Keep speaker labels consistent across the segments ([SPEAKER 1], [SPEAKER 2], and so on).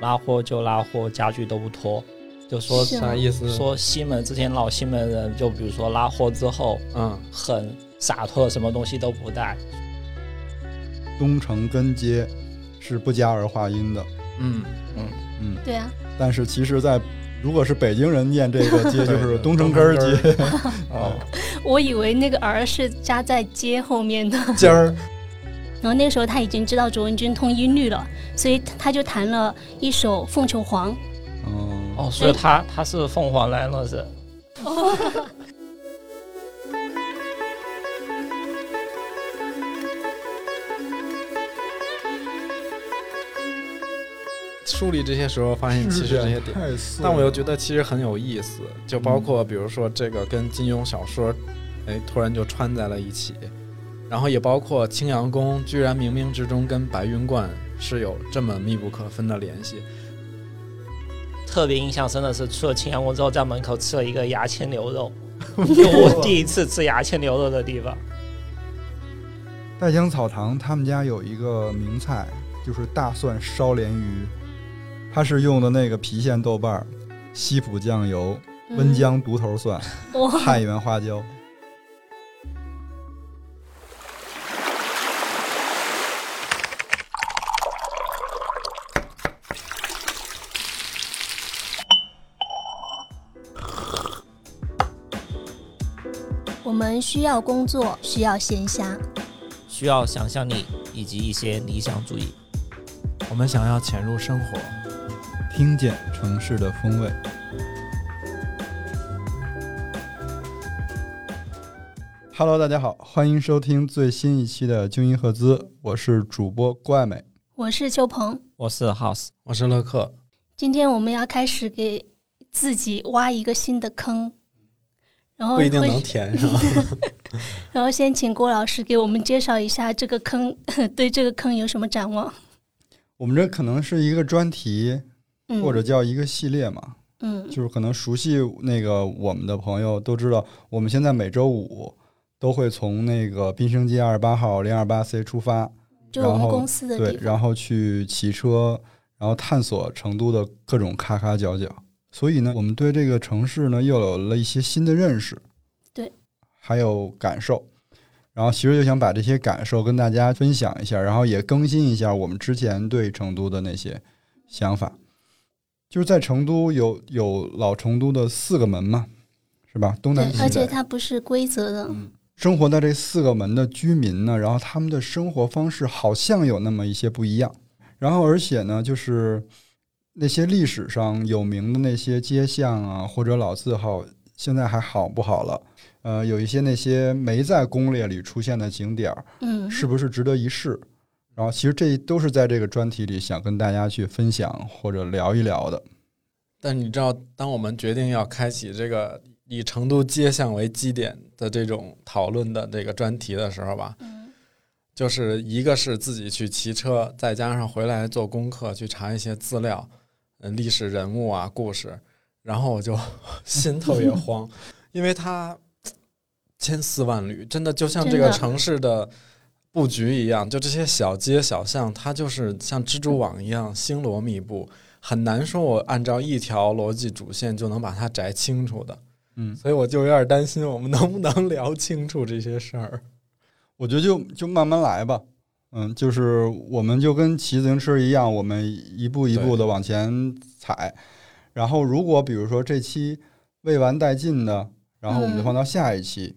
[SPEAKER 1] 拉货就拉货，家具都不拖。就说
[SPEAKER 2] 是
[SPEAKER 3] 啥意思？
[SPEAKER 1] 说西门之前老西门人，就比如说拉货之后
[SPEAKER 3] 嗯，
[SPEAKER 1] 很洒脱，什么东西都不带。
[SPEAKER 4] 东城根接是不加儿化音的，
[SPEAKER 3] 嗯，
[SPEAKER 4] 嗯，
[SPEAKER 2] 对啊，
[SPEAKER 4] 但是其实在，如果是北京人念这 个街，就
[SPEAKER 3] 对
[SPEAKER 4] 是
[SPEAKER 3] 对
[SPEAKER 4] 东城根儿街，
[SPEAKER 3] 哦，
[SPEAKER 2] 我以为那个儿是加在街后面的。
[SPEAKER 3] 尖儿，
[SPEAKER 2] 然后那个时候他已经知道卓文君通音律了，所以他就弹了一首《凤求凰》。
[SPEAKER 4] 嗯，
[SPEAKER 1] 哦，所以他他是凤凰来了是。
[SPEAKER 3] 梳理这些时候发现其实这些点，但我又觉得其实很有意思，就包括比如说这个跟金庸小说，哎，突然就穿在了一起，然后也包括青阳宫，居然冥冥之中跟白云观是有这么密不可分的联系。
[SPEAKER 1] 特别印象深的是，去了青阳宫之后，在门口吃了一个牙签牛肉，就我第一次吃牙签牛肉的地方。
[SPEAKER 4] 代江草堂他们家有一个名菜，就是大蒜烧鲢鱼，它是用的那个郫县豆瓣儿、西府酱油、
[SPEAKER 2] 嗯
[SPEAKER 4] 温江独头蒜、
[SPEAKER 2] 哇，
[SPEAKER 4] 太原花椒。
[SPEAKER 2] 我们需要工作，需要闲暇，
[SPEAKER 5] 需要想象力以及一些理想主义。
[SPEAKER 3] 我们想要潜入生活，
[SPEAKER 4] 听见城市的风味。Hello，大家好，欢迎收听最新一期的《精英赫兹》，我是主播郭爱美。
[SPEAKER 2] 我是邱鹏。
[SPEAKER 5] 我是 House，
[SPEAKER 3] 我是乐克，
[SPEAKER 2] 今天我们要开始给自己挖一个新的坑，然后
[SPEAKER 3] 不一定
[SPEAKER 2] 哦会
[SPEAKER 3] 能 填上。
[SPEAKER 2] 然后先请郭老师给我们介绍一下这个坑， 对这个坑有什么展望？
[SPEAKER 4] 我们这可能是一个专题，
[SPEAKER 2] 嗯，
[SPEAKER 4] 或者叫一个系列嘛，
[SPEAKER 2] 嗯
[SPEAKER 4] 就是可能熟悉那个我们的朋友都知道，我们现在每周五都会从那个滨生街二十八号零二八 C 出发，
[SPEAKER 2] 就是我
[SPEAKER 4] 然
[SPEAKER 2] 们
[SPEAKER 4] 后
[SPEAKER 2] 公司的
[SPEAKER 4] 对
[SPEAKER 2] 地，方。
[SPEAKER 4] 然后去骑车，然后探索成都的各种咔咔角角。所以呢，我们对这个城市呢又有了一些新的认识，
[SPEAKER 2] 对，
[SPEAKER 4] 还有感受。然后其实就想把这些感受跟大家分享一下，然后也更新一下我们之前对成都的那些想法。就是在成都有有老成都的四个门嘛，是吧？东南
[SPEAKER 2] 对
[SPEAKER 4] 西，北。
[SPEAKER 2] 而且它不是规则的，
[SPEAKER 4] 生活在这四个门的居民呢，然后他们的生活方式好像有那么一些不一样。然后，而且呢，就是那些历史上有名的那些街巷啊，或者老字号，现在还好不好了？呃，有一些那些没在攻略里出现的景点儿，
[SPEAKER 2] 嗯，
[SPEAKER 4] 是不是值得一试？然后，其实这都是在这个专题里想跟大家去分享或者聊一聊的。
[SPEAKER 3] 但你知道，当我们决定要开启这个以成都街巷为基点的这种讨论的这个专题的时候吧，
[SPEAKER 2] 嗯
[SPEAKER 3] 就是一个是自己去骑车，再加上回来做功课，去查一些资料，嗯，历史人物啊、故事，然后我就 心特别慌，因为它千丝万缕，真的就像这
[SPEAKER 2] 真
[SPEAKER 3] 个
[SPEAKER 2] 的
[SPEAKER 3] 城市的布局一样，就这些小街小巷，它就是像蜘蛛网一样星罗密布，很难说我按照一条逻辑主线就能把它摘清楚的，
[SPEAKER 4] 嗯，
[SPEAKER 3] 所以我就有点担心我们能不能 聊清楚这些事儿。
[SPEAKER 4] 我觉得就就慢慢来吧。嗯，就是我们就跟骑自行车一样，我们一步一步的往前踩。然后，如果比如说这期未完待尽的，然后我们就
[SPEAKER 2] 嗯
[SPEAKER 4] 放到下一期，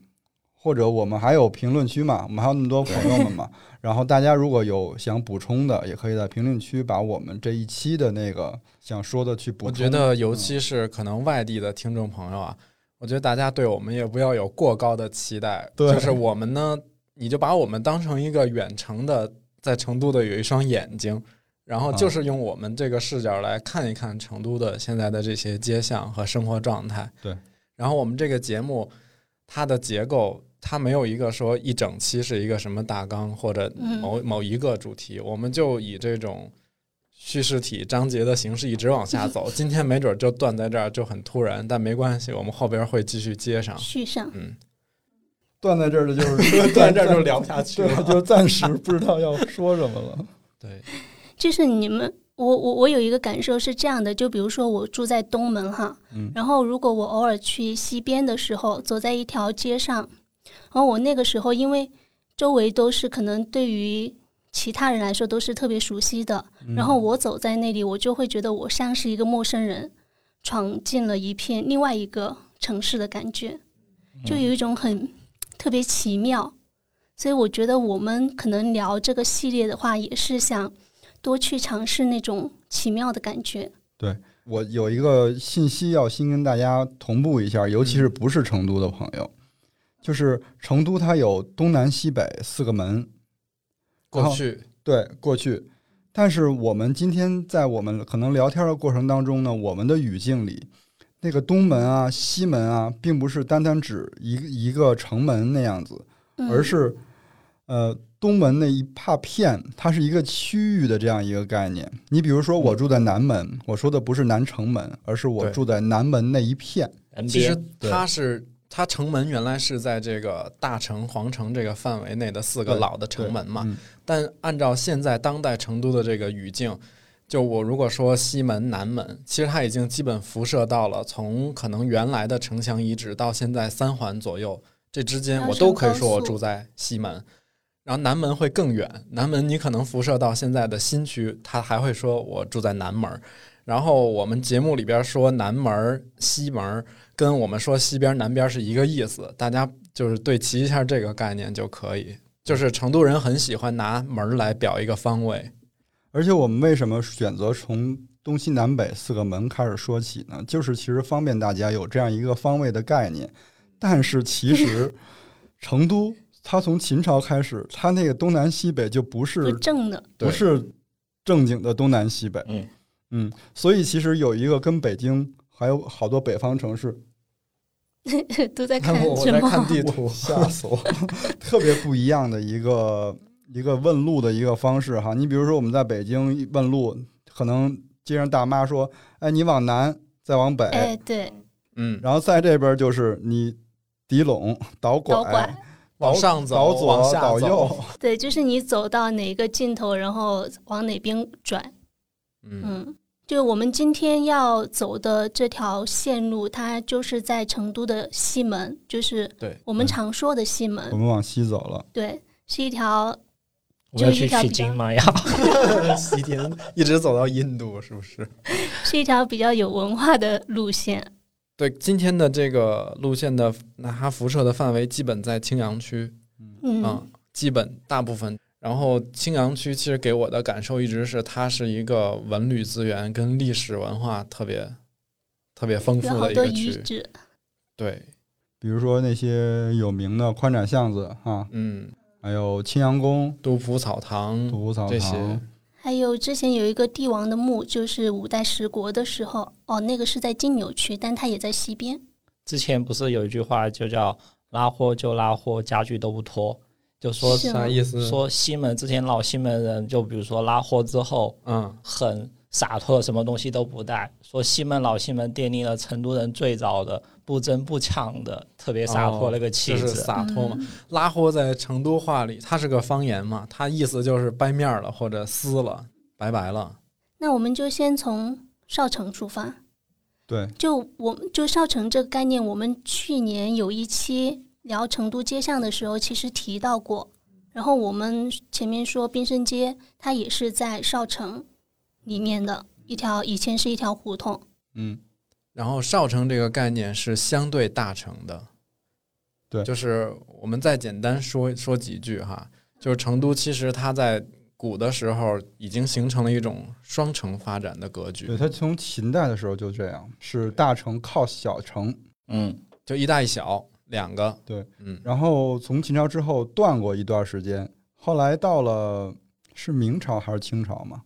[SPEAKER 4] 或者我们还有评论区嘛，我们还有那么多朋友们嘛。然后大家如果有想补充的，也可以在评论区把我们这一期的那个想说的去嗯补充。
[SPEAKER 3] 我觉得，尤其是可能外地的听众朋友啊，我觉得大家对我们也不要有过高的期待。
[SPEAKER 4] 对
[SPEAKER 3] 就是我们呢，你就把我们当成一个远程的，在成都的有一双眼睛，然
[SPEAKER 4] 嗯
[SPEAKER 3] 后就是用我们这个视角来看一看成都的现在的这些街巷和生活状态。
[SPEAKER 4] 对，
[SPEAKER 3] 然后我们这个节目，它的结构。它没有一个说一整期是一个什么大纲或者
[SPEAKER 2] 嗯
[SPEAKER 3] 某某一个主题，我们就以这种叙事体章节的形式一直往下走。今天没准就断在这儿，就很突然，但没关系，我们后边会继续接上。
[SPEAKER 2] 续上。
[SPEAKER 3] 嗯，
[SPEAKER 4] 断在这儿的就 是
[SPEAKER 3] 断这儿就聊不下去
[SPEAKER 4] 对
[SPEAKER 3] 了
[SPEAKER 4] 就暂时不知道要说什么了。
[SPEAKER 3] 对，
[SPEAKER 2] 就是你们我我我有一个感受是这样的，就比如说我住在东门哈，
[SPEAKER 4] 嗯
[SPEAKER 2] 然后如果我偶尔去西边的时候，走在一条街上，然后我那个时候因为周围都是可能对于其他人来说都是特别熟悉的，然后我走在那里，我就会觉得我像是一个陌生人，闯进了一片另外一个城市的感觉，就有一种很特别奇妙。所以我觉得我们可能聊这个系列的话，也是想多去尝试那种奇妙的感觉。
[SPEAKER 4] 我有一个信息要先跟大家同步一下，尤其是不是成都的朋友，就是成都它有东南西北四个门，
[SPEAKER 3] 过去
[SPEAKER 4] 对，过去。但是我们今天在我们可能聊天的过程当中呢，我们的语境里，那个东门啊、西门啊，并不是单单指一个一个城门那样子，
[SPEAKER 2] 嗯、
[SPEAKER 4] 而是呃东门那一大片，它是一个区域的这样一个概念。你比如说，我住在南门，我说的不是南城门，而是我
[SPEAKER 3] 对
[SPEAKER 4] 住在南门那一片。
[SPEAKER 3] 其实
[SPEAKER 1] NBA
[SPEAKER 4] 嗯对
[SPEAKER 3] 它是它城门原来是在这个大城、皇城这个范围内的四个
[SPEAKER 4] 对
[SPEAKER 3] 老的城门嘛，
[SPEAKER 4] 嗯
[SPEAKER 3] 但按照现在当代成都的这个语境，就我如果说西门、南门，其实它已经基本辐射到了从可能原来的城墙遗址到现在三环左右这之间，
[SPEAKER 2] 要
[SPEAKER 3] 我
[SPEAKER 2] 上
[SPEAKER 3] 都可以
[SPEAKER 2] 高
[SPEAKER 3] 说我
[SPEAKER 2] 速
[SPEAKER 3] 住在西门。然后南门会更远，南门你可能辐射到现在的新区，它还会说我住在南门儿。然后我们节目里边说南门儿、西门儿，跟我们说西边儿、南边儿是一个意思，大家就是对齐一下这个概念就可以。就是成都人很喜欢拿门儿来表一个方位，
[SPEAKER 4] 而且我们为什么选择从东西南北四个门开始说起呢？就是其实方便大家有这样一个方位的概念。但是其实成都，它从秦朝开始，它那个东南西北就不
[SPEAKER 2] 不
[SPEAKER 4] 是
[SPEAKER 2] 正的，
[SPEAKER 3] 对
[SPEAKER 4] 不是正经的东南西北。
[SPEAKER 1] 嗯
[SPEAKER 4] 嗯所以其实有一个跟北京还有好多北方城市，
[SPEAKER 2] 都在看
[SPEAKER 3] 我我
[SPEAKER 2] 什
[SPEAKER 3] 在
[SPEAKER 2] 么？
[SPEAKER 3] 看 地图，
[SPEAKER 4] 吓死我， 特别不一样的一个一个问路的一个方式哈。你比如说我们在北京问路，可能街上大妈说：“哎，你往南，再往北。
[SPEAKER 2] 哎，对，
[SPEAKER 3] 嗯，
[SPEAKER 4] 然后在这边就是你抵拢、倒拐、
[SPEAKER 2] 导管。
[SPEAKER 3] 往上走，
[SPEAKER 4] 倒
[SPEAKER 3] 往
[SPEAKER 4] 左、
[SPEAKER 3] 下
[SPEAKER 4] 倒
[SPEAKER 3] 走
[SPEAKER 4] 右，，
[SPEAKER 2] 对，就是你走到哪个尽头，然后往哪边转。
[SPEAKER 3] 嗯，
[SPEAKER 2] 嗯，就是我们今天要走的这条线路，它就是在成都的西门，就是
[SPEAKER 3] 对
[SPEAKER 2] 我们常说的西门。
[SPEAKER 3] 嗯
[SPEAKER 4] 我们往西走了。
[SPEAKER 2] 对，是一条
[SPEAKER 1] 我要
[SPEAKER 2] 就
[SPEAKER 1] 去
[SPEAKER 2] 一条
[SPEAKER 1] 取
[SPEAKER 2] 比
[SPEAKER 1] 经
[SPEAKER 2] 较
[SPEAKER 1] 吗？呀，
[SPEAKER 3] 西天一直走到印度，是不是？
[SPEAKER 2] 是一条比较有文化的路线。
[SPEAKER 3] 对，今天的这个路线的那它辐射的范围基本在青羊区，
[SPEAKER 2] 嗯，
[SPEAKER 3] 嗯，基本大部分。然后青羊区其实给我的感受一直是它是一个文旅资源跟历史文化特别特别丰
[SPEAKER 2] 有
[SPEAKER 3] 富
[SPEAKER 2] 好
[SPEAKER 3] 的一
[SPEAKER 2] 多
[SPEAKER 3] 个
[SPEAKER 2] 遗
[SPEAKER 3] 区，
[SPEAKER 2] 址。
[SPEAKER 3] 对，
[SPEAKER 4] 比如说那些有名的宽窄巷子啊，
[SPEAKER 3] 嗯，
[SPEAKER 4] 还有青羊宫、
[SPEAKER 3] 杜甫草堂
[SPEAKER 4] 杜甫草
[SPEAKER 3] 嗯这
[SPEAKER 4] 堂
[SPEAKER 3] 些，，
[SPEAKER 2] 还有之前有一个帝王的墓，就是五代十国的时候，哦，那个是在金牛区，但它也在西边。
[SPEAKER 1] 之前不是有一句话就叫“拉货就拉货，家具都不拖”，就说
[SPEAKER 2] 是啊
[SPEAKER 3] 啥
[SPEAKER 2] 吗
[SPEAKER 3] 意思？
[SPEAKER 1] 说西门之前老西门人，就比如说拉货之后
[SPEAKER 3] 嗯，
[SPEAKER 1] 很洒脱，什么东西都不带。说西门老西门奠定了成都人最早的不争不抢的特别洒脱那个气
[SPEAKER 3] 哦就
[SPEAKER 1] 质。
[SPEAKER 3] 是洒脱嘛。
[SPEAKER 2] 嗯
[SPEAKER 3] 拉豁在成都话里，它是个方言嘛，它意思就是掰面儿了或者撕了，拜拜了。
[SPEAKER 2] 那我们就先从少城出发。
[SPEAKER 4] 对，
[SPEAKER 2] 就我们就少城这个概念，我们去年有一期聊成都街巷的时候，其实提到过。然后我们前面说滨生街，它也是在少城里面的一条，以前是一条胡同。
[SPEAKER 4] 嗯，
[SPEAKER 3] 然后少城这个概念是相对大城的，
[SPEAKER 4] 对
[SPEAKER 3] 就是我们再简单说说几句哈，就是成都其实它在古的时候已经形成了一种双城发展的格局
[SPEAKER 4] 嗯对，，它从秦代的时候就这样，是大城靠小城。
[SPEAKER 1] 嗯，
[SPEAKER 3] 就一大一小两个，
[SPEAKER 4] 对，
[SPEAKER 3] 嗯，
[SPEAKER 4] 然后从秦朝之后断过一段时间，后来到了是明朝还是清朝嘛，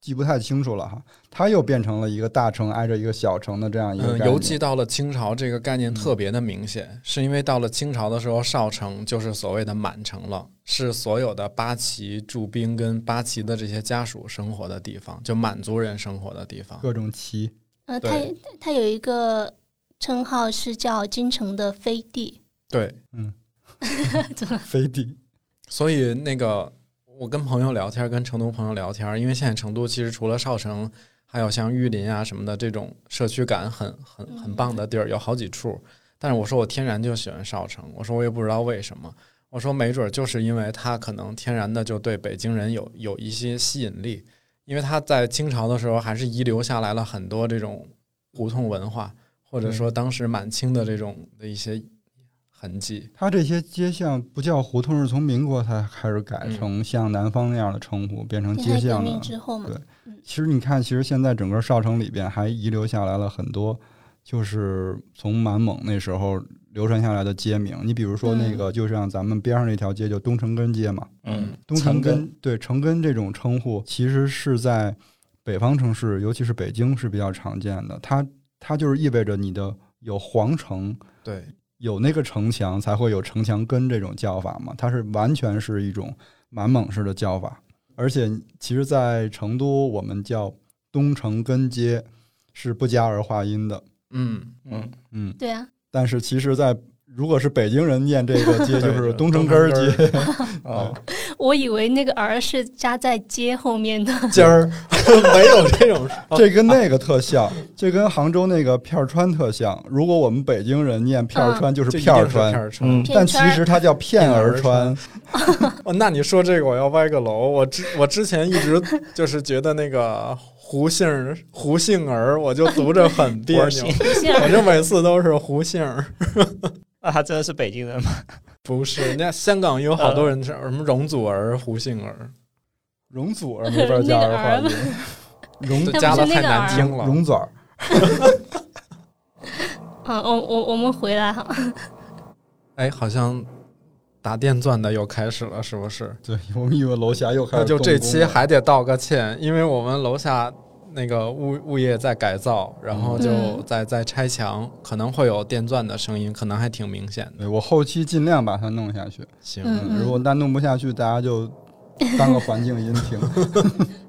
[SPEAKER 4] 记不太清楚了哈。它又变成了一个大城挨着一个小城的这样一个
[SPEAKER 3] 嗯，
[SPEAKER 4] 概念嗯
[SPEAKER 3] 尤其到了清朝，这个概念特别的明显，是因为到了清朝的时候，少城就是所谓的满城了，是所有的八旗驻兵跟八旗的这些家属生活的地方，就满族人生活的地方。
[SPEAKER 4] 各种旗，
[SPEAKER 2] 呃，它
[SPEAKER 3] 对
[SPEAKER 2] 它有一个称号是叫京城的飞地。
[SPEAKER 3] 对，
[SPEAKER 4] 飞地，
[SPEAKER 3] 所以那个我跟朋友聊天，跟成都朋友聊天，因为现在成都其实除了少城，还有像玉林啊什么的这种社区感很很很棒的地儿，有好几处。但是我说我天然就喜欢少城，我说我也不知道为什么，我说没准儿就是因为它可能天然的就对北京人有有一些吸引力，因为它在清朝的时候还是遗留下来了很多这种胡同文化，或者说当时满清的这种的一些痕迹。
[SPEAKER 4] 它这些街巷不叫胡同，是从民国才开始改成像南方那样的称呼，变成
[SPEAKER 2] 辛
[SPEAKER 4] 街
[SPEAKER 2] 亥革
[SPEAKER 4] 巷
[SPEAKER 2] 命
[SPEAKER 4] 了。
[SPEAKER 2] 之后嘛，
[SPEAKER 4] 对其实你看，其实现在整个少城里边还遗留下来了很多，就是从满蒙那时候流传下来的街名。你比如说那个，就像咱们边上那条街，就东城根街嘛，
[SPEAKER 1] 嗯，
[SPEAKER 4] 东城
[SPEAKER 1] 城根
[SPEAKER 4] 根对城根这种称呼，其实是在北方城市，尤其是北京是比较常见的。它它就是意味着你的有皇城，
[SPEAKER 3] 对，
[SPEAKER 4] 有那个城墙，才会有城墙根这种叫法嘛。它是完全是一种满蒙式的叫法，而且其实，在成都我们叫东城根街是不加儿化音的，
[SPEAKER 3] 嗯
[SPEAKER 1] 嗯，
[SPEAKER 4] 嗯，
[SPEAKER 2] 对啊，
[SPEAKER 4] 但是其实在，如果是北京人念这个 街，就是
[SPEAKER 3] 对
[SPEAKER 4] 东城根儿街，
[SPEAKER 3] 啊，
[SPEAKER 2] 我以为那个儿是加在街后面的，
[SPEAKER 4] 尖儿，哦
[SPEAKER 3] 没有这种
[SPEAKER 4] 这跟那个特像，这跟杭州那个片儿川特像。如果我们北京人念片儿川，就是
[SPEAKER 3] 就一定是片
[SPEAKER 4] 片儿嗯川，
[SPEAKER 3] 儿川。
[SPEAKER 2] 嗯片
[SPEAKER 4] 但其
[SPEAKER 2] 川
[SPEAKER 4] 实它叫片儿川。
[SPEAKER 3] 哦，那你说这个我要歪个楼。我之我之前一直就是觉得那个胡杏儿胡杏儿，我就读着 很别
[SPEAKER 1] 我
[SPEAKER 3] 扭
[SPEAKER 1] 信，
[SPEAKER 3] 我就每次都是胡杏儿，
[SPEAKER 1] 那他真的是北京人吗？
[SPEAKER 3] 不是。人家香港有好多
[SPEAKER 4] 嗯
[SPEAKER 3] 人是什么容祖儿、胡杏儿，
[SPEAKER 4] 容祖 儿没法加
[SPEAKER 2] 那
[SPEAKER 4] 儿
[SPEAKER 2] 个
[SPEAKER 4] 化
[SPEAKER 2] 儿
[SPEAKER 4] 音， 容
[SPEAKER 3] 就
[SPEAKER 2] 那不
[SPEAKER 3] 加
[SPEAKER 2] 是
[SPEAKER 3] 的
[SPEAKER 2] 那
[SPEAKER 3] 太
[SPEAKER 2] 个
[SPEAKER 3] 难
[SPEAKER 2] 儿啊
[SPEAKER 3] 听了。
[SPEAKER 4] 容祖儿。
[SPEAKER 2] 嗯，我我我们回来哈，
[SPEAKER 3] 哎，好像打电钻的又开始了，是不是？
[SPEAKER 4] 对，我们以为楼下又开
[SPEAKER 3] 那
[SPEAKER 4] 始
[SPEAKER 3] 就
[SPEAKER 4] 动
[SPEAKER 3] 这
[SPEAKER 4] 呃工
[SPEAKER 3] 期
[SPEAKER 4] 了
[SPEAKER 3] 还得道个歉，因为我们楼下那个物物业在改造，然后就
[SPEAKER 2] 嗯
[SPEAKER 3] 在在拆墙，可能会有电钻的声音，可能还挺明显的。
[SPEAKER 4] 对我后期尽量把它弄下去。
[SPEAKER 3] 行，
[SPEAKER 2] 嗯
[SPEAKER 4] 如果但弄不下去，大家就当个环境音 听。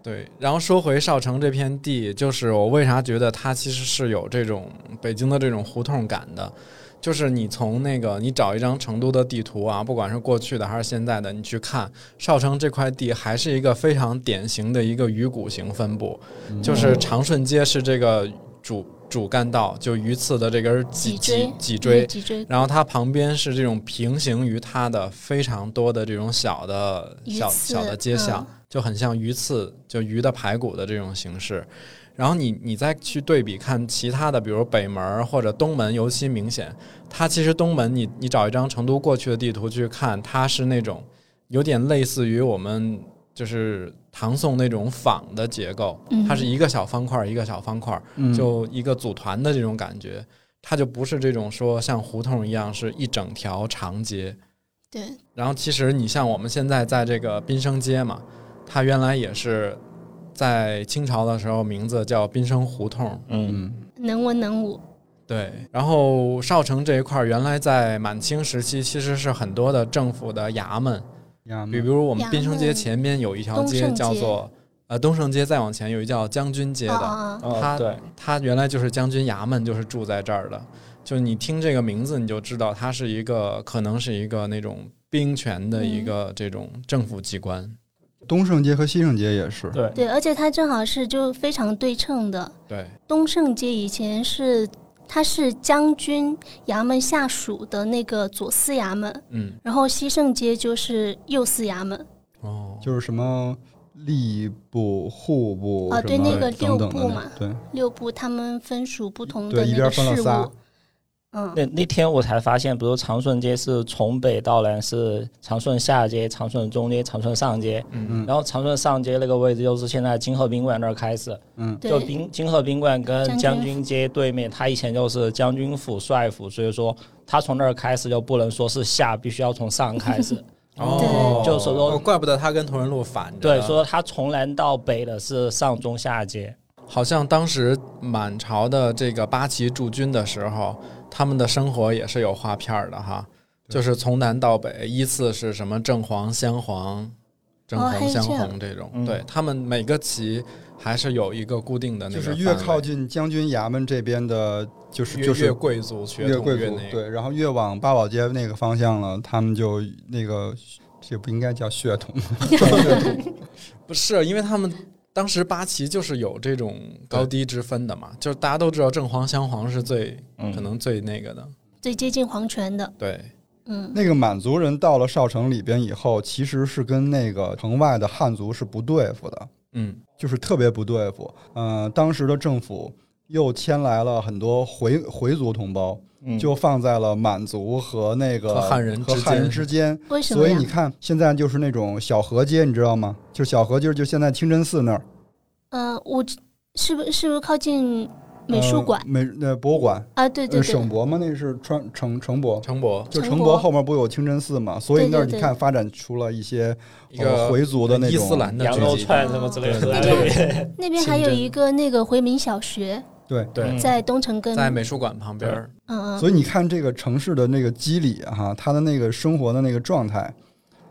[SPEAKER 3] 对。然后说回少城这片地，就是我为啥觉得它其实是有这种北京的这种胡同感的。就是你从那个，你找一张成都的地图啊，不管是过去的还是现在的，你去看少城这块地，还是一个非常典型的一个鱼骨型分布。就是长顺街是这个主主干道，就鱼刺的这根
[SPEAKER 2] 脊
[SPEAKER 3] 脊
[SPEAKER 2] 椎嗯
[SPEAKER 3] 脊椎，
[SPEAKER 2] 脊椎
[SPEAKER 3] 然后它旁边是这种平行于它的非常多的这种小的
[SPEAKER 2] 鱼
[SPEAKER 3] 小
[SPEAKER 2] 刺嗯
[SPEAKER 3] 小的街巷，就很像鱼刺，就鱼的排骨的这种形式。然后你你再去对比看其他的，比如北门儿或者东门，尤其明显。它其实东门你，你找一张成都过去的地图去看，它是那种有点类似于我们就是唐宋那种坊的结构，
[SPEAKER 2] 嗯
[SPEAKER 3] 它是一个小方块儿一个小方块儿，
[SPEAKER 4] 嗯
[SPEAKER 3] 就一个组团的这种感觉。它就不是这种说像胡同一样是一整条长街。
[SPEAKER 2] 对，
[SPEAKER 3] 然后其实你像我们现在在这个滨生街嘛，它原来也是在清朝的时候名字叫滨生胡同，
[SPEAKER 1] 嗯，
[SPEAKER 4] 嗯
[SPEAKER 2] 能文能武，
[SPEAKER 3] 对，然后少城这一块儿，原来在满清时期其实是很多的政府的衙门，
[SPEAKER 4] 呀
[SPEAKER 3] 比比如我们
[SPEAKER 2] 衙
[SPEAKER 3] 滨生街
[SPEAKER 2] 门
[SPEAKER 3] 前边有一条
[SPEAKER 2] 东
[SPEAKER 3] 街
[SPEAKER 2] 胜
[SPEAKER 3] 叫
[SPEAKER 2] 街
[SPEAKER 3] 做呃东胜街，再往前有一叫将军街
[SPEAKER 2] 啊
[SPEAKER 3] 的，
[SPEAKER 2] 啊啊，
[SPEAKER 1] 哦
[SPEAKER 3] 他
[SPEAKER 1] 对，
[SPEAKER 3] 它原来就是将军衙门，就是住在这儿的。就你听这个名字，你就知道它是一个可能是一个那种兵权的一
[SPEAKER 2] 嗯
[SPEAKER 3] 个这种政府机关。
[SPEAKER 4] 东胜街和西胜街也是，
[SPEAKER 1] 对，
[SPEAKER 2] 对，而且它正好是就非常对称的。
[SPEAKER 3] 对，
[SPEAKER 2] 东胜街以前是它是将军衙门下属的那个左司衙门，
[SPEAKER 3] 嗯，
[SPEAKER 2] 然后西胜街就是右司衙门
[SPEAKER 3] 哦，
[SPEAKER 4] 就是什么吏部、户部
[SPEAKER 2] 啊
[SPEAKER 4] 什
[SPEAKER 2] 对
[SPEAKER 4] 么
[SPEAKER 2] 那个
[SPEAKER 4] 等等
[SPEAKER 2] 六部
[SPEAKER 4] 的
[SPEAKER 2] 嘛
[SPEAKER 4] 那，对
[SPEAKER 2] 六部，他们分属不同的
[SPEAKER 4] 对，一
[SPEAKER 2] 那
[SPEAKER 4] 边
[SPEAKER 2] 个
[SPEAKER 4] 分了
[SPEAKER 2] 事
[SPEAKER 4] 仨
[SPEAKER 2] 务。，嗯，
[SPEAKER 1] 那那天我才发现，比如长顺街是从北到南是长顺下街、长顺中街、长顺上街，
[SPEAKER 3] 嗯
[SPEAKER 1] 然后长顺上街那个位置就是现在金鹤宾馆那儿开始，
[SPEAKER 4] 嗯，
[SPEAKER 1] 就
[SPEAKER 2] 对，
[SPEAKER 1] 宾金鹤宾馆跟
[SPEAKER 2] 将
[SPEAKER 1] 将
[SPEAKER 2] 军
[SPEAKER 1] 军街对面，它以前就是将军府、帅府，所以说它从那儿开始就不能说是下，必须要从上开始。
[SPEAKER 3] 哦，
[SPEAKER 1] 就是说
[SPEAKER 3] 哦怪不得它跟同仁路反着。
[SPEAKER 1] 对，说它从南到北的是上中下街，
[SPEAKER 3] 好像当时满朝的这个八旗驻军的时候，他们的生活也是有划片儿的哈，
[SPEAKER 4] 对
[SPEAKER 3] 就是从南到北，依次是什么正黄、镶黄、正
[SPEAKER 2] 哦还
[SPEAKER 3] 黄、
[SPEAKER 2] 有
[SPEAKER 3] 镶
[SPEAKER 2] 这样
[SPEAKER 3] 红这种，
[SPEAKER 1] 嗯
[SPEAKER 3] 对他们每个旗还是有一个固定的那
[SPEAKER 4] 就
[SPEAKER 3] 个
[SPEAKER 4] 是
[SPEAKER 3] 范围，
[SPEAKER 4] 越靠近将军衙门这边的，就是
[SPEAKER 3] 越
[SPEAKER 4] 就是
[SPEAKER 3] 越贵族血
[SPEAKER 4] 越
[SPEAKER 3] 统
[SPEAKER 4] 贵
[SPEAKER 3] 越
[SPEAKER 4] 族
[SPEAKER 3] 那个，
[SPEAKER 4] 对，然后越往八宝街那个方向了，他们就那个这不应该叫血统吗？
[SPEAKER 3] 不是，因为他们当时八旗就是有这种高低之分的嘛，就是大家都知道正黄、镶黄是最
[SPEAKER 5] 嗯
[SPEAKER 3] 可能最那个的，
[SPEAKER 2] 最接近皇权的，
[SPEAKER 3] 对，
[SPEAKER 2] 嗯，
[SPEAKER 4] 那个满族人到了少城里边以后，其实是跟那个城外的汉族是不对付的，
[SPEAKER 3] 嗯，
[SPEAKER 4] 就是特别不对付。嗯、当时的政府又迁来了很多回回族同胞，
[SPEAKER 5] 嗯
[SPEAKER 4] 就放在了满族和那个
[SPEAKER 3] 和汉人
[SPEAKER 4] 和
[SPEAKER 3] 之
[SPEAKER 4] 汉人
[SPEAKER 3] 间
[SPEAKER 4] 之间。
[SPEAKER 2] 为什么
[SPEAKER 4] 所以
[SPEAKER 2] 呀
[SPEAKER 4] 你？看，现在就是那种小河街，你知道吗？就小河街，就现在清真寺那儿
[SPEAKER 2] 嗯、我知是不是是不是靠近美术馆、
[SPEAKER 4] 呃美呃博物馆，
[SPEAKER 2] 啊？对对对
[SPEAKER 4] 呃省，博吗？那是川城城博，
[SPEAKER 3] 程博
[SPEAKER 4] 就
[SPEAKER 2] 城
[SPEAKER 4] 城
[SPEAKER 2] 博
[SPEAKER 4] 博后面不有清真寺嘛？所以那儿
[SPEAKER 2] 对对
[SPEAKER 4] 你
[SPEAKER 2] 对
[SPEAKER 4] 看发展出了一些
[SPEAKER 3] 一个
[SPEAKER 4] 呃回族的那种
[SPEAKER 3] 伊斯兰的
[SPEAKER 1] 羊肉
[SPEAKER 3] 聚集地，
[SPEAKER 1] 串什么之类的 都在
[SPEAKER 2] 对
[SPEAKER 1] 那边。
[SPEAKER 2] 那边还有
[SPEAKER 3] 清真
[SPEAKER 2] 一个那个回民小学
[SPEAKER 4] 对。
[SPEAKER 3] 对，
[SPEAKER 1] 嗯
[SPEAKER 2] 在东城根，
[SPEAKER 3] 在美术馆旁边儿，
[SPEAKER 2] 嗯
[SPEAKER 4] 所
[SPEAKER 2] 嗯，
[SPEAKER 4] 以你看这个城市的那个肌理啊哈、它的那个生活的那个状态，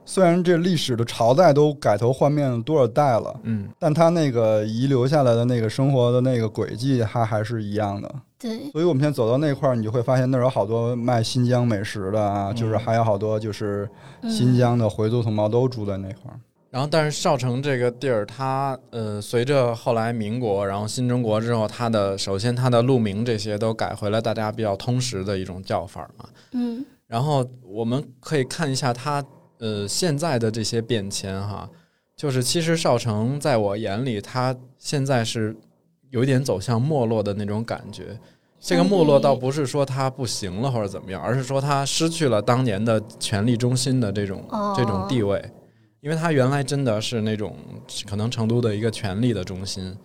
[SPEAKER 4] 虽然这历史的朝代都改头换面了多少代了，
[SPEAKER 3] 嗯，
[SPEAKER 4] 但它那个遗留下来的那个生活的那个轨迹，它还是一样的。
[SPEAKER 2] 对，
[SPEAKER 4] 所以我们现在走到那块儿，你就会发现那儿有好多卖新疆美食的啊，就是还有好多就是
[SPEAKER 2] 嗯
[SPEAKER 4] 新疆的回族同胞都住在那块儿。
[SPEAKER 3] 然后但是少城这个地儿，它呃，随着后来民国，然后新中国之后，它的首先它的路名这些都改回了大家比较通识的一种叫法儿嘛，
[SPEAKER 2] 嗯
[SPEAKER 3] 然后我们可以看一下它呃现在的这些变迁哈，就是其实少城在我眼里，它现在是有点走向没落的那种感觉。这个没落倒不是说它不行了或者怎么样，而是说它失去了当年的权力中心的这种、
[SPEAKER 2] 哦
[SPEAKER 3] 这种地位，因为它原来真的是那种可能成都的一个权力的中心。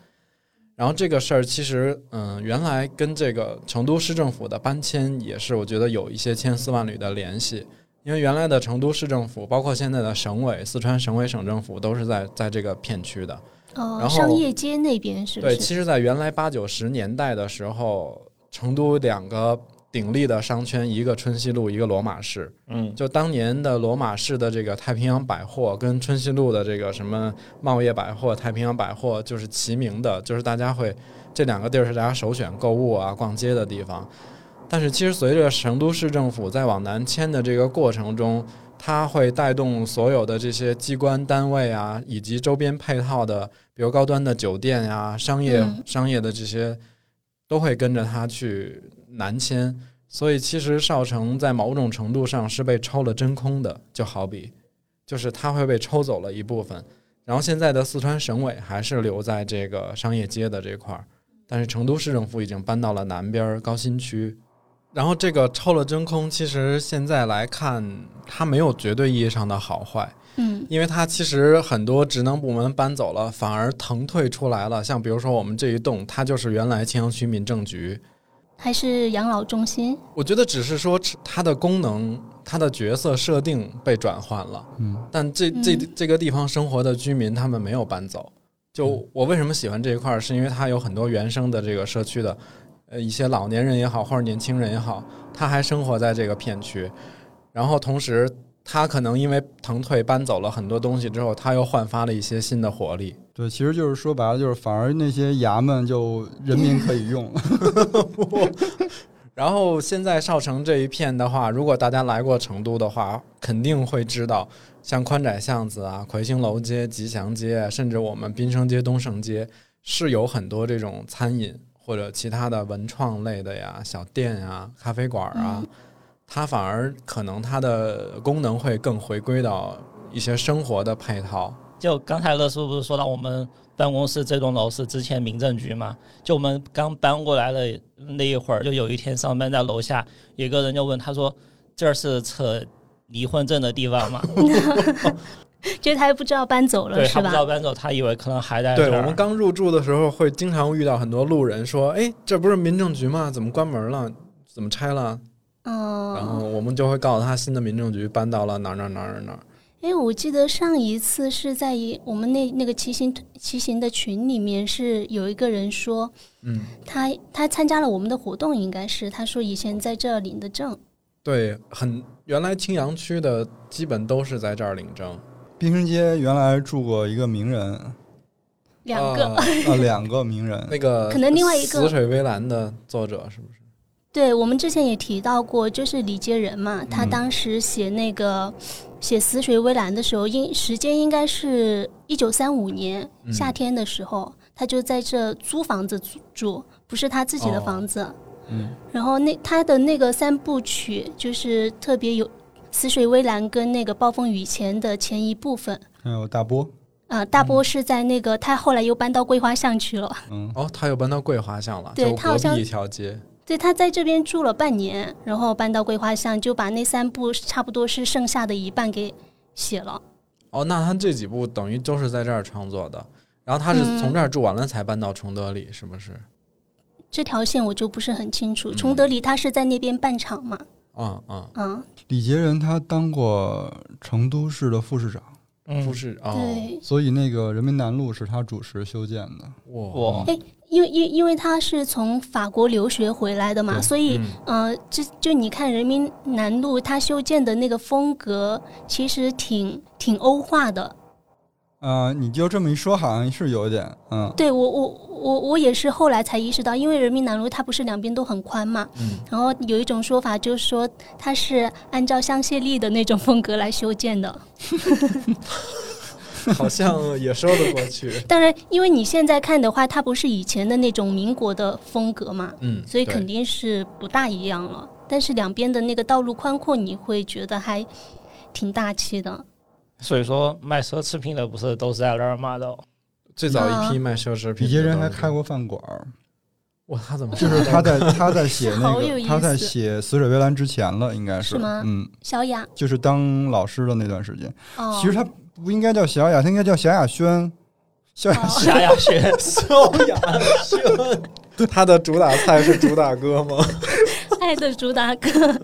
[SPEAKER 3] 然后这个事儿其实，嗯，原来跟这个成都市政府的搬迁也是，我觉得有一些千丝万缕的联系。因为原来的成都市政府，包括现在的省委、四川省委、省政府，都是在在这个片区的。
[SPEAKER 2] 哦，
[SPEAKER 3] 然后
[SPEAKER 2] 商业街那边是不
[SPEAKER 3] 对，
[SPEAKER 2] 是？
[SPEAKER 3] 其实，在原来八九十年代的时候，成都两个鼎立的商圈，一个春熙路，一个罗马市。
[SPEAKER 5] 嗯，
[SPEAKER 3] 就当年的罗马市的这个太平洋百货，跟春熙路的这个什么茂业百货、太平洋百货就是齐名的，就是大家会这两个地儿是大家首选购物啊、逛街的地方。但是，其实随着成都市政府在往南迁的这个过程中，它会带动所有的这些机关单位啊，以及周边配套的，比如高端的酒店呀、商业、
[SPEAKER 2] 嗯
[SPEAKER 3] 商业的这些，都会跟着它去南迁。所以其实少城在某种程度上是被抽了真空的，就好比就是它会被抽走了一部分。然后现在的四川省委还是留在这个商业街的这块儿，但是成都市政府已经搬到了南边儿高新区。然后这个抽了真空，其实现在来看，它没有绝对意义上的好坏，
[SPEAKER 2] 嗯
[SPEAKER 3] 因为它其实很多职能部门搬走了，反而腾退出来了。像比如说我们这一栋，它就是原来青羊区民政局，
[SPEAKER 2] 还是养老中心，
[SPEAKER 3] 我觉得只是说它的功能、它的角色设定被转换了，
[SPEAKER 4] 嗯，
[SPEAKER 3] 但这这
[SPEAKER 2] 嗯
[SPEAKER 3] 这个地方生活的居民他们没有搬走。就我为什么喜欢这一块儿，是因为它有很多原生的这个社区的，呃，一些老年人也好，或者年轻人也好，他还生活在这个片区，然后同时他可能因为腾退搬走了很多东西之后，他又焕发了一些新的活力。
[SPEAKER 4] 对，其实就是说白了，就是反而那些衙门就人民可以用了。
[SPEAKER 3] 然后现在少城这一片的话，如果大家来过成都的话，肯定会知道，像宽窄巷子啊、魁星楼街、吉祥街，甚至我们滨生街、东盛街，是有很多这种餐饮或者其他的文创类的呀、小店呀、咖啡馆啊，
[SPEAKER 2] 嗯
[SPEAKER 3] 它反而可能它的功能会更回归到一些生活的配套。
[SPEAKER 1] 就刚才乐叔不是说到我们办公室这栋楼是之前民政局嘛？就我们刚搬过来的那一会儿，就有一天上班在楼下，有个人就问他说：“这儿是扯离婚证的地方吗
[SPEAKER 2] 觉得他还不知道搬走？”了
[SPEAKER 1] 对
[SPEAKER 2] 是
[SPEAKER 1] 他不
[SPEAKER 2] 吧
[SPEAKER 1] 知？道搬走，他以为可能还在
[SPEAKER 3] 对
[SPEAKER 1] 这儿
[SPEAKER 3] 我们刚入住的时候，会经常遇到很多路人说：“哎，这不是民政局吗？怎么关门了？怎么拆了？”然后
[SPEAKER 2] 嗯，
[SPEAKER 3] 我们就会告诉他，新的民政局搬到了哪儿哪儿哪儿哪儿。
[SPEAKER 2] 哎，我记得上一次是在一我们那那个骑行骑行的群里面，是有一个人说
[SPEAKER 3] 嗯，
[SPEAKER 2] 他他参加了我们的活动，应该是他说以前在这儿领的证，
[SPEAKER 3] 对，很原来青羊区的基本都是在这儿领证，
[SPEAKER 4] 滨生街原来住过一个名人，啊、
[SPEAKER 2] 两个、
[SPEAKER 3] 啊
[SPEAKER 4] 两个名人，
[SPEAKER 3] 那个
[SPEAKER 2] 可能另外一个
[SPEAKER 3] 《死水微澜》的作者是不是？
[SPEAKER 2] 对，我们之前也提到过，就是李杰仁嘛，他当时写那个《写《死水微澜》的时候，应时间应该是一九三五年
[SPEAKER 3] 嗯
[SPEAKER 2] 夏天的时候，他就在这租房子住住，不是他自己的房子。
[SPEAKER 4] 嗯，
[SPEAKER 2] 然后那他的那个三部曲就是特别有《死水微澜》跟那个《暴风雨前》的前一部分。
[SPEAKER 4] 还有大波，
[SPEAKER 2] 呃，大波是在那个、他后来又搬到桂花巷去了，
[SPEAKER 4] 嗯，
[SPEAKER 3] 哦，他又搬到桂花巷了，
[SPEAKER 2] 对
[SPEAKER 3] 就
[SPEAKER 2] 他好
[SPEAKER 3] 隔
[SPEAKER 2] 像
[SPEAKER 3] 壁一条街。
[SPEAKER 2] 对他在这边住了半年，然后搬到桂花巷，就把那三部差不多是剩下的一半给写了。
[SPEAKER 3] 哦，那他这几部等于都是在这儿创作的，然后他是从这儿住完了才搬到崇德里，是不是？
[SPEAKER 2] 这条线我就不是很清楚。崇德里他是在那边办厂嘛，
[SPEAKER 3] 嗯嗯，
[SPEAKER 2] 嗯，
[SPEAKER 4] 李杰仁他当过成都市的副市长，
[SPEAKER 3] 不
[SPEAKER 1] 嗯，
[SPEAKER 3] 是哦，
[SPEAKER 2] 对，
[SPEAKER 4] 所以那个人民南路是他主持修建的。
[SPEAKER 3] 哇，
[SPEAKER 1] 我
[SPEAKER 2] 因为因因为他是从法国留学回来的嘛，
[SPEAKER 4] 对
[SPEAKER 2] 所以
[SPEAKER 3] 嗯
[SPEAKER 2] 呃，这就你看人民南路他修建的那个风格，其实挺挺欧化的。
[SPEAKER 4] 啊、你就这么一说，好像是有点，嗯，
[SPEAKER 2] 对我我我我也是后来才意识到，因为人民南路它不是两边都很宽嘛，
[SPEAKER 3] 嗯
[SPEAKER 2] 然后有一种说法就是说它是按照香榭丽的那种风格来修建的。
[SPEAKER 3] 好像也说得过去。
[SPEAKER 2] 当然，因为你现在看的话，它不是以前的那种民国的风格嘛，
[SPEAKER 3] 嗯，
[SPEAKER 2] 所以
[SPEAKER 3] 对
[SPEAKER 2] 肯定是不大一样了。但是两边的那个道路宽阔，你会觉得还挺大气的。
[SPEAKER 1] 所以说卖奢侈品的不是都是在那儿骂的哦，
[SPEAKER 3] 最早
[SPEAKER 2] 啊
[SPEAKER 3] 一批卖奢侈品，
[SPEAKER 4] 李杰仁还开。过饭馆儿，
[SPEAKER 3] 哇，他怎么
[SPEAKER 4] 就是 他在他 在写那
[SPEAKER 2] 好有
[SPEAKER 4] 个
[SPEAKER 2] 意思
[SPEAKER 4] 他在写《死水微澜》之前了，应该是
[SPEAKER 2] 是吗
[SPEAKER 4] 嗯，
[SPEAKER 2] 小雅，
[SPEAKER 4] 就是当老师的那段时间。
[SPEAKER 2] 哦，
[SPEAKER 4] 其实他不应该叫小雅，他应该叫小雅轩。小雅
[SPEAKER 2] 哦
[SPEAKER 4] 轩，
[SPEAKER 1] 霞雅轩
[SPEAKER 3] 萧亚轩？他的主打菜是主打歌 吗？
[SPEAKER 2] 爱的主打歌，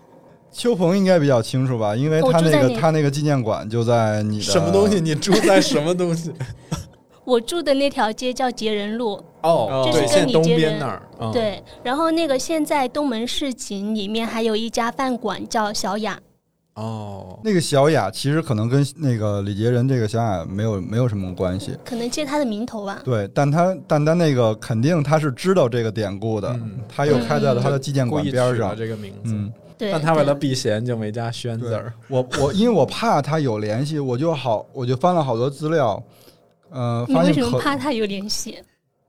[SPEAKER 4] 秋鹏应该比较清楚吧，因为
[SPEAKER 2] 我
[SPEAKER 4] 他
[SPEAKER 2] 住
[SPEAKER 4] 那
[SPEAKER 2] 哦在
[SPEAKER 4] 个
[SPEAKER 2] 那
[SPEAKER 4] 他那个纪念馆就在你的
[SPEAKER 3] 什么东西？？你住在什么东西？
[SPEAKER 2] 我住的那条街叫杰人路，
[SPEAKER 3] 哦
[SPEAKER 2] 这是
[SPEAKER 3] 对，
[SPEAKER 2] 跟
[SPEAKER 3] 现在
[SPEAKER 2] 李
[SPEAKER 3] 东
[SPEAKER 2] 杰
[SPEAKER 3] 边
[SPEAKER 2] 仁
[SPEAKER 3] 那儿。嗯，
[SPEAKER 2] 对。然后那个现在东门市井里面还有一家饭馆叫小雅，
[SPEAKER 3] 哦，
[SPEAKER 4] 那个小雅其实可能跟那个李杰仁这个小雅没有没有什么关系，
[SPEAKER 2] 可能借他的名头吧。
[SPEAKER 4] 对，但他但他那个肯定他是知道这个典故的，
[SPEAKER 3] 嗯
[SPEAKER 4] 他又开在了他的纪念
[SPEAKER 3] 故
[SPEAKER 4] 馆
[SPEAKER 3] 意取
[SPEAKER 4] 边儿
[SPEAKER 3] 了
[SPEAKER 4] 上。
[SPEAKER 3] 这个名字，
[SPEAKER 4] 嗯，
[SPEAKER 2] 对，
[SPEAKER 3] 但他为了
[SPEAKER 2] 对
[SPEAKER 3] 避嫌就没加“轩”字儿。
[SPEAKER 4] 我我因为我怕他有联系，我就好我就翻了好多资料，呃，
[SPEAKER 2] 你
[SPEAKER 4] 发
[SPEAKER 2] 为
[SPEAKER 4] 现
[SPEAKER 2] 什么
[SPEAKER 4] 可
[SPEAKER 2] 怕他有联系？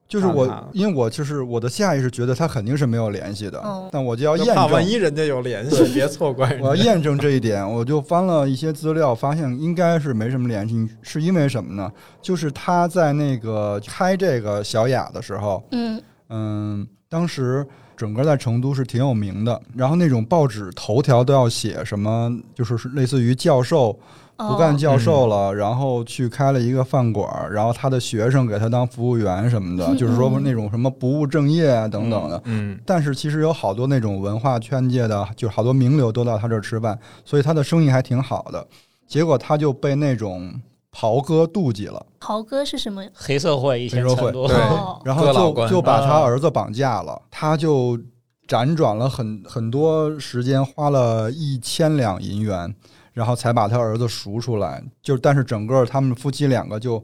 [SPEAKER 4] 就是
[SPEAKER 3] 怕他
[SPEAKER 4] 我因为我就是我的下意识觉得他肯定是没有联系的，
[SPEAKER 2] 哦
[SPEAKER 4] 但我就要验
[SPEAKER 3] 就怕万
[SPEAKER 4] 证，
[SPEAKER 3] 一人家有联系，别错怪人
[SPEAKER 4] 我要
[SPEAKER 3] 家。
[SPEAKER 4] 验证这一点，我就翻了一些资料，发现应该是没什么联系，是因为什么呢？就是他在那个开这个小雅的时候，
[SPEAKER 2] 嗯，
[SPEAKER 4] 嗯，当时整个在成都是挺有名的，然后那种报纸头条都要写什么，就是类似于教授
[SPEAKER 2] 哦，
[SPEAKER 4] 不干教授了，然后去开了一个饭馆儿，然后他的学生给他当服务员什么的，
[SPEAKER 2] 嗯
[SPEAKER 4] 就是说
[SPEAKER 2] 嗯
[SPEAKER 4] 那种什么不务正业啊等等的。
[SPEAKER 3] 嗯，
[SPEAKER 4] 但是其实有好多那种文化圈界的，就是好多名流都到他这儿吃饭，所以他的生意还挺好的。结果他就被那种袍哥妒忌了，
[SPEAKER 2] 豪哥是什么？
[SPEAKER 1] 黑社会以前
[SPEAKER 4] 黑社
[SPEAKER 1] 成
[SPEAKER 4] 会
[SPEAKER 1] 都
[SPEAKER 3] 对
[SPEAKER 2] 哦，
[SPEAKER 4] 然
[SPEAKER 3] 哥
[SPEAKER 4] 后
[SPEAKER 3] 老
[SPEAKER 4] 就
[SPEAKER 3] 关
[SPEAKER 4] 就把他
[SPEAKER 1] 啊
[SPEAKER 4] 儿子绑架了，他就辗转了很很多时间，花了一千两银元，然后才把他儿子赎出来。就但是整个他们夫妻两个就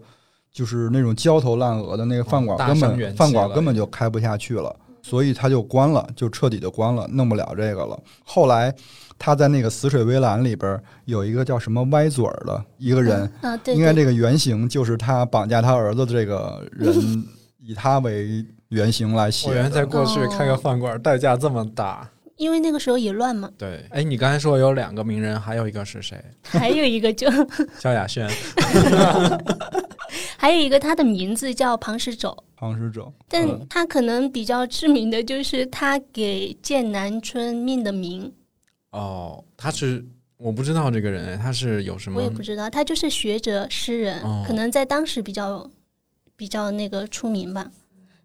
[SPEAKER 4] 就是那种焦头烂额的那个饭馆
[SPEAKER 3] 哦大
[SPEAKER 4] 根
[SPEAKER 3] 伤元
[SPEAKER 4] 本
[SPEAKER 3] 气
[SPEAKER 4] 饭馆
[SPEAKER 3] 了
[SPEAKER 4] 根本就开不下去了，所以他就关了，就彻底就关了，弄不了这个了。后来他在那个死水微澜里边儿有一个叫什么歪嘴儿的一个人，
[SPEAKER 2] 啊，对，
[SPEAKER 4] 应该
[SPEAKER 2] 对
[SPEAKER 4] 这个原型就是他绑架他儿子的这个 人，以他为原型来写
[SPEAKER 3] 我哦原来在
[SPEAKER 4] 的。
[SPEAKER 3] 过
[SPEAKER 2] 哦
[SPEAKER 3] 去开个饭馆，代价这么大。
[SPEAKER 2] 因为那个时候也乱嘛。
[SPEAKER 3] 对，哎，你刚才说有两个名人，还有一个是谁？
[SPEAKER 2] 还有一个就
[SPEAKER 3] 萧亚轩。
[SPEAKER 2] 还有一个，他的名字叫庞石肘，
[SPEAKER 4] 庞石呃者，
[SPEAKER 2] 但他可能比较知名的就是他给剑南春命的名，
[SPEAKER 3] 哦，他是我不知道这个人，哎他是有什么
[SPEAKER 2] 我也不知道，他就是学者诗人
[SPEAKER 3] 哦，
[SPEAKER 2] 可能在当时比较比较那个出名吧。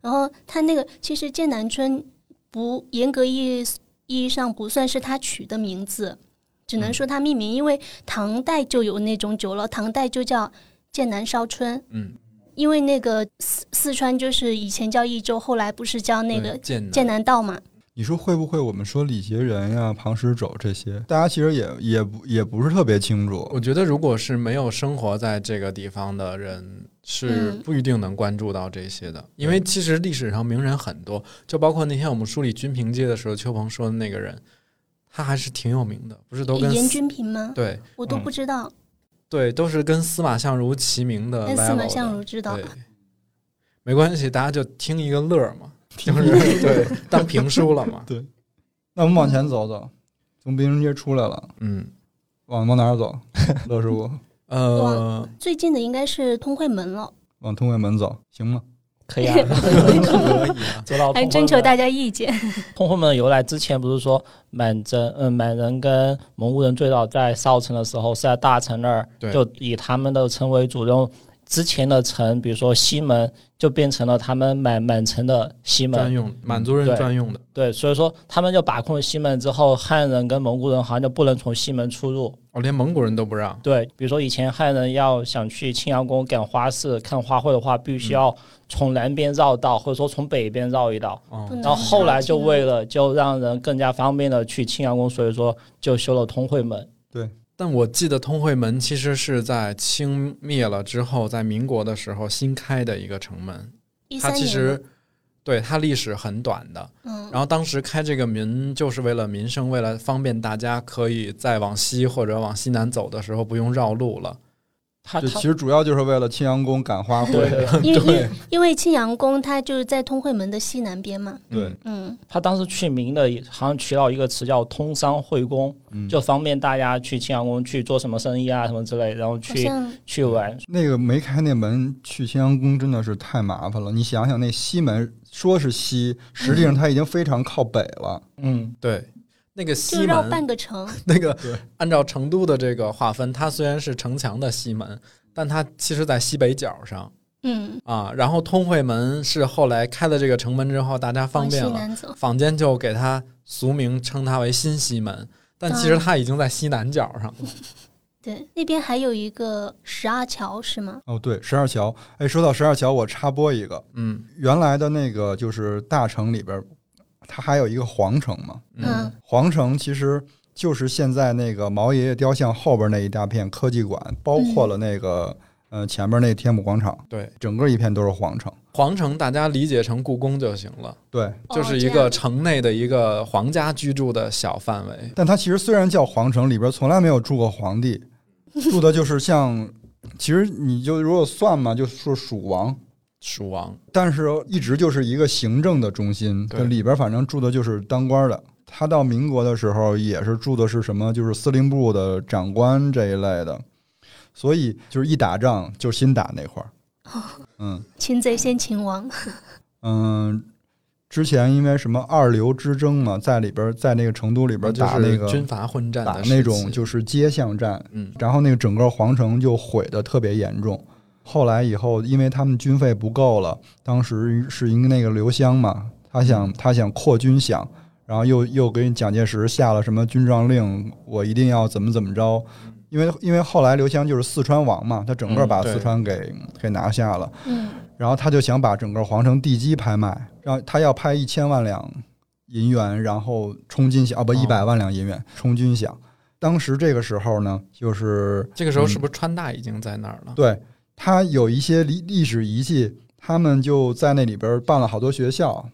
[SPEAKER 2] 然后他那个其实剑南春不严格意义意义上不算是他取的名字，只
[SPEAKER 3] 嗯
[SPEAKER 2] 能说他命名，因为唐代就有那种酒楼，唐代就叫剑南烧春。
[SPEAKER 3] 嗯，
[SPEAKER 2] 因为那个四四川就是以前叫益州，后来不是叫那
[SPEAKER 3] 对
[SPEAKER 2] 个
[SPEAKER 3] 剑南
[SPEAKER 2] 剑南道嘛？
[SPEAKER 4] 你说会不会我们说李杰仁呀、庞石肘这些，大家其实也也不也不是特别清楚。
[SPEAKER 3] 我觉得，如果是没有生活在这个地方的人，是
[SPEAKER 2] 嗯
[SPEAKER 3] 不一定能关注到这些的。因为其实历史上名人很多，就包括那天我们梳理军平街的时候，邱鹏说的那个人，他还是挺有名的，不是都跟
[SPEAKER 2] 严
[SPEAKER 3] 司
[SPEAKER 2] 君平吗？
[SPEAKER 3] 对嗯
[SPEAKER 2] 我都不知道，
[SPEAKER 3] 对都是跟司马相如齐名的
[SPEAKER 2] 但
[SPEAKER 3] level 嗯的。
[SPEAKER 2] 司马相如知道。
[SPEAKER 3] 对，没关系，大家就听一个乐儿嘛，就是对当评书了 嘛。
[SPEAKER 4] 那我们往前走走，从步行街出来了，
[SPEAKER 3] 嗯，
[SPEAKER 4] 往往哪儿走？乐师傅，
[SPEAKER 3] 呃，
[SPEAKER 2] 最近的应该是通惠门了，
[SPEAKER 4] 往通惠门走，行吗？
[SPEAKER 1] 可以啊，
[SPEAKER 3] 可 以啊。
[SPEAKER 1] 走到
[SPEAKER 2] 还
[SPEAKER 1] 通
[SPEAKER 2] 征
[SPEAKER 1] 惠
[SPEAKER 2] 求
[SPEAKER 1] 门
[SPEAKER 2] 大家意见。
[SPEAKER 1] 通惠门的由来之前不是说满人嗯满人跟蒙古人最早在少城的时候是在大城那儿
[SPEAKER 3] 对，
[SPEAKER 1] 就以他们的城为主，然后之前的城，比如说西门，就变成了他们满满城的西
[SPEAKER 3] 专
[SPEAKER 1] 门。
[SPEAKER 3] 用满族人
[SPEAKER 1] 对
[SPEAKER 3] 专用的，
[SPEAKER 1] 对，所以说他们就把控西门之后，汉人跟蒙古人好像就不能从西门出入。
[SPEAKER 3] 哦，连蒙古人都不让。
[SPEAKER 1] 对，比如说以前汉人要想去青阳宫赶花市看花卉的话，必须
[SPEAKER 2] 嗯
[SPEAKER 1] 要从南边绕道，或者说从北边绕一道。
[SPEAKER 2] 不
[SPEAKER 3] 哦
[SPEAKER 2] 能
[SPEAKER 1] 然后后来就
[SPEAKER 2] 绕进
[SPEAKER 1] 为了就让人更加方便的去青阳宫，所以说就修了通惠门。
[SPEAKER 3] 但我记得通惠门其实是在清灭了之后，在民国的时候新开的一个城门，
[SPEAKER 2] 一
[SPEAKER 3] 它
[SPEAKER 2] 三
[SPEAKER 3] 其
[SPEAKER 2] 年了，
[SPEAKER 3] 实对它历史很短的。
[SPEAKER 2] 嗯，
[SPEAKER 3] 然后当时开这个门就是为了民生，为了方便大家可以再往西或者往西南走的时候不用绕路了。
[SPEAKER 1] 他
[SPEAKER 2] 啊
[SPEAKER 4] 这其
[SPEAKER 1] 他
[SPEAKER 4] 实主要就是为了青阳宫赶花卉。
[SPEAKER 1] 对对，对
[SPEAKER 2] 因为因为因为青阳宫它就是在通惠门的西南边嘛，
[SPEAKER 4] 对，
[SPEAKER 2] 嗯，
[SPEAKER 1] 他当时取名的好像取到一个词叫“通商会公”，
[SPEAKER 4] 嗯
[SPEAKER 1] 就方便大家去青阳宫去做什么生意啊什么之类，然后
[SPEAKER 2] 好
[SPEAKER 1] 去
[SPEAKER 2] 像
[SPEAKER 1] 去玩。
[SPEAKER 4] 那个没开那门去青阳宫真的是太麻烦了。你想想，那西门说是西，实际上它已经非常靠北了。
[SPEAKER 1] 嗯，
[SPEAKER 3] 对，那个
[SPEAKER 2] 就
[SPEAKER 3] 西
[SPEAKER 2] 绕
[SPEAKER 3] 门
[SPEAKER 2] 半个城，
[SPEAKER 3] 那个
[SPEAKER 4] 对
[SPEAKER 3] 按照成都的这个划分，它虽然是城墙的西门，但它其实在西北角上
[SPEAKER 2] 嗯，
[SPEAKER 3] 啊。然后通惠门是后来开了这个城门之后，大家方
[SPEAKER 2] 往西
[SPEAKER 3] 便了，
[SPEAKER 2] 南走，
[SPEAKER 3] 坊间就给它俗名称它为新西门，但其实它已经在西南角上了。
[SPEAKER 2] 对，那边还有一个十二桥是吗？
[SPEAKER 4] 哦，对，十二桥。哎，说到十二桥，我插播一个，
[SPEAKER 3] 嗯
[SPEAKER 4] 原来的那个就是大城里边儿，它还有一个皇城嘛。
[SPEAKER 2] 嗯，
[SPEAKER 4] 皇城其实就是现在那个毛爷爷雕像后边那一大片科技馆，包括了那个、呃前面那天母广场，
[SPEAKER 3] 对，
[SPEAKER 4] 整个一片都是皇城。
[SPEAKER 3] 皇城大家理解成故宫就行了。
[SPEAKER 4] 对，
[SPEAKER 2] 哦
[SPEAKER 3] 就是一个城内的一个皇家居住的小范围。
[SPEAKER 4] 但它其实虽然叫皇城，里边从来没有住过皇帝，住的就是像，其实你就如果算嘛，就说蜀王，
[SPEAKER 3] 蜀王，
[SPEAKER 4] 但是一直就是一个行政的中心，
[SPEAKER 3] 对
[SPEAKER 4] 就里边反正住的就是当官的。他到民国的时候也是住的是什么，就是司令部的长官这一类的，所以就是一打仗就新打那块儿。嗯
[SPEAKER 2] 擒贼先擒王，
[SPEAKER 4] 嗯，之前因为什么二流之争嘛，在里边在那个成都里边
[SPEAKER 3] 就
[SPEAKER 4] 打
[SPEAKER 3] 是
[SPEAKER 4] 那个、
[SPEAKER 3] 军阀混战的
[SPEAKER 4] 打
[SPEAKER 3] 时期
[SPEAKER 4] 那种就是街巷战，
[SPEAKER 3] 嗯，
[SPEAKER 4] 然后那个整个皇城就毁得特别严重。后来以后，因为他们军费不够了，当时是因为那个刘湘嘛，他
[SPEAKER 3] 嗯
[SPEAKER 4] 想他想扩军饷，然后又又给蒋介石下了什么军状令，我一定要怎么怎么着。因为因为后来刘湘就是四川王嘛，他整个
[SPEAKER 3] 嗯
[SPEAKER 4] 把
[SPEAKER 3] 对
[SPEAKER 4] 四川给、给拿下了，
[SPEAKER 2] 嗯，
[SPEAKER 4] 然后他就想把整个皇城地基拍卖，让他要拍一千万两银元，然后充军饷，啊不，一百万两银元充军饷。当时这个时候呢，就是
[SPEAKER 3] 这个时候是不是川大已经在那儿了？
[SPEAKER 4] 嗯对他有一些历历史遗迹，他们就在那里边办了好多学校，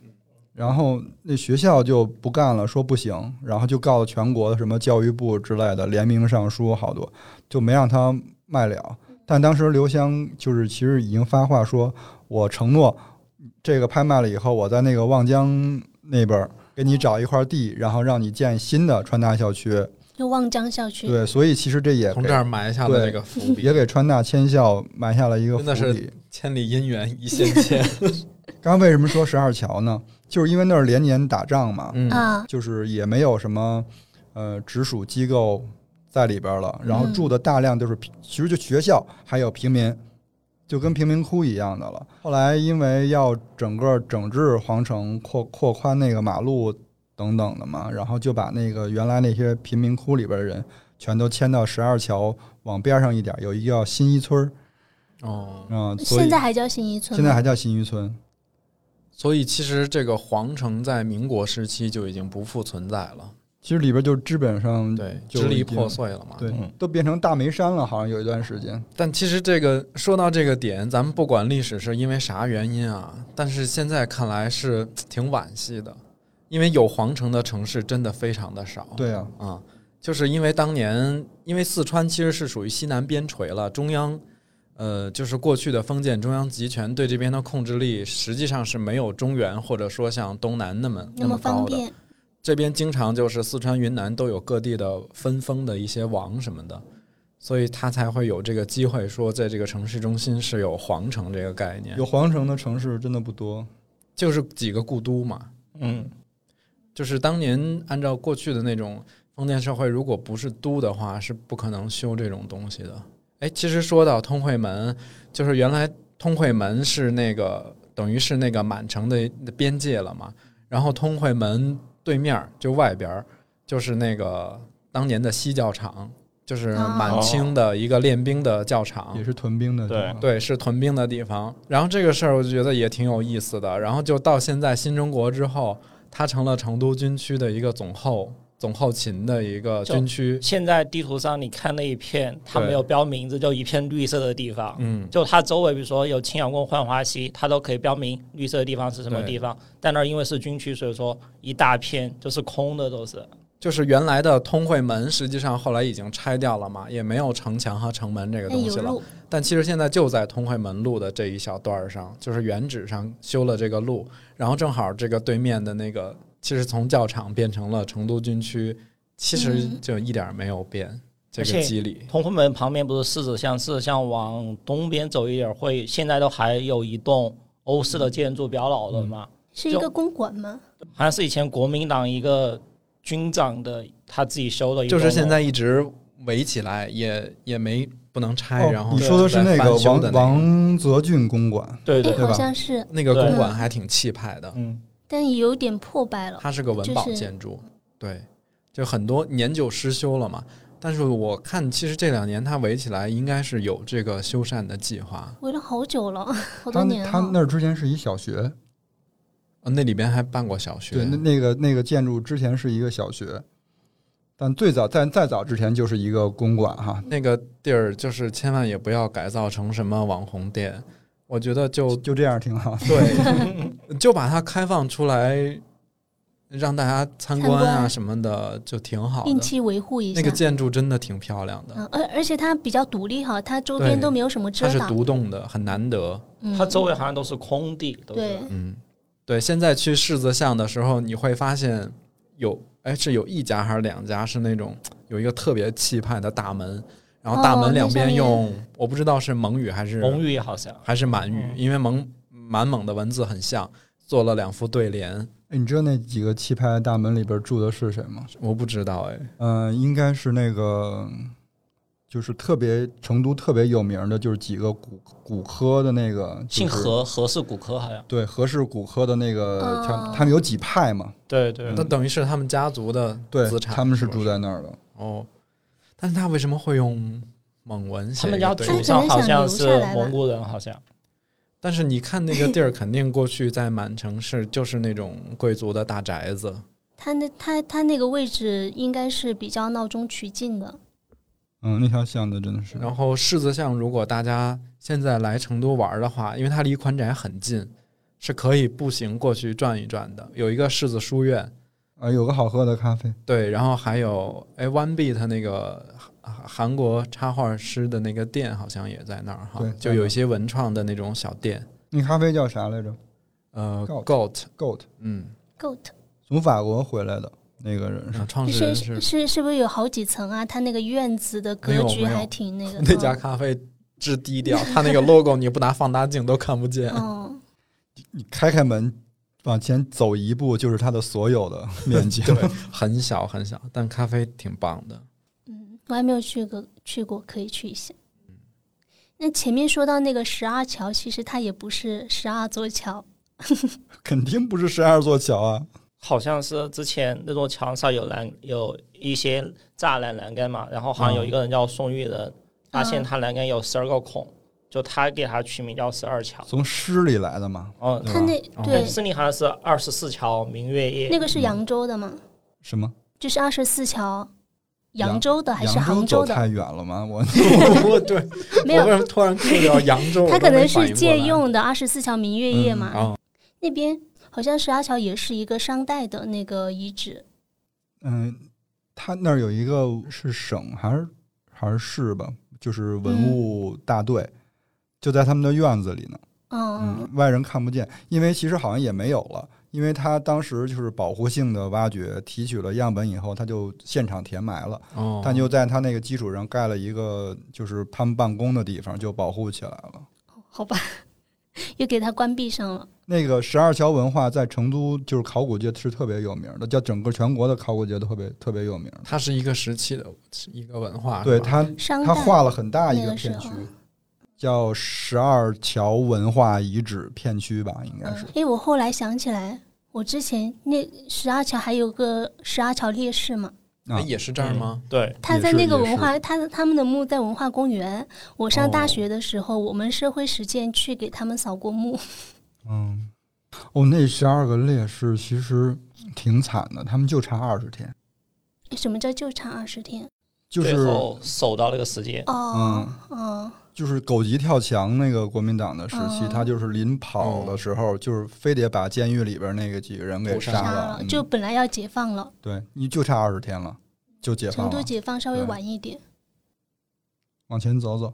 [SPEAKER 4] 然后那学校就不干了，说不行，然后就告全国的什么教育部之类的联名上书，好多就没让他卖了。但当时刘湘就是其实已经发话说，我承诺这个拍卖了以后，我在那个望江那边儿给你找一块地，然后让你建新的川大校区。
[SPEAKER 2] 就望江校区，
[SPEAKER 4] 对，所以其实这也
[SPEAKER 3] 从
[SPEAKER 4] 给
[SPEAKER 3] 这儿埋下了这个伏笔
[SPEAKER 4] 也，给川大迁校埋下了一个
[SPEAKER 3] 真的
[SPEAKER 4] 伏
[SPEAKER 3] 是
[SPEAKER 4] 笔。
[SPEAKER 3] 千里姻缘一线 牵。
[SPEAKER 4] 刚刚为什么说十二桥呢？就是因为那儿连年打仗嘛，
[SPEAKER 3] 嗯，
[SPEAKER 2] 啊，
[SPEAKER 4] 就是也没有什么呃直属机构在里边儿了，然后
[SPEAKER 2] 嗯
[SPEAKER 4] 住的大量就是平其实就学校还有平民，就跟贫民窟一样的了。后来因为要整个整治皇城，扩扩宽那个马路等等的嘛，然后就把那个原来那些贫民窟里边儿的人全都迁到十二桥往边上一点儿，有一个叫新一村儿，
[SPEAKER 3] 哦，
[SPEAKER 4] 嗯、所以
[SPEAKER 2] 现在还叫新一村吗，
[SPEAKER 4] 现在还叫新一村，
[SPEAKER 3] 所以其实这个皇城在民国时期就已经不复存在了，
[SPEAKER 4] 其实里边就基本上
[SPEAKER 3] 对，
[SPEAKER 4] 就
[SPEAKER 3] 支
[SPEAKER 4] 已
[SPEAKER 3] 离
[SPEAKER 4] 经
[SPEAKER 3] 破碎了嘛。
[SPEAKER 4] 对
[SPEAKER 1] 嗯，
[SPEAKER 4] 都变成大梅山了，好像有一段时间。
[SPEAKER 3] 但其实这个说到这个点，咱们不管历史是因为啥原因啊，但是现在看来是挺惋惜的，因为有皇城的城市真的非常的少。
[SPEAKER 1] 哦
[SPEAKER 4] 对啊，
[SPEAKER 3] 啊，就是因为当年，因为四川其实是属于西南边陲了，中央，呃，就是过去的封建中央集权对这边的控制力，实际上是没有中原或者说像东南那么
[SPEAKER 2] 那么
[SPEAKER 3] 高
[SPEAKER 2] 方
[SPEAKER 3] 的。
[SPEAKER 2] 便，
[SPEAKER 3] 这边经常就是四川、云南都有各地的分封的一些王什么的，所以他才会有这个机会说，在这个城市中心是有皇城这个概念
[SPEAKER 4] 有，皇城的城市真的不多。
[SPEAKER 3] 就是几个故都嘛。
[SPEAKER 1] 嗯，
[SPEAKER 3] 就是当年按照过去的那种封建社会，如果不是都的话，是不可能修这种东西的。哎，其实说到通惠门，就是原来通惠门是那个等于是那个满城的边界了嘛，然后通惠门对面儿就外边儿就是那个当年的西教场，就是满清的一个练兵的教场，
[SPEAKER 4] 也是屯兵的地
[SPEAKER 1] 啊对
[SPEAKER 4] 方，
[SPEAKER 3] 对，是屯兵的地方。然后这个事儿我就觉得也挺有意思的。然后就到现在新中国之后，它成了成都军区的一个总后总后勤的一个
[SPEAKER 1] 就
[SPEAKER 3] 军区。
[SPEAKER 1] 现在地图上你看那一片，它
[SPEAKER 3] 对
[SPEAKER 1] 没有标名字，就一片绿色的地方。
[SPEAKER 3] 嗯，
[SPEAKER 1] 就它周围，比如说有青羊宫、浣花溪，它都可以标明绿色的地方是什么
[SPEAKER 3] 对
[SPEAKER 1] 地方。但那儿因为是军区，所以说一大片就是空的，都是。
[SPEAKER 3] 就是原来的通惠门，实际上后来已经拆掉了嘛，也没有城墙和城门这个
[SPEAKER 2] 但
[SPEAKER 3] 东
[SPEAKER 2] 哎有
[SPEAKER 3] 西了。
[SPEAKER 2] 路，
[SPEAKER 3] 但其实现在就在通惠门路的这一小段儿上，就是原址上修了这个路，然后正好这个对面的那个，其实从教场变成了成都军区，其实
[SPEAKER 2] 嗯
[SPEAKER 3] 就一点儿没有变、这
[SPEAKER 1] 而且
[SPEAKER 3] 个机理。
[SPEAKER 1] 通惠门旁边不是狮子巷，狮子巷往东边走一点会，现在都还有一栋欧式的建筑比较老的嘛，
[SPEAKER 3] 嗯
[SPEAKER 2] 是一
[SPEAKER 1] 就
[SPEAKER 2] 个公馆吗？
[SPEAKER 1] 好像是以前国民党一个军长的他自己修的一栋
[SPEAKER 3] 就
[SPEAKER 1] 楼，
[SPEAKER 3] 是现在一直围起来，也也没不能拆。
[SPEAKER 4] 哦
[SPEAKER 3] 哎然后
[SPEAKER 4] 你说的是
[SPEAKER 3] 再
[SPEAKER 4] 那个
[SPEAKER 3] 翻修
[SPEAKER 4] 王
[SPEAKER 3] 的那个
[SPEAKER 4] 王泽俊公馆，
[SPEAKER 1] 对对
[SPEAKER 2] 哎，
[SPEAKER 1] 对
[SPEAKER 4] 吧
[SPEAKER 2] 好像是，
[SPEAKER 3] 那个
[SPEAKER 1] 对
[SPEAKER 3] 公馆还挺气派的，
[SPEAKER 1] 嗯，
[SPEAKER 2] 但也有点破败了。
[SPEAKER 3] 它是个文保
[SPEAKER 2] 就是
[SPEAKER 3] 建筑，对，就很多年久失修了嘛。但是我看，其实这两年它围起来，应该是有这个修缮的计划。
[SPEAKER 2] 围了好久了，好多
[SPEAKER 4] 他
[SPEAKER 2] 年
[SPEAKER 4] 他
[SPEAKER 2] 了。
[SPEAKER 4] 那儿之前是一小学，
[SPEAKER 3] 呃那里边还办过小学
[SPEAKER 4] 对，，那那个那个建筑之前是一个小学，但最早在再早之前就是一个公馆哈，
[SPEAKER 3] 那个地儿就是千万也不要改造成什么网红店，我觉得就
[SPEAKER 4] 就这样挺好。
[SPEAKER 3] 对， 就把它开放出来，让大家参观
[SPEAKER 2] 参
[SPEAKER 3] 啊
[SPEAKER 2] 观
[SPEAKER 3] 什么的，就挺好
[SPEAKER 2] 定
[SPEAKER 3] 的。
[SPEAKER 2] 期维护一下
[SPEAKER 3] 那个，建筑真的挺漂亮的，
[SPEAKER 2] 嗯，而而且它比较独立哈，它周边
[SPEAKER 3] 对
[SPEAKER 2] 都没有什么
[SPEAKER 3] 它
[SPEAKER 2] 遮
[SPEAKER 3] 是
[SPEAKER 2] 挡。
[SPEAKER 3] 独栋的，很难得。
[SPEAKER 2] 嗯
[SPEAKER 1] 它周围好像都是空地，都是
[SPEAKER 2] 对，
[SPEAKER 3] 嗯，对。现在去柿子巷的时候，你会发现有，哎，是有一家还是两家是那种有一个特别气派的大门，然后大
[SPEAKER 2] 哦
[SPEAKER 3] 门
[SPEAKER 2] 那
[SPEAKER 3] 两
[SPEAKER 2] 上
[SPEAKER 3] 边
[SPEAKER 2] 面
[SPEAKER 3] 用，我不知道是蒙语还是
[SPEAKER 1] 蒙语好像。
[SPEAKER 3] 还是满语，
[SPEAKER 1] 嗯
[SPEAKER 3] 因为蒙满蒙的文字很像，做了两副对联，
[SPEAKER 4] 哎，你知道那几个气派的大门里边住的是谁吗？
[SPEAKER 3] 我不知道哎。
[SPEAKER 4] 嗯、应该是那个，就是特别成都特别有名的，就是几个骨骨科的那个，就是
[SPEAKER 1] 姓何，何氏骨科好像。
[SPEAKER 4] 对，何氏骨科的那个，他
[SPEAKER 2] 哦
[SPEAKER 4] 他们有几派嘛？
[SPEAKER 1] 对对
[SPEAKER 3] 那等于是他们家族的
[SPEAKER 4] 嗯对
[SPEAKER 3] 资，产，
[SPEAKER 4] 他们
[SPEAKER 3] 是
[SPEAKER 4] 是
[SPEAKER 3] 不
[SPEAKER 4] 住在那儿的。
[SPEAKER 3] 哦，但是他为什么会用蒙文写
[SPEAKER 1] 他
[SPEAKER 3] 一个对联？
[SPEAKER 1] 们家
[SPEAKER 2] 对
[SPEAKER 1] 祖上好像
[SPEAKER 2] 他可
[SPEAKER 1] 是
[SPEAKER 2] 能想留下来吧
[SPEAKER 1] 蒙古人，好像。
[SPEAKER 3] 但是你看那个地儿，肯定过去在满城市就是那种贵族的大宅子，
[SPEAKER 2] 它那它它那个位置应该是比较闹中取静的，
[SPEAKER 4] 嗯，那条巷子真的是，
[SPEAKER 3] 然后柿子巷，如果大家现在来成都玩的话，因为它离宽窄很近，是可以步行过去转一转的。有一个柿子书院，
[SPEAKER 4] 啊，有个好喝的咖啡，
[SPEAKER 3] 对，然后还有哎，One B 它那个韩韩国插画师的那个店好像也在那儿哈
[SPEAKER 4] 对，
[SPEAKER 3] 就有一些文创的那种小店，
[SPEAKER 4] 那咖啡叫啥来着
[SPEAKER 3] 呃
[SPEAKER 4] Goat
[SPEAKER 3] ，Goat，
[SPEAKER 4] ？Goat，
[SPEAKER 3] 嗯，
[SPEAKER 2] Goat
[SPEAKER 4] 从法国回来的那个人是
[SPEAKER 3] 啊创始
[SPEAKER 2] 是
[SPEAKER 3] 人是
[SPEAKER 2] 是是是不是有好几层啊？它那个院子的
[SPEAKER 3] 没
[SPEAKER 2] 格
[SPEAKER 3] 有
[SPEAKER 2] 局
[SPEAKER 3] 没有
[SPEAKER 2] 还挺那个
[SPEAKER 3] 那家
[SPEAKER 2] 的。
[SPEAKER 3] 咖啡之低调，它 那个 logo 你不拿放大镜都看不见。
[SPEAKER 2] 嗯，
[SPEAKER 4] 你开开门往前走一步，就是它的所 有的面积。
[SPEAKER 3] 对， 很小很小，但咖啡挺棒 的。
[SPEAKER 2] 嗯，我还没有去过，去过可以去一下。那前面说到那个十二桥，其实它也不是十二座桥，
[SPEAKER 4] 肯定不是十二座桥啊！
[SPEAKER 1] 好像是之前那座墙上有栏有一些栅栏栏杆嘛，然后好像有一个人叫宋玉人，发
[SPEAKER 2] 嗯
[SPEAKER 1] 现他栏杆有十二个孔，就他给他取名叫十二桥。
[SPEAKER 4] 从诗里来的嘛，
[SPEAKER 1] 嗯，
[SPEAKER 4] 对
[SPEAKER 2] 它那
[SPEAKER 3] 哦嗯
[SPEAKER 2] 对
[SPEAKER 1] 森林好像是二十四桥明月夜，
[SPEAKER 2] 那个是扬州的嘛，
[SPEAKER 4] 什么？
[SPEAKER 2] 就是二十四桥，
[SPEAKER 4] 扬
[SPEAKER 2] 扬州的还是
[SPEAKER 4] 扬
[SPEAKER 2] 杭
[SPEAKER 4] 走
[SPEAKER 2] 的？
[SPEAKER 4] 太远了吗？我
[SPEAKER 3] 我对，
[SPEAKER 2] 没
[SPEAKER 3] 我为
[SPEAKER 2] 有，
[SPEAKER 3] 什么 突然 Q 到扬州？
[SPEAKER 4] 嗯
[SPEAKER 2] 它
[SPEAKER 3] 我
[SPEAKER 2] 可
[SPEAKER 3] 都没
[SPEAKER 2] 能
[SPEAKER 3] 反
[SPEAKER 2] 是
[SPEAKER 3] 应过来
[SPEAKER 2] 借用的二十四桥明月夜嘛。
[SPEAKER 3] 啊。
[SPEAKER 2] 那边好像石阿桥也是一个商代的那个遗址，
[SPEAKER 4] 嗯，他那儿有一个是省还是还是市吧，就是
[SPEAKER 3] 嗯
[SPEAKER 4] 文物大队，就在他们的院子里呢。
[SPEAKER 2] 嗯
[SPEAKER 4] 嗯，外人看不见，因为其实好像也没有了，因为他当时就是保护性的挖掘，提取了样本以后，他就现场填埋了，
[SPEAKER 3] 哦
[SPEAKER 4] 但就在他那个基础上盖了一个就是他们办公的地方，就保护起来了。
[SPEAKER 2] 好吧， 又给它关闭上了。
[SPEAKER 4] 那个十二桥文化在成都就是考古界是特别有名的，叫整个全国的考古界都特别特别有名。
[SPEAKER 3] 它是一个时期的一个文化，
[SPEAKER 4] 对
[SPEAKER 3] 啊是吧
[SPEAKER 4] 他，
[SPEAKER 2] 商代
[SPEAKER 4] 他画了很大一
[SPEAKER 2] 那个时
[SPEAKER 4] 片区
[SPEAKER 2] 候，
[SPEAKER 4] 叫十二桥文化遗址片区吧，应该是
[SPEAKER 2] 嗯。因为我后来想起来，我之前那十二桥还有个十二桥烈士嘛，
[SPEAKER 4] 啊
[SPEAKER 3] 哎也是这儿吗？
[SPEAKER 1] 对，
[SPEAKER 2] 他
[SPEAKER 4] 也
[SPEAKER 2] 在
[SPEAKER 4] 是
[SPEAKER 2] 那个
[SPEAKER 4] 也
[SPEAKER 2] 文
[SPEAKER 4] 是
[SPEAKER 2] 化，他的他们的墓在文化公园。我上大
[SPEAKER 3] 哦
[SPEAKER 2] 学的时候，我们社会实践去给他们扫过墓。
[SPEAKER 4] 嗯，哦，那十二个烈士其实挺惨的，他们就差二十天，
[SPEAKER 2] 什么叫就差二十天？
[SPEAKER 4] 就
[SPEAKER 1] 最
[SPEAKER 4] 是
[SPEAKER 1] 后守到那个时间，
[SPEAKER 2] 哦，
[SPEAKER 4] 嗯
[SPEAKER 2] 哦，
[SPEAKER 4] 就是狗急跳墙那个国民党的时期，
[SPEAKER 2] 哦嗯
[SPEAKER 4] 他就是临跑的时候，就是非得把监狱里边那个几个人给
[SPEAKER 3] 屠杀
[SPEAKER 4] 杀
[SPEAKER 2] 杀
[SPEAKER 4] 了，
[SPEAKER 2] 了，
[SPEAKER 4] 嗯
[SPEAKER 2] 就本来要解放了，
[SPEAKER 4] 对，你就差二十天了，就解
[SPEAKER 2] 成
[SPEAKER 3] 啊
[SPEAKER 4] 放
[SPEAKER 2] 都
[SPEAKER 4] 了，
[SPEAKER 2] 解放稍微
[SPEAKER 4] 对
[SPEAKER 2] 晚一点。
[SPEAKER 4] 往前走走，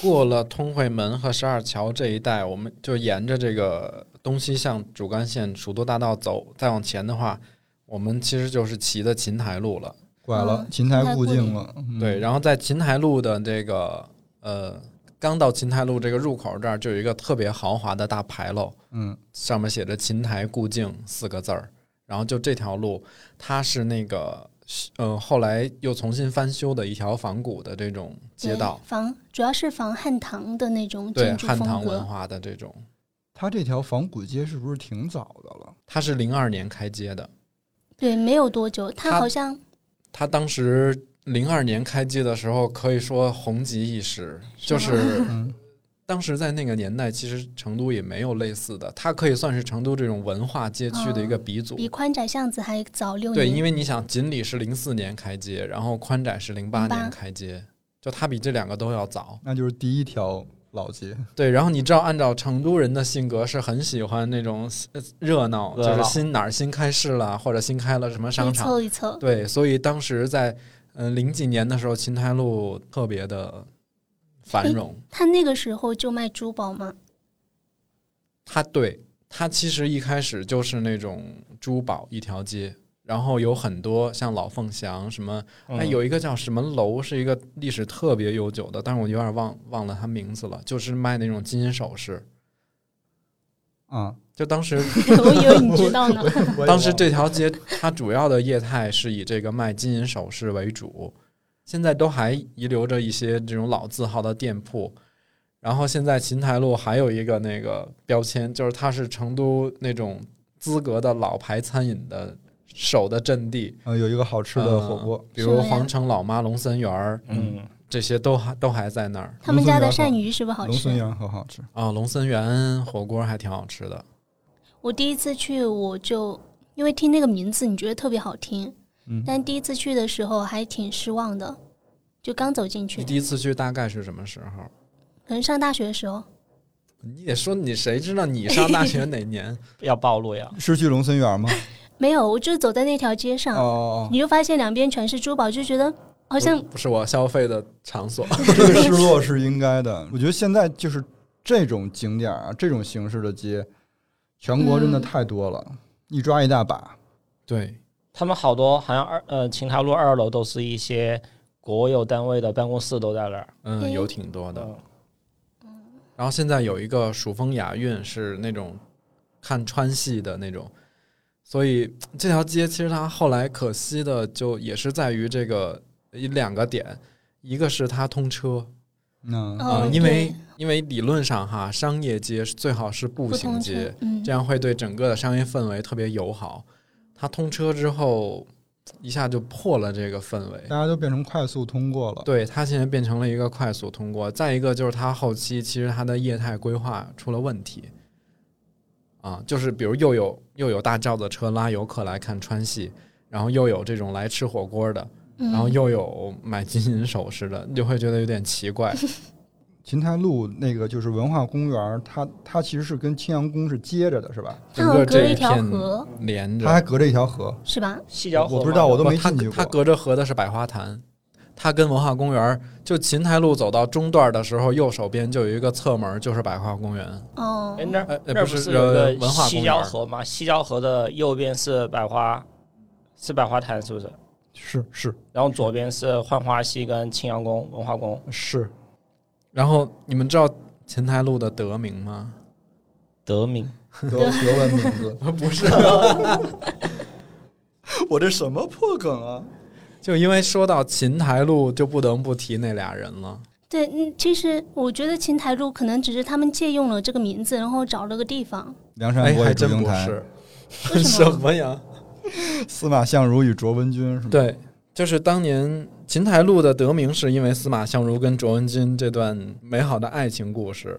[SPEAKER 3] 过了通惠门和十二桥这一带，我们就沿着这个东西向主干线蜀都大道走，再往前的话，我们其实就是骑的琴台路了。
[SPEAKER 4] 拐了
[SPEAKER 2] 嗯
[SPEAKER 4] 琴
[SPEAKER 2] 琴
[SPEAKER 4] 台
[SPEAKER 2] 台
[SPEAKER 4] 故
[SPEAKER 2] 故
[SPEAKER 4] 境
[SPEAKER 2] 里
[SPEAKER 4] 了，嗯
[SPEAKER 3] 对，然后在琴台路的这个呃，刚到琴台路这个入口这儿，就有一个特别豪华的大牌楼，
[SPEAKER 4] 嗯，
[SPEAKER 3] 上面写着“琴台故境”四个字儿。然后就这条路，它是那个呃，后来又重新翻修的一条仿古的这种街
[SPEAKER 2] 对
[SPEAKER 3] 道，
[SPEAKER 2] 仿主要是仿汉唐的那种
[SPEAKER 3] 对
[SPEAKER 2] 哎建筑
[SPEAKER 3] 汉
[SPEAKER 2] 风
[SPEAKER 3] 唐文
[SPEAKER 2] 格。
[SPEAKER 3] 化的这种。
[SPEAKER 4] 他这条仿古街是不是挺早的了？
[SPEAKER 3] 它是零二年开街的，
[SPEAKER 2] 对，没有多久，它
[SPEAKER 3] 它
[SPEAKER 2] 好像
[SPEAKER 3] 它当时零二年开机的时候，可以说红极一时，
[SPEAKER 2] 是
[SPEAKER 3] 就
[SPEAKER 2] 吗
[SPEAKER 3] 是
[SPEAKER 4] 嗯，
[SPEAKER 3] 当时在那个年代，其实成都也没有类似的，它可以算是成都这种文化街区的一个哦鼻祖。
[SPEAKER 2] 比宽窄巷子还早六
[SPEAKER 3] 对，
[SPEAKER 2] 年。
[SPEAKER 3] 因为你想，锦里是零四年开街，然后宽窄是零八年开街，就它比这两个都要早。
[SPEAKER 4] 那就是第一条老街，
[SPEAKER 3] 对，然后你知道，按照成都人的性格，是很喜欢那种呃热闹，
[SPEAKER 1] 热
[SPEAKER 3] 就
[SPEAKER 1] 闹
[SPEAKER 3] 是新哪儿新开市了，或者新开了什么商
[SPEAKER 2] 一
[SPEAKER 3] 场，
[SPEAKER 2] 凑一凑，
[SPEAKER 3] 对，所以当时在嗯、呃零几年的时候，琴台路特别的繁 荣。
[SPEAKER 2] 他那个时候就卖珠宝嘛，
[SPEAKER 3] 它对它其实一开始就是那种珠宝一条街，然后有很多像老凤祥什么，
[SPEAKER 1] 嗯
[SPEAKER 3] 哎，有一个叫什么楼，是一个历史特别悠久的，但是我有点忘忘了它名字了，就是卖那种金银首饰。
[SPEAKER 4] 啊，
[SPEAKER 3] 就当时，
[SPEAKER 2] 我以为你知道呢。
[SPEAKER 3] 当时这条街它主要的业态是以这个卖金银首饰为主，现在都还遗留着一些这种老字号的店铺。然后现在琴台路还有一个那个标签，就是它是成都那种资格的老牌餐饮的首的阵地，
[SPEAKER 4] 呃，有一个好吃的火锅，
[SPEAKER 3] 比
[SPEAKER 2] 什
[SPEAKER 3] 如
[SPEAKER 2] 么呀
[SPEAKER 3] 皇城老妈、龙森园儿
[SPEAKER 1] 嗯，
[SPEAKER 3] 这些都还都还在那儿
[SPEAKER 2] 他们家的
[SPEAKER 4] 龙孙园
[SPEAKER 2] 鳝鱼是不是好
[SPEAKER 4] 龙孙
[SPEAKER 2] 吃？
[SPEAKER 4] 羊很好吃。
[SPEAKER 3] 啊、龙森园火锅还挺好吃的，
[SPEAKER 2] 我第一次去，我就因为听那个名字，你觉得特别好听，
[SPEAKER 4] 嗯，
[SPEAKER 2] 但第一次去的时候还挺失望的，就刚走进去
[SPEAKER 3] 你，第一次去大概是什么时候？
[SPEAKER 2] 可能上大学的时候，
[SPEAKER 3] 你得说你谁知道你上大学哪年？
[SPEAKER 1] 要暴露呀，
[SPEAKER 4] 是去龙森园吗？
[SPEAKER 2] 没有，我就走在那条街上，
[SPEAKER 4] 哦，
[SPEAKER 2] 嗯你就发现两边全是珠宝，就觉得好像
[SPEAKER 3] 不不是我消费的 场所。
[SPEAKER 4] 这个失落是应该的。我觉得现在就是这种景点儿啊，这种形式的街，全国真的
[SPEAKER 2] 嗯
[SPEAKER 4] 太多了，一抓一大把。
[SPEAKER 3] 对，
[SPEAKER 1] 他们好多好像二呃琴台路二楼都是一些国有单位的办公室都在那儿，
[SPEAKER 3] 嗯，
[SPEAKER 2] 嗯
[SPEAKER 3] 有挺多的。
[SPEAKER 1] 嗯
[SPEAKER 3] 然后现在有一个蜀风雅韵，是那种看川戏的那种，所以这条街其实它后来可惜的就也是在于这个一两个点，一个是它通车
[SPEAKER 4] 嗯，
[SPEAKER 2] 哦
[SPEAKER 3] 啊、
[SPEAKER 2] 对
[SPEAKER 3] 因为因为理论上哈，商业街是最好是步
[SPEAKER 2] 不
[SPEAKER 3] 行
[SPEAKER 2] 通
[SPEAKER 3] 街
[SPEAKER 2] 车，，嗯
[SPEAKER 3] 这，样会对整个的商业氛围特别友好。它通车之后，一下就破了这个氛围。
[SPEAKER 4] 大家都变成快速通过了。
[SPEAKER 3] 对，它现在变成了一个快速通过。再一个就是它后期其实它的业态规划出了问题，啊，就是比如又有又有大轿子车拉游客来看川戏，然后又有这种来吃火锅的，
[SPEAKER 2] 嗯
[SPEAKER 3] 然后又有买金银首饰的，你就会觉得有点奇怪。
[SPEAKER 4] 琴台路那个就是文化公园儿，它它其实是跟青羊宫是接着的，是吧？
[SPEAKER 2] 它
[SPEAKER 3] 整
[SPEAKER 2] 好
[SPEAKER 3] 个
[SPEAKER 2] 像隔
[SPEAKER 3] 这
[SPEAKER 2] 了一
[SPEAKER 3] 一
[SPEAKER 2] 条
[SPEAKER 3] 片
[SPEAKER 2] 河，
[SPEAKER 3] 连着
[SPEAKER 4] 它还隔着一条河，
[SPEAKER 2] 是吧？
[SPEAKER 1] 细脚
[SPEAKER 4] 我不知道，我都
[SPEAKER 3] 不
[SPEAKER 4] 没
[SPEAKER 3] 它
[SPEAKER 4] 进去过。
[SPEAKER 3] 它隔着河的是百花坛，它跟文化公园儿就琴台路走到中段的时候，右手边就有一个侧门，就是百花公园。
[SPEAKER 2] 哦
[SPEAKER 1] 哎，，那
[SPEAKER 3] 呃
[SPEAKER 1] 儿
[SPEAKER 3] 呃
[SPEAKER 1] 那儿
[SPEAKER 3] 不是
[SPEAKER 1] 是有一
[SPEAKER 3] 呃
[SPEAKER 1] 个
[SPEAKER 3] 文化公
[SPEAKER 1] 西
[SPEAKER 3] 园
[SPEAKER 1] 郊河吗？西郊河的右边是百花，是百花坛，是不是？
[SPEAKER 4] 是是
[SPEAKER 1] 然后左边是浣花溪跟青羊宫文化宫，
[SPEAKER 4] 是，
[SPEAKER 3] 然后你们知道琴台路的得名吗？
[SPEAKER 1] 德明
[SPEAKER 4] 德德文名字，
[SPEAKER 3] 不是，
[SPEAKER 4] 我这什么破梗啊？
[SPEAKER 3] 就因为说到琴台路，就不得不提那俩人了。
[SPEAKER 2] 对，嗯，其实我觉得琴台路可能只是他们借用了这个名字，然后找了个地方。
[SPEAKER 4] 梁
[SPEAKER 3] 哎，
[SPEAKER 4] 山伯
[SPEAKER 3] 还
[SPEAKER 4] 与祝
[SPEAKER 3] 真
[SPEAKER 4] 英
[SPEAKER 3] 不
[SPEAKER 4] 台，
[SPEAKER 3] 是，
[SPEAKER 2] 为什
[SPEAKER 3] 什
[SPEAKER 2] 么？
[SPEAKER 3] 么呀？
[SPEAKER 4] 司马相如与卓文君是吗？
[SPEAKER 3] 对，就是当年秦台路的得名是因为司马相如跟卓文君这段美好的爱情故事，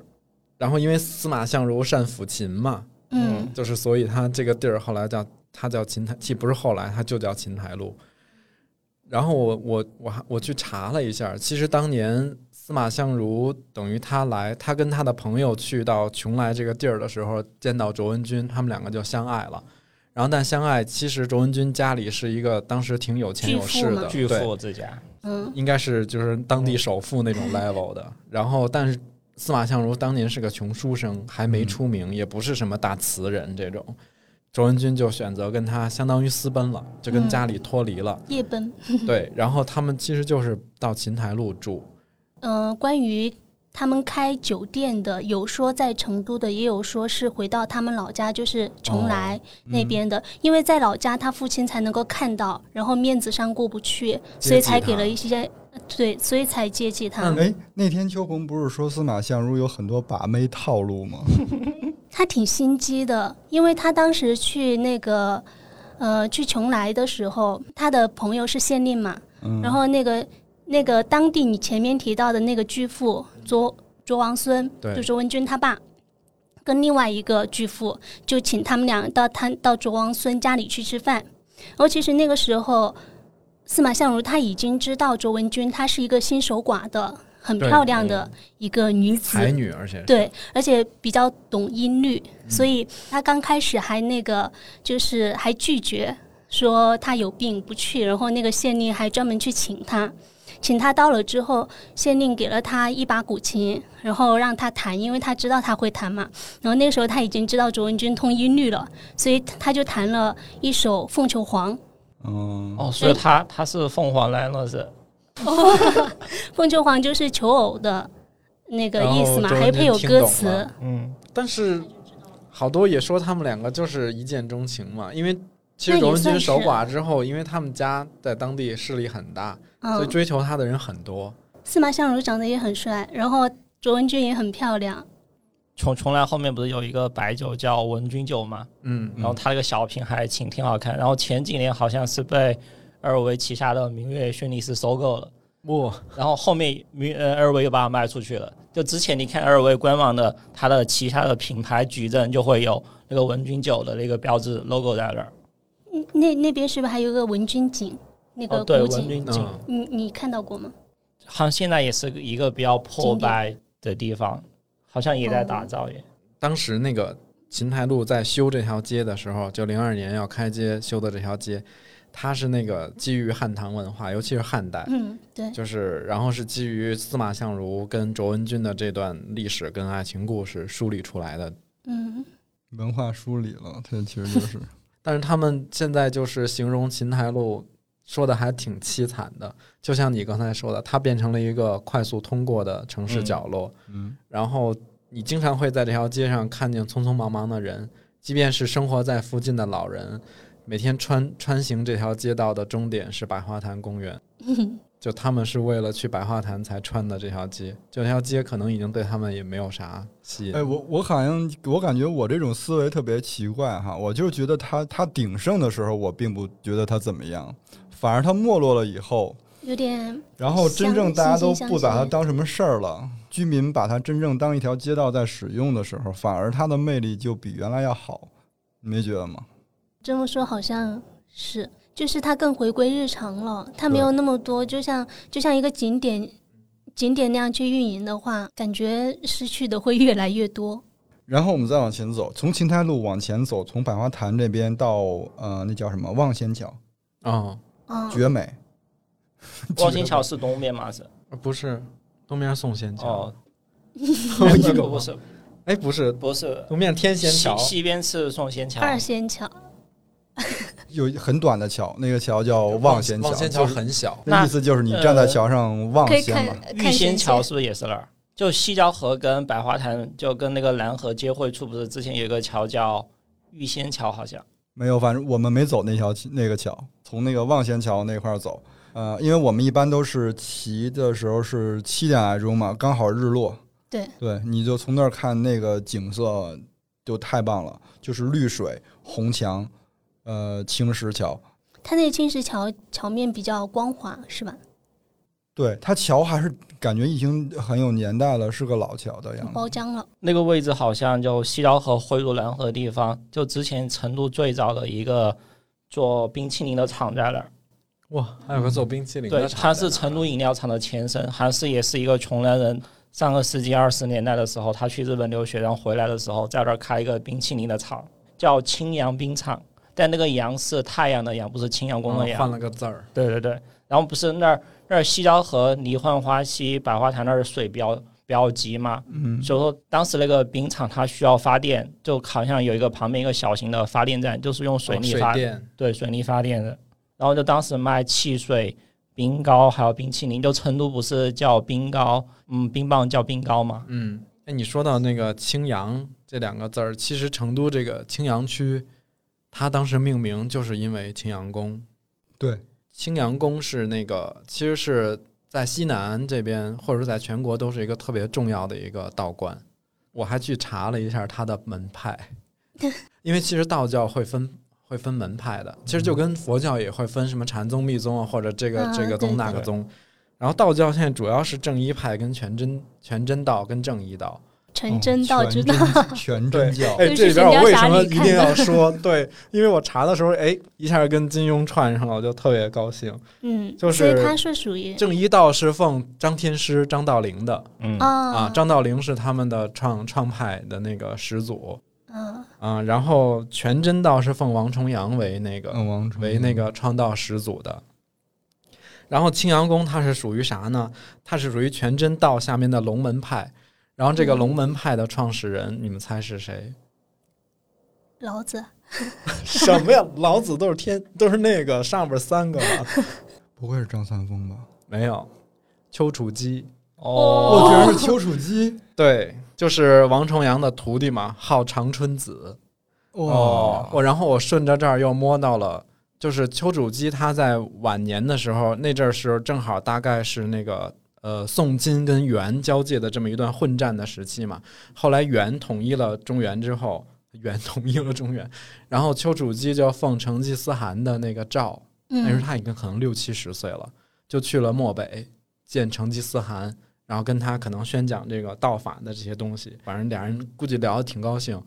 [SPEAKER 3] 然后因为司马相如善抚琴嘛，
[SPEAKER 2] 嗯，
[SPEAKER 3] 就是所以他这个地儿后来叫他叫琴台，其实不是后来，他就叫琴台路。然后我我我还我去查了一下，其实当年司马相如等于他来，他跟他的朋友去到邛崃这个地儿的时候，见到卓文君，他们两个就相爱了。然后但相爱，其实卓文君家里是一个当时挺有钱有势的
[SPEAKER 1] 巨
[SPEAKER 3] 对
[SPEAKER 1] 富之家，
[SPEAKER 2] 嗯，
[SPEAKER 3] 应该是就是当地首富那种 level 的。然后，但是司马相如当年是个穷书生，还没出名，也不是什么大词人这种。卓文君就选择跟他相当于私奔了，就跟家里脱离了。
[SPEAKER 2] 夜奔。
[SPEAKER 3] 对，然后他们其实就是到琴台路住。
[SPEAKER 2] 嗯、关于他们开酒店的，有说在成都的，也有说是回到他们老家，就是邛崃那边的。因为在老家，他父亲才能够看到，然后面子上过不去，所以才给了一些对，所以才接济他。
[SPEAKER 3] 嗯
[SPEAKER 4] 哎，那天秋红不是说司马相如有很多把妹套路吗？
[SPEAKER 2] 他挺心机的，因为他当时去那个。呃，去邛崃的时候，他的朋友是县令嘛，
[SPEAKER 4] 嗯，
[SPEAKER 2] 然后那个那个当地你前面提到的那个巨富卓卓王孙，
[SPEAKER 3] 对
[SPEAKER 2] 就卓文君他爸，跟另外一个巨富，就请他们俩到他到卓王孙家里去吃饭。然后其实那个时候，司马相如他已经知道卓文君她是一个新守寡的、很
[SPEAKER 3] 对
[SPEAKER 2] 漂亮的一个女子，
[SPEAKER 3] 才女，而且是
[SPEAKER 2] 对，而且比较懂音律，
[SPEAKER 3] 嗯
[SPEAKER 2] 所以他刚开始还那个就是还拒绝说他有病不去，然后那个县令还专门去请他，请他到了之后，县令给了他一把古琴，然后让他弹，因为他知道他会弹嘛。然后那个时候他已经知道卓文君通音律了，所以他就弹了一首《凤求凰》。
[SPEAKER 4] 嗯，
[SPEAKER 1] 哦，所以他他是凤凰来了是，
[SPEAKER 2] 凤求凰就是求偶的那个
[SPEAKER 3] 然
[SPEAKER 2] 意思
[SPEAKER 3] 后
[SPEAKER 2] 嘛，
[SPEAKER 3] 哦卓
[SPEAKER 2] 还
[SPEAKER 3] 文
[SPEAKER 2] 配
[SPEAKER 3] 君
[SPEAKER 2] 有
[SPEAKER 3] 听
[SPEAKER 2] 歌
[SPEAKER 3] 懂
[SPEAKER 2] 词。
[SPEAKER 3] 了
[SPEAKER 1] 嗯，
[SPEAKER 3] 但是好多也说他们两个就是一见钟情嘛，因为其实
[SPEAKER 2] 那也
[SPEAKER 3] 卓文君
[SPEAKER 2] 算是
[SPEAKER 3] 守寡之后，因为他们家在当地势力很大，所以
[SPEAKER 2] 嗯，
[SPEAKER 3] 追求她的人很多。
[SPEAKER 2] 司马相如长得也很帅，然后卓文君也很漂亮。
[SPEAKER 1] 邛邛崃后面不是有一个白酒叫文君酒吗？
[SPEAKER 3] 嗯，
[SPEAKER 1] 然后它那个小品还挺挺好看，然后前几年好像是被二维旗下的明月轩尼诗收购了，
[SPEAKER 3] 哇，
[SPEAKER 1] 然后后面明呃二维又把它卖出去了。就之前你看二维官网的它的旗下的品牌矩阵就会有那个文君酒的那个标志 logo 在那儿。
[SPEAKER 2] 嗯那那边是不是还有个文君井？那
[SPEAKER 1] 哦，
[SPEAKER 2] 个
[SPEAKER 1] 对，
[SPEAKER 2] 古
[SPEAKER 1] 文君
[SPEAKER 2] 井，
[SPEAKER 1] 井
[SPEAKER 3] 嗯，
[SPEAKER 2] 你你看到过吗？
[SPEAKER 1] 好像现在也是一个比较破
[SPEAKER 2] 景点
[SPEAKER 1] 败的地方，好像也在打造耶。
[SPEAKER 3] 当时那个琴台路在修这条街的时候，就零二年要开街修的这条街，它是那个基于汉唐文化，尤其是汉代，
[SPEAKER 2] 嗯，对，
[SPEAKER 3] 就是然后是基于司马相如跟卓文君的这段历史跟爱情故事梳理出来的。
[SPEAKER 2] 嗯，
[SPEAKER 4] 文化梳理了，它其 实就是
[SPEAKER 3] 但是他们现在就是形容琴台路。说的还挺凄惨的，就像你刚才说的，它变成了一个快速通过的城市
[SPEAKER 1] 嗯
[SPEAKER 3] 角落，
[SPEAKER 4] 嗯，
[SPEAKER 3] 然后你经常会在这条街上看见匆匆忙忙的人，即便是生活在附近的老人，每天穿穿行这条街道的终点是百花坛公园，就他们是为了去百花坛才穿的这条街，就这条街可能已经对他们也没有啥吸
[SPEAKER 4] 哎，
[SPEAKER 3] 引。
[SPEAKER 4] 我我好像我感觉我这种思维特别奇怪哈，我就是觉得他他鼎盛的时候，我并不觉得他怎么样，反而他没落了以后，
[SPEAKER 2] 有点
[SPEAKER 4] 然后真正大家都
[SPEAKER 2] 相
[SPEAKER 4] 不把它
[SPEAKER 2] 相信
[SPEAKER 4] 当什么事儿了，居民把它真正当一条街道在使用的时候，反而它的魅力就比原来要好，你没觉得吗？
[SPEAKER 2] 这么说好像是，就是它更回归日常了，它没有那么多，就像就像一个景点。景点那样去运营的话，感觉失去的会越来越多。
[SPEAKER 4] 然后我们再往前走，从邢台路往前走，从百花坛这边到呃，那叫什么望仙桥，
[SPEAKER 3] 啊、
[SPEAKER 2] 嗯，
[SPEAKER 4] 绝美。
[SPEAKER 3] 哦
[SPEAKER 1] 望星桥是东边嘛？是
[SPEAKER 3] 不是东面送仙桥，
[SPEAKER 1] 哦，
[SPEAKER 3] 同一嗯个
[SPEAKER 1] 不
[SPEAKER 3] 吗
[SPEAKER 1] 是
[SPEAKER 3] 哎，不是
[SPEAKER 1] 不是
[SPEAKER 3] 东面天仙
[SPEAKER 1] 西
[SPEAKER 3] 桥，
[SPEAKER 1] 西边是送仙桥，
[SPEAKER 2] 二仙桥，
[SPEAKER 4] 有很短的桥，那个桥叫望仙桥，
[SPEAKER 3] 哦望仙桥很呃小，
[SPEAKER 4] 那意思就是你站在桥上望
[SPEAKER 2] 可以
[SPEAKER 4] 仙
[SPEAKER 2] 看
[SPEAKER 4] 嘛。
[SPEAKER 1] 玉
[SPEAKER 2] 看
[SPEAKER 1] 仙
[SPEAKER 2] 神
[SPEAKER 1] 桥
[SPEAKER 2] 仙。
[SPEAKER 1] 是不是也是那儿？就西郊河跟百花坛，就跟那个蓝河接汇处，不是之前有一个桥叫玉仙桥，好像
[SPEAKER 4] 没有，反正我们没走那条那个桥，从那个望仙桥那块儿走。呃，因为我们一般都是骑的时候是七点来钟嘛，刚好日落。
[SPEAKER 2] 对
[SPEAKER 4] 对，你就从那儿看那个景色，就太棒了，就是绿水、红墙，呃，青石桥。
[SPEAKER 2] 它那个青石桥桥面比较光滑，是吧？
[SPEAKER 4] 对，它桥还是感觉已经很有年代了，是个老桥的
[SPEAKER 1] 嗯
[SPEAKER 4] 样子。
[SPEAKER 2] 包浆了。
[SPEAKER 1] 那个位置好像就西郊河汇入蓝河的地方，就之前成都最早的一个做冰淇淋的厂在那儿。
[SPEAKER 3] 哇，还有个做冰淇淋
[SPEAKER 1] 对
[SPEAKER 3] 的，厂
[SPEAKER 1] 它
[SPEAKER 3] 在
[SPEAKER 1] 是
[SPEAKER 3] 那儿
[SPEAKER 1] 成都饮料厂的前身，韩式也是一个穷男人。上个世纪二十年代的时候，他去日本留学，然后回来的时候，在这儿开一个冰淇淋的厂，叫青阳冰厂。但那个阳是太阳的阳，不是青阳宫的
[SPEAKER 3] 哦
[SPEAKER 1] 阳。
[SPEAKER 3] 换了个字儿，
[SPEAKER 1] 对对对，然后不是那儿那儿西郊河离浣花溪、百花坛那儿水比较比较急嘛，
[SPEAKER 4] 嗯，
[SPEAKER 3] 哦
[SPEAKER 1] 所以说当时那个冰场它需要发电，就好像有一个旁边一个小型的发电站，就是用水
[SPEAKER 3] 哦
[SPEAKER 1] 力
[SPEAKER 3] 水
[SPEAKER 1] 发，
[SPEAKER 3] 电
[SPEAKER 1] 对水力发电的。然后就当时卖汽水、冰糕还有冰淇淋，就成都不是叫冰糕，嗯，冰棒叫冰糕嘛，
[SPEAKER 3] 嗯，哎，你说到那个青阳这两个字儿，其实成都这个青阳区，它当时命名就是因为青阳宫。
[SPEAKER 4] 对，
[SPEAKER 3] 青阳宫是那个其实是在西南这边，或者是在全国都是一个特别重要的一个道观。我还去查了一下它的 门派，因为其实道教会分。会分门派的，其实就跟佛教也会分什么禅宗、密宗啊，或者这个
[SPEAKER 2] 啊
[SPEAKER 3] 这个
[SPEAKER 2] 对
[SPEAKER 3] 宗那
[SPEAKER 1] 对
[SPEAKER 3] 个宗。然后道教现在主要是正一派跟全真全真道跟正一道，
[SPEAKER 2] 成真道知道，
[SPEAKER 4] 哦 全
[SPEAKER 3] 对
[SPEAKER 4] 真教。
[SPEAKER 3] 哎，
[SPEAKER 2] 就是
[SPEAKER 3] 这
[SPEAKER 2] 神雕
[SPEAKER 3] 里边我为
[SPEAKER 2] 侠
[SPEAKER 3] 什么
[SPEAKER 2] 侣
[SPEAKER 3] 一
[SPEAKER 2] 看
[SPEAKER 3] 定
[SPEAKER 2] 的
[SPEAKER 3] 要说？对，因为我查的时候，哎，一下跟金庸串上了，我就特别高兴。
[SPEAKER 2] 嗯，
[SPEAKER 3] 就是
[SPEAKER 2] 所以它是属于
[SPEAKER 3] 正一道是奉张天师、张道陵的
[SPEAKER 1] 嗯，
[SPEAKER 2] 啊
[SPEAKER 3] 啊，张道陵是他们的创创派的那个始祖
[SPEAKER 2] 嗯
[SPEAKER 3] 啊，然后全真道是奉王重阳为那个
[SPEAKER 4] 嗯，王成
[SPEAKER 3] 为那个创道始祖的。然后青阳宫它是属于啥呢？它是属于全真道下面的龙门派。然后这个
[SPEAKER 2] 嗯
[SPEAKER 3] 龙门派的创始人，你们猜是谁？
[SPEAKER 2] 老子
[SPEAKER 3] 什么呀？老子都是天，都是那个上边三个吧？
[SPEAKER 4] 不会是张三丰吧？
[SPEAKER 3] 没有，丘处机。
[SPEAKER 1] 哦，
[SPEAKER 4] 我觉得是丘处机。
[SPEAKER 3] 对，就是王重阳的徒弟嘛，号长春子。
[SPEAKER 4] 哇，
[SPEAKER 3] 我然后我顺着这儿又摸到了，就是丘处机他在晚年的时候，那阵儿是正好大概是那个呃宋金跟元交界的这么一段混战的时期嘛。后来元统一了中原之后，元统一了中原，然后丘处机就奉成吉思汗的那个诏，那时候
[SPEAKER 2] 嗯
[SPEAKER 3] 他已经可能六七十岁了，就去了漠北见成吉思汗，然后跟他可能宣讲这个道法的这些东西，反正俩人估计聊得挺高兴。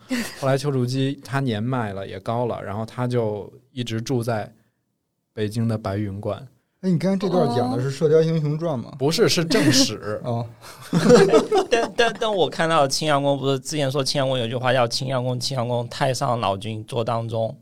[SPEAKER 3] 后来丘处机他年迈了也高了，然后他就一直住在北京的白云观，
[SPEAKER 4] 哎，你刚才这段讲
[SPEAKER 3] 哦
[SPEAKER 4] 的是《射雕英雄传》吗？，
[SPEAKER 3] 不是是正史
[SPEAKER 4] 哦，
[SPEAKER 1] 但但但我看到青阳宫不是之前说青阳宫有句话叫“青阳宫，青阳宫，太上老君坐当中”，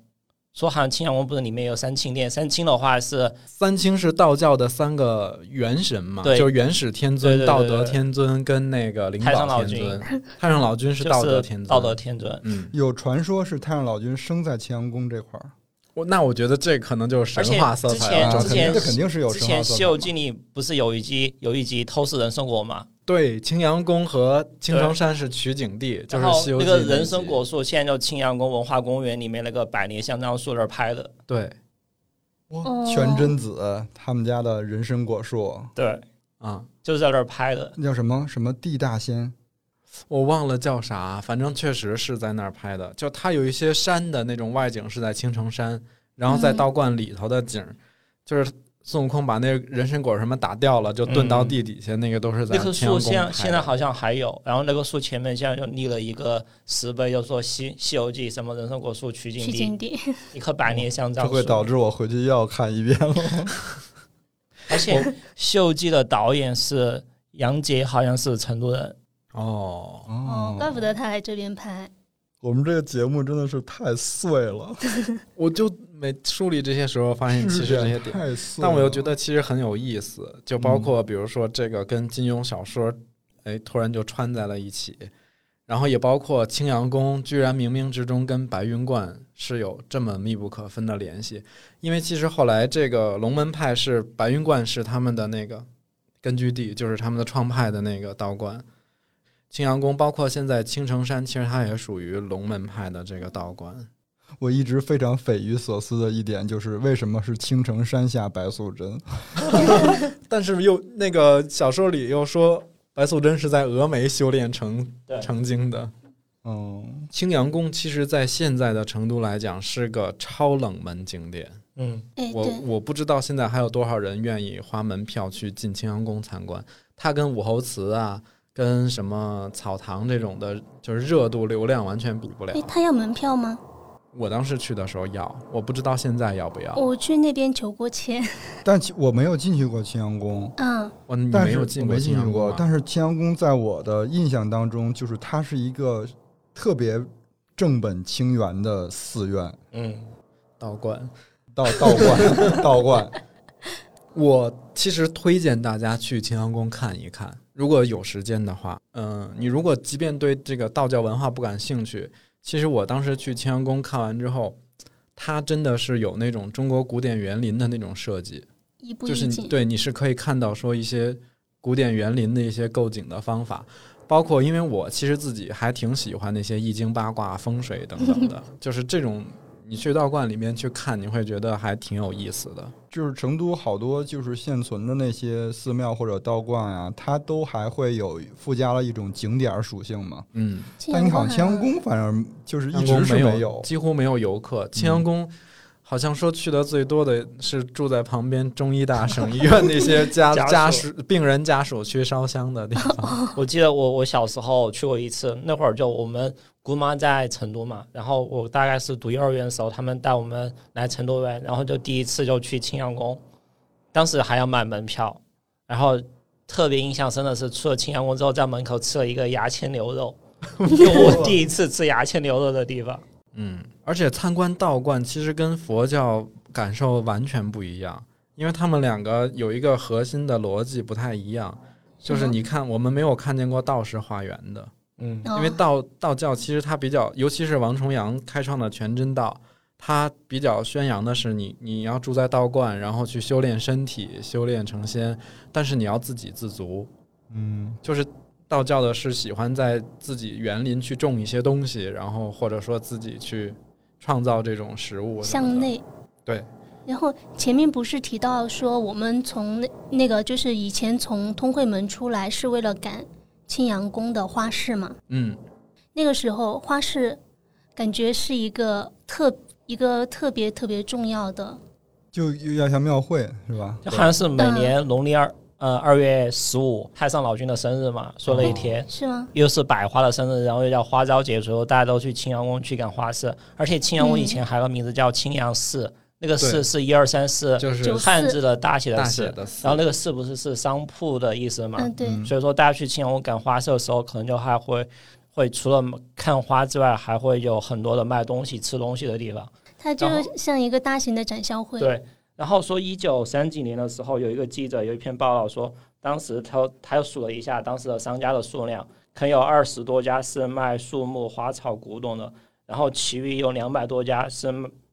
[SPEAKER 1] 说好像青阳宫不是里面有三清殿，三清的话是
[SPEAKER 3] 三清是道教的三个元神嘛，
[SPEAKER 1] 对
[SPEAKER 3] 就是元始天尊、
[SPEAKER 1] 对对对
[SPEAKER 3] 道
[SPEAKER 1] 对
[SPEAKER 3] 德
[SPEAKER 1] 对
[SPEAKER 3] 天尊跟那个灵
[SPEAKER 1] 太上
[SPEAKER 3] 宝
[SPEAKER 1] 老
[SPEAKER 3] 天
[SPEAKER 1] 君
[SPEAKER 3] 尊。太上老君是
[SPEAKER 1] 就
[SPEAKER 3] 道德
[SPEAKER 1] 是
[SPEAKER 3] 天尊，
[SPEAKER 1] 道德天尊。
[SPEAKER 3] 嗯，
[SPEAKER 4] 有传说是太上老君生在乾阳宫这块儿，
[SPEAKER 3] 我那我觉得这可能就是
[SPEAKER 1] 而
[SPEAKER 3] 神
[SPEAKER 1] 且
[SPEAKER 3] 话色
[SPEAKER 1] 之
[SPEAKER 3] 彩
[SPEAKER 1] 前
[SPEAKER 3] 了，
[SPEAKER 4] 啊
[SPEAKER 1] 之
[SPEAKER 4] 肯
[SPEAKER 1] 前
[SPEAKER 4] 定这肯定是有
[SPEAKER 1] 之
[SPEAKER 4] 神
[SPEAKER 1] 前
[SPEAKER 4] 话
[SPEAKER 1] 《
[SPEAKER 4] 色
[SPEAKER 1] 西
[SPEAKER 4] 彩
[SPEAKER 1] 游
[SPEAKER 4] 嘛
[SPEAKER 1] 记》里不是有一集有一集偷食人参果吗？
[SPEAKER 3] 对，青阳宫和青城山是取景地，就
[SPEAKER 1] 然
[SPEAKER 3] 是《
[SPEAKER 1] 后
[SPEAKER 3] 西游
[SPEAKER 1] 那
[SPEAKER 3] 记》
[SPEAKER 1] 个
[SPEAKER 3] 那
[SPEAKER 1] 人参
[SPEAKER 3] 集
[SPEAKER 1] 果树，现在就青阳宫文化公园里面那个百年香樟树那儿拍的。
[SPEAKER 3] 对
[SPEAKER 2] 哦
[SPEAKER 4] 全真子他们家的人参果树
[SPEAKER 1] 对，
[SPEAKER 3] 啊、
[SPEAKER 1] 就是在那儿拍的。
[SPEAKER 4] 那叫什么什么地大仙，
[SPEAKER 3] 我忘了叫啥，反正确实是在那儿拍的。就它有一些山的那种外景是在青城山，然后在
[SPEAKER 2] 嗯
[SPEAKER 3] 道观里头的景，就是孙悟空把那人参果什么打掉了，就遁到
[SPEAKER 1] 嗯
[SPEAKER 3] 地底下，那个都是在
[SPEAKER 1] 那棵
[SPEAKER 3] 青阳
[SPEAKER 1] 树
[SPEAKER 3] 宫
[SPEAKER 1] 现在
[SPEAKER 3] 拍
[SPEAKER 1] 现
[SPEAKER 3] 的
[SPEAKER 1] 在好像还有，然后那个树前面现在就立了一个石碑，就说西《西游记》什么人参果树取景
[SPEAKER 2] 取
[SPEAKER 1] 地
[SPEAKER 2] 景，地，
[SPEAKER 1] 一棵百年香樟
[SPEAKER 4] 这
[SPEAKER 1] 树。
[SPEAKER 4] 会导 致我回去又要看一遍了。
[SPEAKER 1] 而且《西游记》的导演是杨杰好像是成都人，
[SPEAKER 3] 哦，
[SPEAKER 2] 哦，怪不得他来这边拍。
[SPEAKER 4] 我们这个节目真的是太碎了，
[SPEAKER 3] 我就每梳理这些时候 发现其
[SPEAKER 4] 是
[SPEAKER 3] 实
[SPEAKER 4] 这
[SPEAKER 3] 那些
[SPEAKER 4] 样
[SPEAKER 3] 点，
[SPEAKER 4] 太碎了。
[SPEAKER 3] 但我又觉得其实很有意思，就包括比如说这个跟金庸小说，哎，突然就穿在了一起，然后也包括青阳宫，居然冥冥之中跟白云观是有这么密不可分的联系，因为其实后来这个龙门派是白云观是他们的那个根据地，就是他们的创派的那个道观。青阳宫包括现在青城山，其实它也属于龙门派的这个道观。
[SPEAKER 4] 我一直非常匪夷所思的一点就是，为什么是青城山下白素贞？
[SPEAKER 3] 但是又那个小说里又说白素贞是在峨眉修炼成
[SPEAKER 1] 对
[SPEAKER 3] 成精的。
[SPEAKER 4] 嗯，
[SPEAKER 3] 青阳宫其实在现在的成都来讲是个超冷门景点，
[SPEAKER 1] 嗯，
[SPEAKER 2] 哎，
[SPEAKER 3] 我
[SPEAKER 2] 对，
[SPEAKER 3] 我不知道现在还有多少人愿意花门票去进青阳宫参观。它跟武侯祠啊，跟什么草堂这种的，就是热度流量完全比不了
[SPEAKER 2] 哎，。他要门票吗？
[SPEAKER 3] 我当时去的时候要，我不知道现在要不要。
[SPEAKER 2] 哦我去那边求过签，
[SPEAKER 4] 但其我没有进去过青阳宫，
[SPEAKER 2] 嗯，
[SPEAKER 3] 我你
[SPEAKER 4] 但
[SPEAKER 3] 没
[SPEAKER 4] 是
[SPEAKER 3] 有
[SPEAKER 4] 我
[SPEAKER 3] 进
[SPEAKER 4] 没
[SPEAKER 3] 青
[SPEAKER 4] 进去
[SPEAKER 3] 阳宫啊
[SPEAKER 4] 过
[SPEAKER 3] 吗？。
[SPEAKER 4] 但是青阳宫在我的印象当中，就是它是一个特别正本清源的寺院，
[SPEAKER 1] 嗯，
[SPEAKER 3] 道观，
[SPEAKER 4] 道道观道观。
[SPEAKER 3] 我其实推荐大家去青阳宫看一看，如果有时间的话，嗯、你如果即便对这个道教文化不感兴趣，其实我当时去青阳宫看完之后，它真的是有那种中国古典园林的那种设计，
[SPEAKER 2] 一步
[SPEAKER 3] 就
[SPEAKER 2] 一
[SPEAKER 3] 是
[SPEAKER 2] 景。
[SPEAKER 3] 你对，你是可以看到说一些古典园林的一些构景的方法，包括因为我其实自己还挺喜欢那些易经八卦、风水等等的，就是这种你去道观里面去看，你会觉得还挺有意思的。
[SPEAKER 4] 就是成都好多就是现存的那些寺庙或者道观啊，它都还会有附加了一种景点儿属性嘛。
[SPEAKER 3] 嗯，
[SPEAKER 2] 青
[SPEAKER 4] 但
[SPEAKER 2] 阳
[SPEAKER 4] 你好像青阳
[SPEAKER 2] 还好
[SPEAKER 4] 宫反正就是一
[SPEAKER 3] 一
[SPEAKER 4] 直
[SPEAKER 3] 直
[SPEAKER 4] 是
[SPEAKER 3] 没
[SPEAKER 4] 没
[SPEAKER 3] 有，嗯几乎没有游客。青阳宫好像说去的最多的是住在旁边中医大省医院那些 家
[SPEAKER 1] 家属
[SPEAKER 3] 家属、病人家属去烧香的地 方。
[SPEAKER 1] 我记得我我小时候去过一次，那会儿就我们姑妈在成都嘛，然后我大概是读幼儿园的时候，他们带我们来成都玩，然后就第一次就去青阳宫，当时还要买门票，然后特别印象深的是，出了青阳宫之后，在门口吃了一个牙签牛肉， 就我第一次吃牙签牛肉的地方。
[SPEAKER 3] 嗯，而且参观道观其实跟佛教感受完全不一样，因为他们两个有一个核心的逻辑不太一样。就是
[SPEAKER 2] 什么
[SPEAKER 3] 你看，我们没有看见过道士化缘的，
[SPEAKER 1] 嗯
[SPEAKER 2] 哦
[SPEAKER 3] 因为道道教其实它比较，尤其是王重阳开创的全真道，它比较宣扬的是你你要住在道观，然后去修炼身体，修炼成仙，但是你要自给自足，
[SPEAKER 4] 嗯，
[SPEAKER 3] 就是。道教的是喜欢在自己园林去种一些东西，然后或者说自己去创造这种食物什么的。
[SPEAKER 2] 向内。
[SPEAKER 3] 对。
[SPEAKER 2] 然后前面不是提到说，我们从那那个就是以前从通惠门出来是为了赶青阳宫的花市嘛？
[SPEAKER 3] 嗯，
[SPEAKER 2] 那个时候花市感觉是一个特一个特别特别重要的，
[SPEAKER 4] 就又要像庙会是吧？
[SPEAKER 1] 就好像是每年农历二呃二月十五，太上老君的生日嘛，说了一天，
[SPEAKER 2] 是吗？
[SPEAKER 1] 又是百花的生日，然后又叫花朝节，所以大家都去青阳宫去赶花市。而且青阳宫以前还有个名字叫青阳市，那个市
[SPEAKER 3] 对
[SPEAKER 1] 是一二三四
[SPEAKER 3] 就是
[SPEAKER 2] 九四
[SPEAKER 1] 汉字的大写的
[SPEAKER 3] 大写
[SPEAKER 1] 市，
[SPEAKER 3] 的寺
[SPEAKER 1] 然后那个市不是是商铺的意思嘛？
[SPEAKER 2] 嗯，对，
[SPEAKER 1] 所以说大家去青阳宫赶花市的时候，可能就还会会除了看花之外，还会有很多的卖东西、吃东西的地方。
[SPEAKER 2] 它就像一个大型的展销会。
[SPEAKER 1] 对，然后说一九三几年的时候，有一个记者有一篇报道说，当时他他又数了一下当时的商家的数量，可能有二十多家是卖树木、花草、古董的，然后其余有两百多家是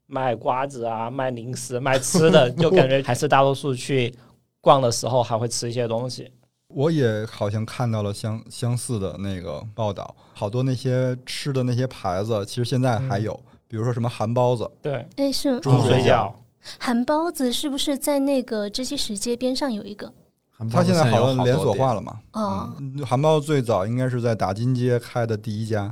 [SPEAKER 1] 卖瓜子啊、卖零食、卖吃的，就感觉还是大多数去逛的时候还会吃一些东西。
[SPEAKER 4] 我也好像看到了相相似的那个报道，好多那些吃的那些牌子，其实现在还有，
[SPEAKER 2] 嗯
[SPEAKER 4] 比如说什么韩包子、
[SPEAKER 1] 对，
[SPEAKER 2] 哎，是
[SPEAKER 4] 猪
[SPEAKER 1] 水
[SPEAKER 4] 水
[SPEAKER 1] 饺，
[SPEAKER 2] 韩包子是不是在那个知积石街边上有一个？
[SPEAKER 3] 汉堡
[SPEAKER 4] 它现在
[SPEAKER 3] 有
[SPEAKER 4] 好像
[SPEAKER 3] 多
[SPEAKER 4] 连锁
[SPEAKER 3] 店
[SPEAKER 4] 化了嘛。
[SPEAKER 2] 哦，
[SPEAKER 4] 嗯韩包子最早应该是在打金街开的第一家，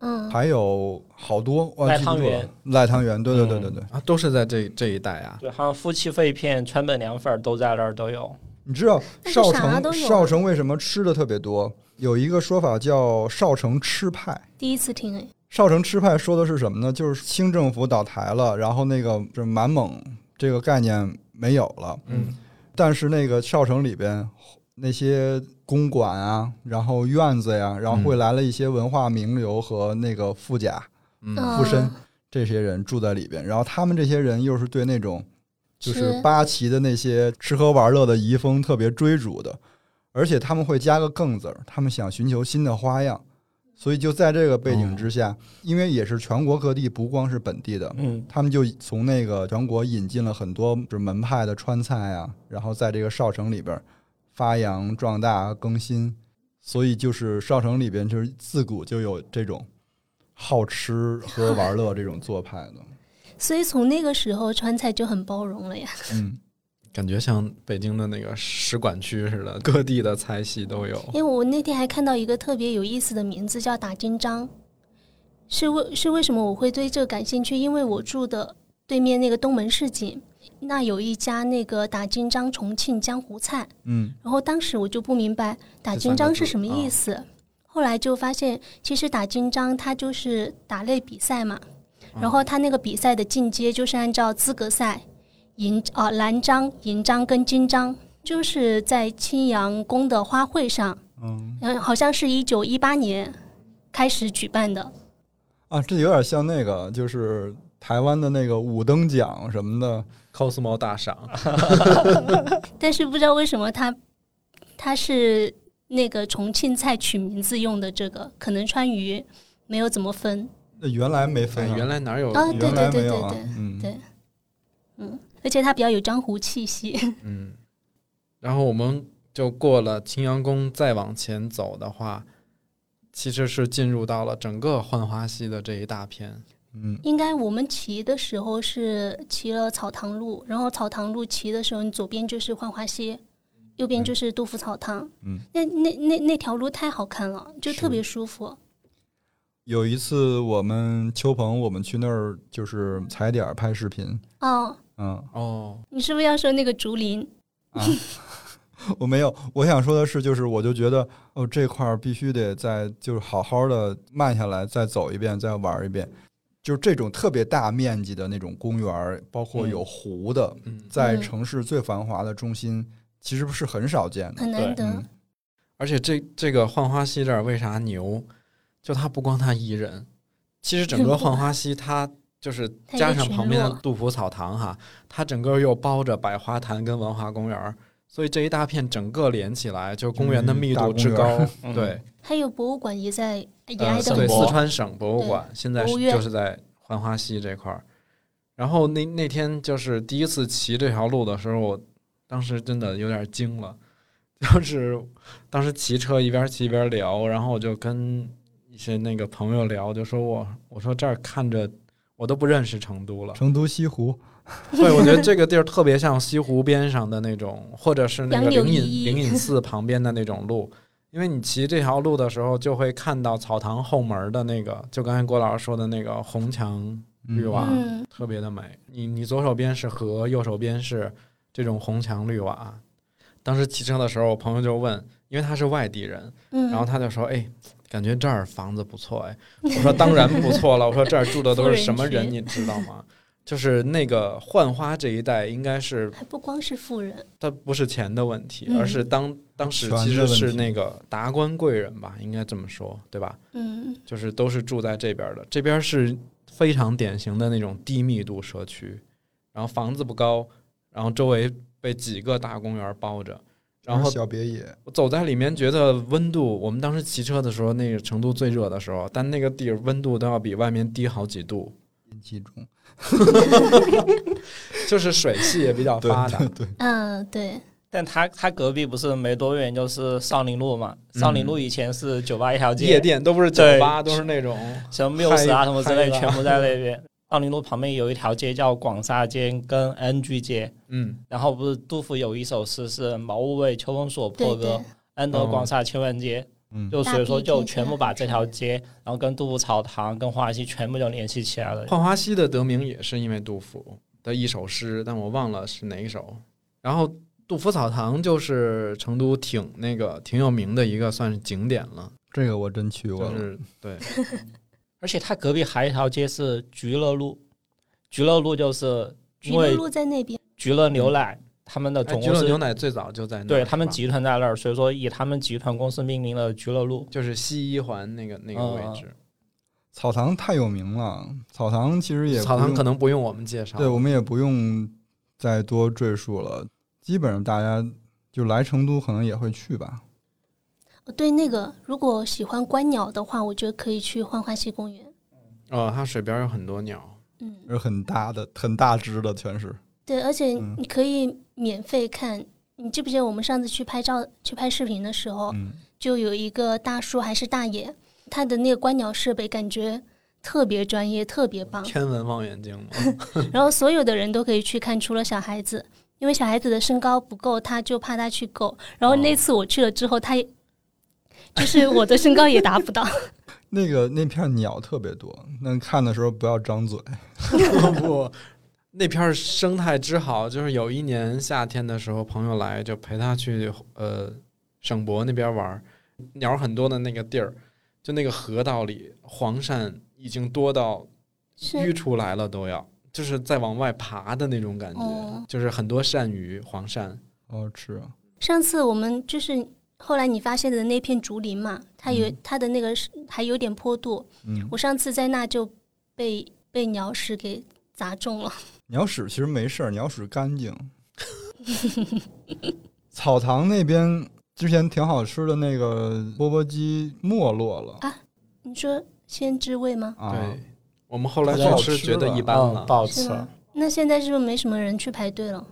[SPEAKER 2] 嗯，
[SPEAKER 4] 还有好多我
[SPEAKER 1] 赖
[SPEAKER 4] 记不
[SPEAKER 1] 汤
[SPEAKER 4] 住了
[SPEAKER 1] 圆，嗯
[SPEAKER 4] 赖汤圆，对对对对对。
[SPEAKER 3] 啊，都是在这这一带啊。
[SPEAKER 1] 对，好像夫妻肺片、川本凉粉儿都在那儿都有。
[SPEAKER 4] 你知道
[SPEAKER 2] 但是
[SPEAKER 4] 少
[SPEAKER 2] 啥
[SPEAKER 4] 城
[SPEAKER 2] 都有
[SPEAKER 4] 少城为什么吃的特别多？有一个说法叫少城吃派。
[SPEAKER 2] 第一次听哎，
[SPEAKER 4] 少城吃派说的是什么呢？就是清政府倒台了，然后那个这满蒙这个概念没有了，
[SPEAKER 3] 嗯，
[SPEAKER 4] 但是那个少城里边那些公馆啊，然后院子呀、然后会来了一些文化名流和那个富甲、
[SPEAKER 3] 嗯
[SPEAKER 2] 嗯
[SPEAKER 4] 富绅这些人住在里边，然后他们这些人又是对那种就是
[SPEAKER 2] 吃
[SPEAKER 4] 八旗的那些吃喝玩乐的遗风特别追逐的，而且他们会加个更字儿，他们想寻求新的花样，所以就在这个背景之下，因为也是全国各地，不光是本地的，
[SPEAKER 1] 嗯，
[SPEAKER 4] 他们就从那个全国引进了很多就是门派的川菜啊，然后在这个少城里边发扬壮大更新，所以就是少城里边就是自古就有这种好吃喝玩乐这种做派的，
[SPEAKER 2] 所以从那个时候川菜就很包容了呀。
[SPEAKER 4] 嗯，
[SPEAKER 3] 感觉像北京的那个使馆区似的，各地的菜系都有。
[SPEAKER 2] 因为我那天还看到一个特别有意思的名字叫打金章，是为是为什么我会对这个感兴趣？因为我住的对面那个东门市井，那有一家那个打金章重庆江湖菜，
[SPEAKER 4] 嗯，
[SPEAKER 2] 然后当时我就不明白打金章是什么意思，后来就发现其实打金章它就是打擂比赛嘛，然后它那个比赛的进阶就是按照资格赛、银啊、蓝章、银章跟金章，就是在青阳宫的花卉上，嗯，好像是一九一八年开始举办的，
[SPEAKER 4] 啊，这有点像那个就是台湾的那个五等奖什么的，
[SPEAKER 3] Cosmo 大赏，哎
[SPEAKER 2] 但是不知道为什么它它是那个重庆菜取名字用的这个，可能川渝没有怎么分。
[SPEAKER 4] 那原来没分、
[SPEAKER 3] 哎，
[SPEAKER 4] 啊，
[SPEAKER 3] 原来哪有？
[SPEAKER 2] 啊对
[SPEAKER 4] 原来
[SPEAKER 2] 对
[SPEAKER 4] 没有啊
[SPEAKER 2] 对对，
[SPEAKER 4] 嗯，
[SPEAKER 2] 对而且它比较有江湖气息。
[SPEAKER 3] 嗯，然后我们就过了青阳宫，再往前走的话，其实是进入到了整个浣花溪的这一大片。
[SPEAKER 4] 嗯，
[SPEAKER 2] 应该我们骑的时候是骑了草堂路，然后草堂路骑的时候，你左边就是浣花溪，右边就是杜甫草堂。
[SPEAKER 4] 嗯，
[SPEAKER 2] 那那那那条路太好看了，就是特别舒服。
[SPEAKER 4] 有一次我们秋鹏，我们去那儿就是踩点儿拍视频，
[SPEAKER 2] 哦，
[SPEAKER 4] 嗯
[SPEAKER 3] 哦，
[SPEAKER 2] 你是不是要说那个竹林？
[SPEAKER 4] 啊，我没有，我想说的是，就是我就觉得哦，这块儿必须得再就是好好的慢下来，再走一遍，再玩一遍。就是这种特别大面积的那种公园儿，包括有湖的，
[SPEAKER 3] 嗯，
[SPEAKER 4] 在
[SPEAKER 2] 嗯
[SPEAKER 4] 城市最繁华的中心，其实不是很少见的。
[SPEAKER 2] 很难得。
[SPEAKER 4] 嗯，
[SPEAKER 3] 而且这这个浣花溪这儿为啥牛？就它不光它一人，其实整个
[SPEAKER 2] 人不
[SPEAKER 3] 浣花溪它就是
[SPEAKER 2] 它一
[SPEAKER 3] 加
[SPEAKER 2] 个
[SPEAKER 3] 上
[SPEAKER 2] 群
[SPEAKER 3] 旁边的
[SPEAKER 2] 落
[SPEAKER 3] 杜甫草堂哈，它整个又包着百花坛跟文化公园儿，所以这一大片整个连起来，就公园的
[SPEAKER 4] 嗯
[SPEAKER 3] 密
[SPEAKER 4] 大
[SPEAKER 3] 度
[SPEAKER 4] 公
[SPEAKER 3] 之
[SPEAKER 4] 园
[SPEAKER 3] 高
[SPEAKER 4] 儿，
[SPEAKER 1] 嗯
[SPEAKER 3] 对。
[SPEAKER 2] 还有博物馆也在也
[SPEAKER 3] 呃，
[SPEAKER 2] 挨得
[SPEAKER 3] 对，
[SPEAKER 2] 很
[SPEAKER 1] 博
[SPEAKER 3] 四
[SPEAKER 2] 近。
[SPEAKER 3] 川省博物馆现在
[SPEAKER 2] 博物
[SPEAKER 3] 是
[SPEAKER 2] 院
[SPEAKER 3] 就是在浣花溪这块儿。然后那那天就是第一次骑这条路的时候，我当时真的有点惊了，就是当时骑车一边骑一边聊，然后我就跟一些那个朋友聊，就说我我说这儿看着我都不认识成都了，
[SPEAKER 4] 成都西湖，
[SPEAKER 3] 对，我觉得这个地儿特别像西湖边上的那种，或者是那个
[SPEAKER 2] 杨柳
[SPEAKER 3] 灵隐
[SPEAKER 2] 依依
[SPEAKER 3] 灵隐寺旁边的那种路，因为你骑这条路的时候，就会看到草堂后门的那个，就刚才郭老师说的那个红墙绿瓦，
[SPEAKER 2] 嗯，
[SPEAKER 3] 特别的美。你你左手边是河，右手边是这种红墙绿瓦。当时骑车的时候，我朋友就问，因为他是外地人，
[SPEAKER 2] 嗯，
[SPEAKER 3] 然后他就说：“哎，感觉这儿房子不错哎。”我说：“当然不错了。”我说：“这儿住的都是什么人，
[SPEAKER 2] 富人
[SPEAKER 3] 你知道吗？”就是那个浣花这一带，应该是
[SPEAKER 2] 还不光是富人，
[SPEAKER 3] 它不是钱的问题，
[SPEAKER 2] 嗯
[SPEAKER 3] 而是当当时
[SPEAKER 4] 权的
[SPEAKER 3] 其实是
[SPEAKER 4] 问题
[SPEAKER 3] 那个达官贵人吧，应该这么说，对吧？
[SPEAKER 2] 嗯，
[SPEAKER 3] 就是都是住在这边儿的，这边儿是非常典型的那种低密度社区，然后房子不高，然后周围被几个大公园包着，然后
[SPEAKER 4] 小别野，
[SPEAKER 3] 我走在里面，觉得温度，我们当时骑车的时候，那个成都最热的时候，但那个地儿温度都要比外面低好几度，
[SPEAKER 4] 阴气重，
[SPEAKER 3] 就是水汽也比较
[SPEAKER 4] 对
[SPEAKER 3] 发达。
[SPEAKER 4] 对对，
[SPEAKER 2] 嗯，对，
[SPEAKER 1] 但他他隔壁不是没多远就是上林路嘛，上林路以前是酒吧一条街，
[SPEAKER 3] 嗯夜店都不是酒
[SPEAKER 1] 对
[SPEAKER 3] 吧，都是那种
[SPEAKER 1] 什么 Muse 啊
[SPEAKER 3] 嗨
[SPEAKER 1] 什么之类，
[SPEAKER 3] 嗨吧
[SPEAKER 1] 全部在 那边。上林路旁边有一条街叫广沙街跟 NG 街，
[SPEAKER 3] 嗯
[SPEAKER 1] 然后不是杜甫有一首诗是“茅屋为秋风所破
[SPEAKER 2] 对
[SPEAKER 1] 歌
[SPEAKER 2] 对，，
[SPEAKER 1] 安
[SPEAKER 3] 哦
[SPEAKER 1] 得广厦千万阶”，
[SPEAKER 4] 嗯，
[SPEAKER 1] 就所以说
[SPEAKER 2] 大地
[SPEAKER 1] 就
[SPEAKER 2] 天
[SPEAKER 1] 全部
[SPEAKER 2] 下
[SPEAKER 1] 把这条街，然后跟杜甫草堂、跟花溪全部就联系起来了。
[SPEAKER 3] 浣花溪的得名也是因为杜甫的一首诗，但我忘了是哪一首。然后杜甫草堂就是成都挺那个挺有名的一个算是景点了，
[SPEAKER 4] 这个我真去过
[SPEAKER 3] 就
[SPEAKER 4] 了，
[SPEAKER 3] 是对，
[SPEAKER 1] 而且它隔壁还有一条街是菊乐路，菊乐路就是
[SPEAKER 2] 菊
[SPEAKER 1] 因为
[SPEAKER 2] 乐路在那边，
[SPEAKER 1] 菊乐牛奶他们的
[SPEAKER 3] 哎
[SPEAKER 1] 总
[SPEAKER 3] 菊
[SPEAKER 1] 公
[SPEAKER 3] 乐
[SPEAKER 1] 司
[SPEAKER 3] 牛奶最早就在那儿，
[SPEAKER 1] 对他们
[SPEAKER 3] 嗯是吧
[SPEAKER 1] 集团在那儿，所以说以他们集团公司命名了菊乐路。
[SPEAKER 3] 就是西一环那个那个位置，
[SPEAKER 4] 草堂太有名了，草堂其实也
[SPEAKER 3] 草堂
[SPEAKER 4] 不用
[SPEAKER 3] 可能不用我们介绍，
[SPEAKER 4] 对，我们也不用再多赘述了。基本上大家就来成都，可能也会去吧。
[SPEAKER 2] 哦对那个，如果喜欢观鸟的话，我觉得可以去浣花溪公园。
[SPEAKER 3] 呃，它水边有很多鸟，
[SPEAKER 2] 嗯，
[SPEAKER 4] 而很大的、很大只的，全是。
[SPEAKER 2] 对，而且
[SPEAKER 4] 嗯
[SPEAKER 2] 你可以免费看。你记不记得我们上次去拍照、去拍视频的时候，
[SPEAKER 4] 嗯，
[SPEAKER 2] 就有一个大叔还是大爷，他的那个观鸟设备感觉特别专业，特别棒。
[SPEAKER 3] 天文望远镜嘛，
[SPEAKER 2] 然后所有的人都可以去看，除了小孩子，因为小孩子的身高不够，他就怕他去够。然后
[SPEAKER 4] 哦
[SPEAKER 2] 那次我去了之后，他也就是我的身高也达不 到，
[SPEAKER 4] 那个那片儿鸟特别多，那看的时候不要张嘴。
[SPEAKER 3] 不，那片儿生态之好，就是有一年夏天的时候，朋友来就陪他去呃省博那边玩儿，鸟很多的那个地儿，就那个河道里黄鳝已经多到淤
[SPEAKER 2] 是
[SPEAKER 3] 出来了，都要就是在往外爬的那种感觉，
[SPEAKER 2] 哦
[SPEAKER 3] 就是很多鳝鱼、黄鳝。
[SPEAKER 4] 哦，吃啊，
[SPEAKER 2] 上次我们就是后来你发现的那片竹林嘛，它有、
[SPEAKER 4] 嗯
[SPEAKER 2] 它的那个是还有点坡度，
[SPEAKER 4] 嗯，
[SPEAKER 2] 我上次在那就被被鸟屎给砸中了。
[SPEAKER 4] 鸟屎其实没事儿，鸟屎干净。草堂那边之前挺好吃的那个钵钵鸡没落了
[SPEAKER 2] 你说先知味吗？
[SPEAKER 4] 啊，
[SPEAKER 3] 对，我们后来
[SPEAKER 4] 不好
[SPEAKER 3] 去吃啊
[SPEAKER 4] 吃
[SPEAKER 3] 觉得
[SPEAKER 4] 了
[SPEAKER 3] 一般
[SPEAKER 1] 嗯，
[SPEAKER 3] 了，
[SPEAKER 1] 不好
[SPEAKER 2] 是
[SPEAKER 1] 吃，
[SPEAKER 2] 吗？那现在是不是没什么人去排队了？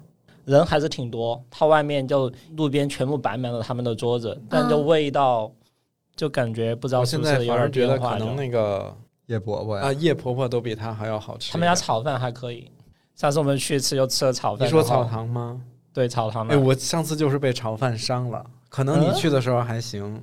[SPEAKER 1] 人还是挺多。它外面就路边全部摆满了他们的桌子，但就
[SPEAKER 2] 嗯
[SPEAKER 1] 味道就感觉不知道
[SPEAKER 3] 我
[SPEAKER 1] 是
[SPEAKER 3] 现
[SPEAKER 1] 不
[SPEAKER 3] 在
[SPEAKER 1] 是
[SPEAKER 3] 反
[SPEAKER 1] 有
[SPEAKER 3] 而
[SPEAKER 1] 点
[SPEAKER 3] 觉得
[SPEAKER 1] 变
[SPEAKER 3] 可
[SPEAKER 1] 化了
[SPEAKER 3] 能。那个
[SPEAKER 4] 叶伯伯呀，
[SPEAKER 3] 啊叶婆婆都比它还要好吃一点。
[SPEAKER 1] 他们家炒饭还可以，上次我们去吃就吃了炒饭。
[SPEAKER 3] 你说
[SPEAKER 1] 然后
[SPEAKER 3] 草？堂吗？
[SPEAKER 1] 对，草堂
[SPEAKER 3] 哎，
[SPEAKER 1] 的。
[SPEAKER 3] 我上次就是被炒饭伤了，可能你
[SPEAKER 1] 嗯
[SPEAKER 3] 去的时候还行，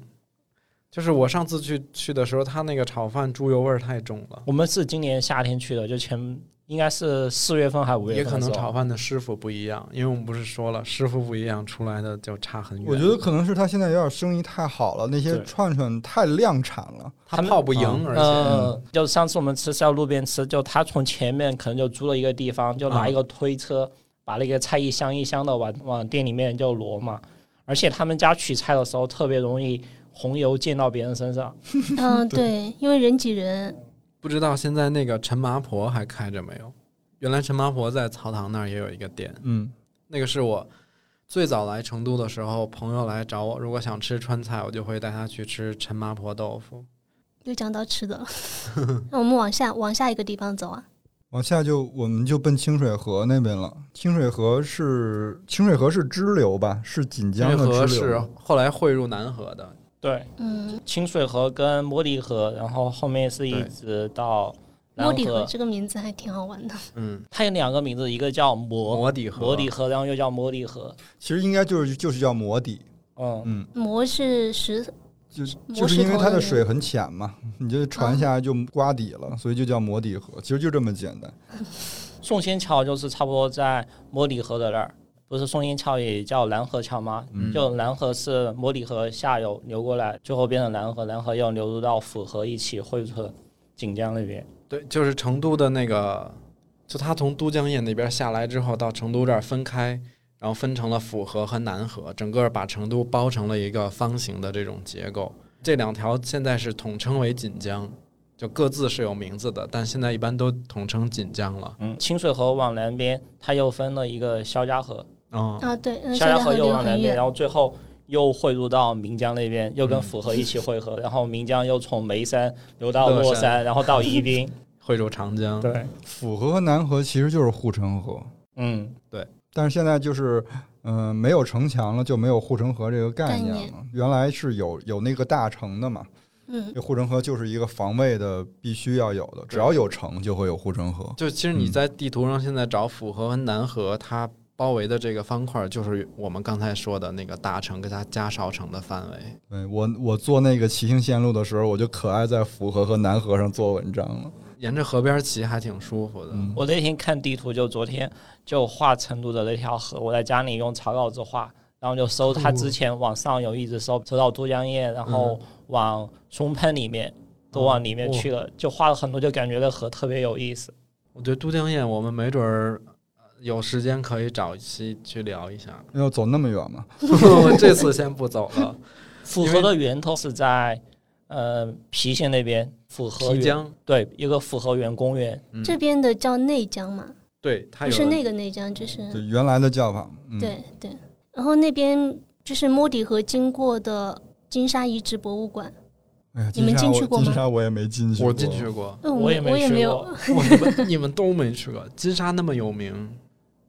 [SPEAKER 3] 就是我上次去去的时候，他那个炒饭猪油味儿太重了，
[SPEAKER 1] 我们是今年夏天去的，就前应该是四月份还是五月
[SPEAKER 3] 也
[SPEAKER 1] 份
[SPEAKER 3] 可
[SPEAKER 1] 的时
[SPEAKER 3] 能
[SPEAKER 1] 候
[SPEAKER 3] 炒饭的师傅不一样，因为我们不是说了，师傅不一样出来的就差很远。
[SPEAKER 4] 我觉得可能是他现在有点生意太好了，那些
[SPEAKER 1] 对
[SPEAKER 4] 串串太量产了。
[SPEAKER 3] 他
[SPEAKER 1] 他们
[SPEAKER 3] 泡不赢，
[SPEAKER 4] 嗯
[SPEAKER 3] 而且
[SPEAKER 1] 嗯，就上次我们吃是要路边吃，就他从前面可能就租了一个地方，就拿一个推车、把那个菜一箱一箱的往往店里面就摞嘛。而且他们家取菜的时候特别容易红油溅到别人身上，
[SPEAKER 2] 嗯，对，因为人挤人。
[SPEAKER 3] 不知道现在那个陈麻婆还开着没有？原来陈麻婆在草堂那儿也有一个店，
[SPEAKER 4] 嗯，
[SPEAKER 3] 那个是我最早来成都的时候，朋友来找我，如果想吃川菜，我就会带他去吃陈麻婆豆腐。
[SPEAKER 2] 又讲到吃的了，那我们往下往下一个地方走啊。
[SPEAKER 4] 往下就我们就奔清水河那边了。清水河是清水河是支流吧？是锦江
[SPEAKER 3] 清水河
[SPEAKER 4] 的支
[SPEAKER 3] 是啊
[SPEAKER 4] 流。
[SPEAKER 3] 后来汇入南河的，
[SPEAKER 1] 对，
[SPEAKER 2] 嗯，
[SPEAKER 1] 清水河跟摩的河，然后后面是一
[SPEAKER 3] 对
[SPEAKER 1] 直到
[SPEAKER 2] 摸
[SPEAKER 1] 南
[SPEAKER 2] 底河
[SPEAKER 1] 河，
[SPEAKER 2] 这个名字还挺好玩的。
[SPEAKER 3] 嗯，
[SPEAKER 1] 它有两个名字，一个叫摩
[SPEAKER 3] 摩底河，
[SPEAKER 1] 摩的河，然后又叫摩的河，
[SPEAKER 4] 其实应该就是就是叫磨底，
[SPEAKER 1] 嗯，
[SPEAKER 4] 嗯，
[SPEAKER 2] 磨是石，
[SPEAKER 4] 就
[SPEAKER 2] 磨
[SPEAKER 4] 就是
[SPEAKER 2] 石
[SPEAKER 4] 因为
[SPEAKER 2] 头
[SPEAKER 4] 它的
[SPEAKER 2] 那
[SPEAKER 4] 水很浅嘛，你就船下来就刮底了，所以就叫磨底
[SPEAKER 2] 嗯
[SPEAKER 4] 河。其实就这么简单。
[SPEAKER 1] 宋仙桥就是差不多在摩的河的那儿，不是宋仙桥也叫南河桥吗？
[SPEAKER 4] 嗯，
[SPEAKER 1] 就南河是摩底河下游流过来，最后变成南河，南河又流入到府河一起汇成锦江那边。
[SPEAKER 3] 对，就是成都的那个，就它从都江堰那边下来之后，到成都这儿分开，然后分成了府河和南河，整个把成都包成了一个方形的这种结构。这两条现在是统称为锦江，就各自是有名字的，但现在一般都统称锦江了。
[SPEAKER 1] 嗯，清水河往南边，它又分了一个肖家河，
[SPEAKER 3] 嗯，
[SPEAKER 2] 啊，对，嗯，
[SPEAKER 1] 肖
[SPEAKER 2] 现在
[SPEAKER 1] 河
[SPEAKER 2] 河
[SPEAKER 1] 又
[SPEAKER 2] 流
[SPEAKER 1] 往南
[SPEAKER 2] 很
[SPEAKER 1] 边，
[SPEAKER 2] 远
[SPEAKER 1] 然。后最后又汇入到岷江那边，又跟
[SPEAKER 3] 嗯
[SPEAKER 1] 府河一起汇合，然后岷江又从眉山流到
[SPEAKER 3] 乐
[SPEAKER 1] 乐
[SPEAKER 3] 山
[SPEAKER 1] 山，然后到宜宾。
[SPEAKER 3] 汇入长江。
[SPEAKER 1] 对，
[SPEAKER 4] 府河和南河其实就是护城河，
[SPEAKER 1] 嗯，
[SPEAKER 4] 但是现在就是，嗯、没有城墙了，就没有护城河这个概念了。
[SPEAKER 2] 概
[SPEAKER 4] 原来是有有那个大城的嘛，
[SPEAKER 2] 嗯，
[SPEAKER 4] 这护城河就是一个防卫的必须要有的，只要有城就会有护城河。
[SPEAKER 3] 就其实你
[SPEAKER 4] 嗯
[SPEAKER 3] 在地图上现在找府河和南河，它包围的这个方块，就是我们刚才说的那个大城跟它加少城的范围。
[SPEAKER 4] 对我，我做那个骑行线路的时候，我就可爱在府河和南河上做文章了。
[SPEAKER 3] 沿着河边骑还挺舒服的。
[SPEAKER 4] 嗯，
[SPEAKER 1] 我那天看地图，就昨天就画成都的那条河，我在家里用草稿纸画，然后就搜它
[SPEAKER 3] 哦
[SPEAKER 1] 之前往上游一直搜，搜到都江堰，然
[SPEAKER 3] 嗯
[SPEAKER 1] 后往松潘里面，都往里
[SPEAKER 3] 哦
[SPEAKER 1] 面去了，就画了很多，就感觉那河特别有意思。
[SPEAKER 3] 我觉得都江堰，我们没准儿呃有时间可以找一期去聊一 下。
[SPEAKER 4] 要走那么远吗？
[SPEAKER 3] 我这次先不走了，
[SPEAKER 1] 府
[SPEAKER 3] 因
[SPEAKER 1] 河
[SPEAKER 3] 为
[SPEAKER 1] 的源头是在呃郫县那边，府河
[SPEAKER 3] 皮
[SPEAKER 1] 源
[SPEAKER 3] 江
[SPEAKER 1] 对一个府河园公园，
[SPEAKER 3] 嗯
[SPEAKER 2] 这边的叫内江嘛，
[SPEAKER 3] 对它
[SPEAKER 2] 不
[SPEAKER 3] 有
[SPEAKER 2] 是那个内江，就是
[SPEAKER 4] 就原来的叫法，嗯、
[SPEAKER 2] 对对。然后那边就是摸底河经过的金沙遗址博物馆，
[SPEAKER 4] 哎呀，
[SPEAKER 2] 你们
[SPEAKER 4] 金
[SPEAKER 2] 进
[SPEAKER 4] 沙
[SPEAKER 2] 去
[SPEAKER 4] 我
[SPEAKER 2] 过
[SPEAKER 4] 金
[SPEAKER 2] 吗
[SPEAKER 4] 沙我也没进去，
[SPEAKER 3] 我进去。过，
[SPEAKER 2] 嗯，
[SPEAKER 1] 我
[SPEAKER 2] 我
[SPEAKER 1] 也没
[SPEAKER 2] 我也
[SPEAKER 1] 去
[SPEAKER 2] 没有
[SPEAKER 1] 过。
[SPEAKER 3] 我你们你们都没去过，金沙那么有名，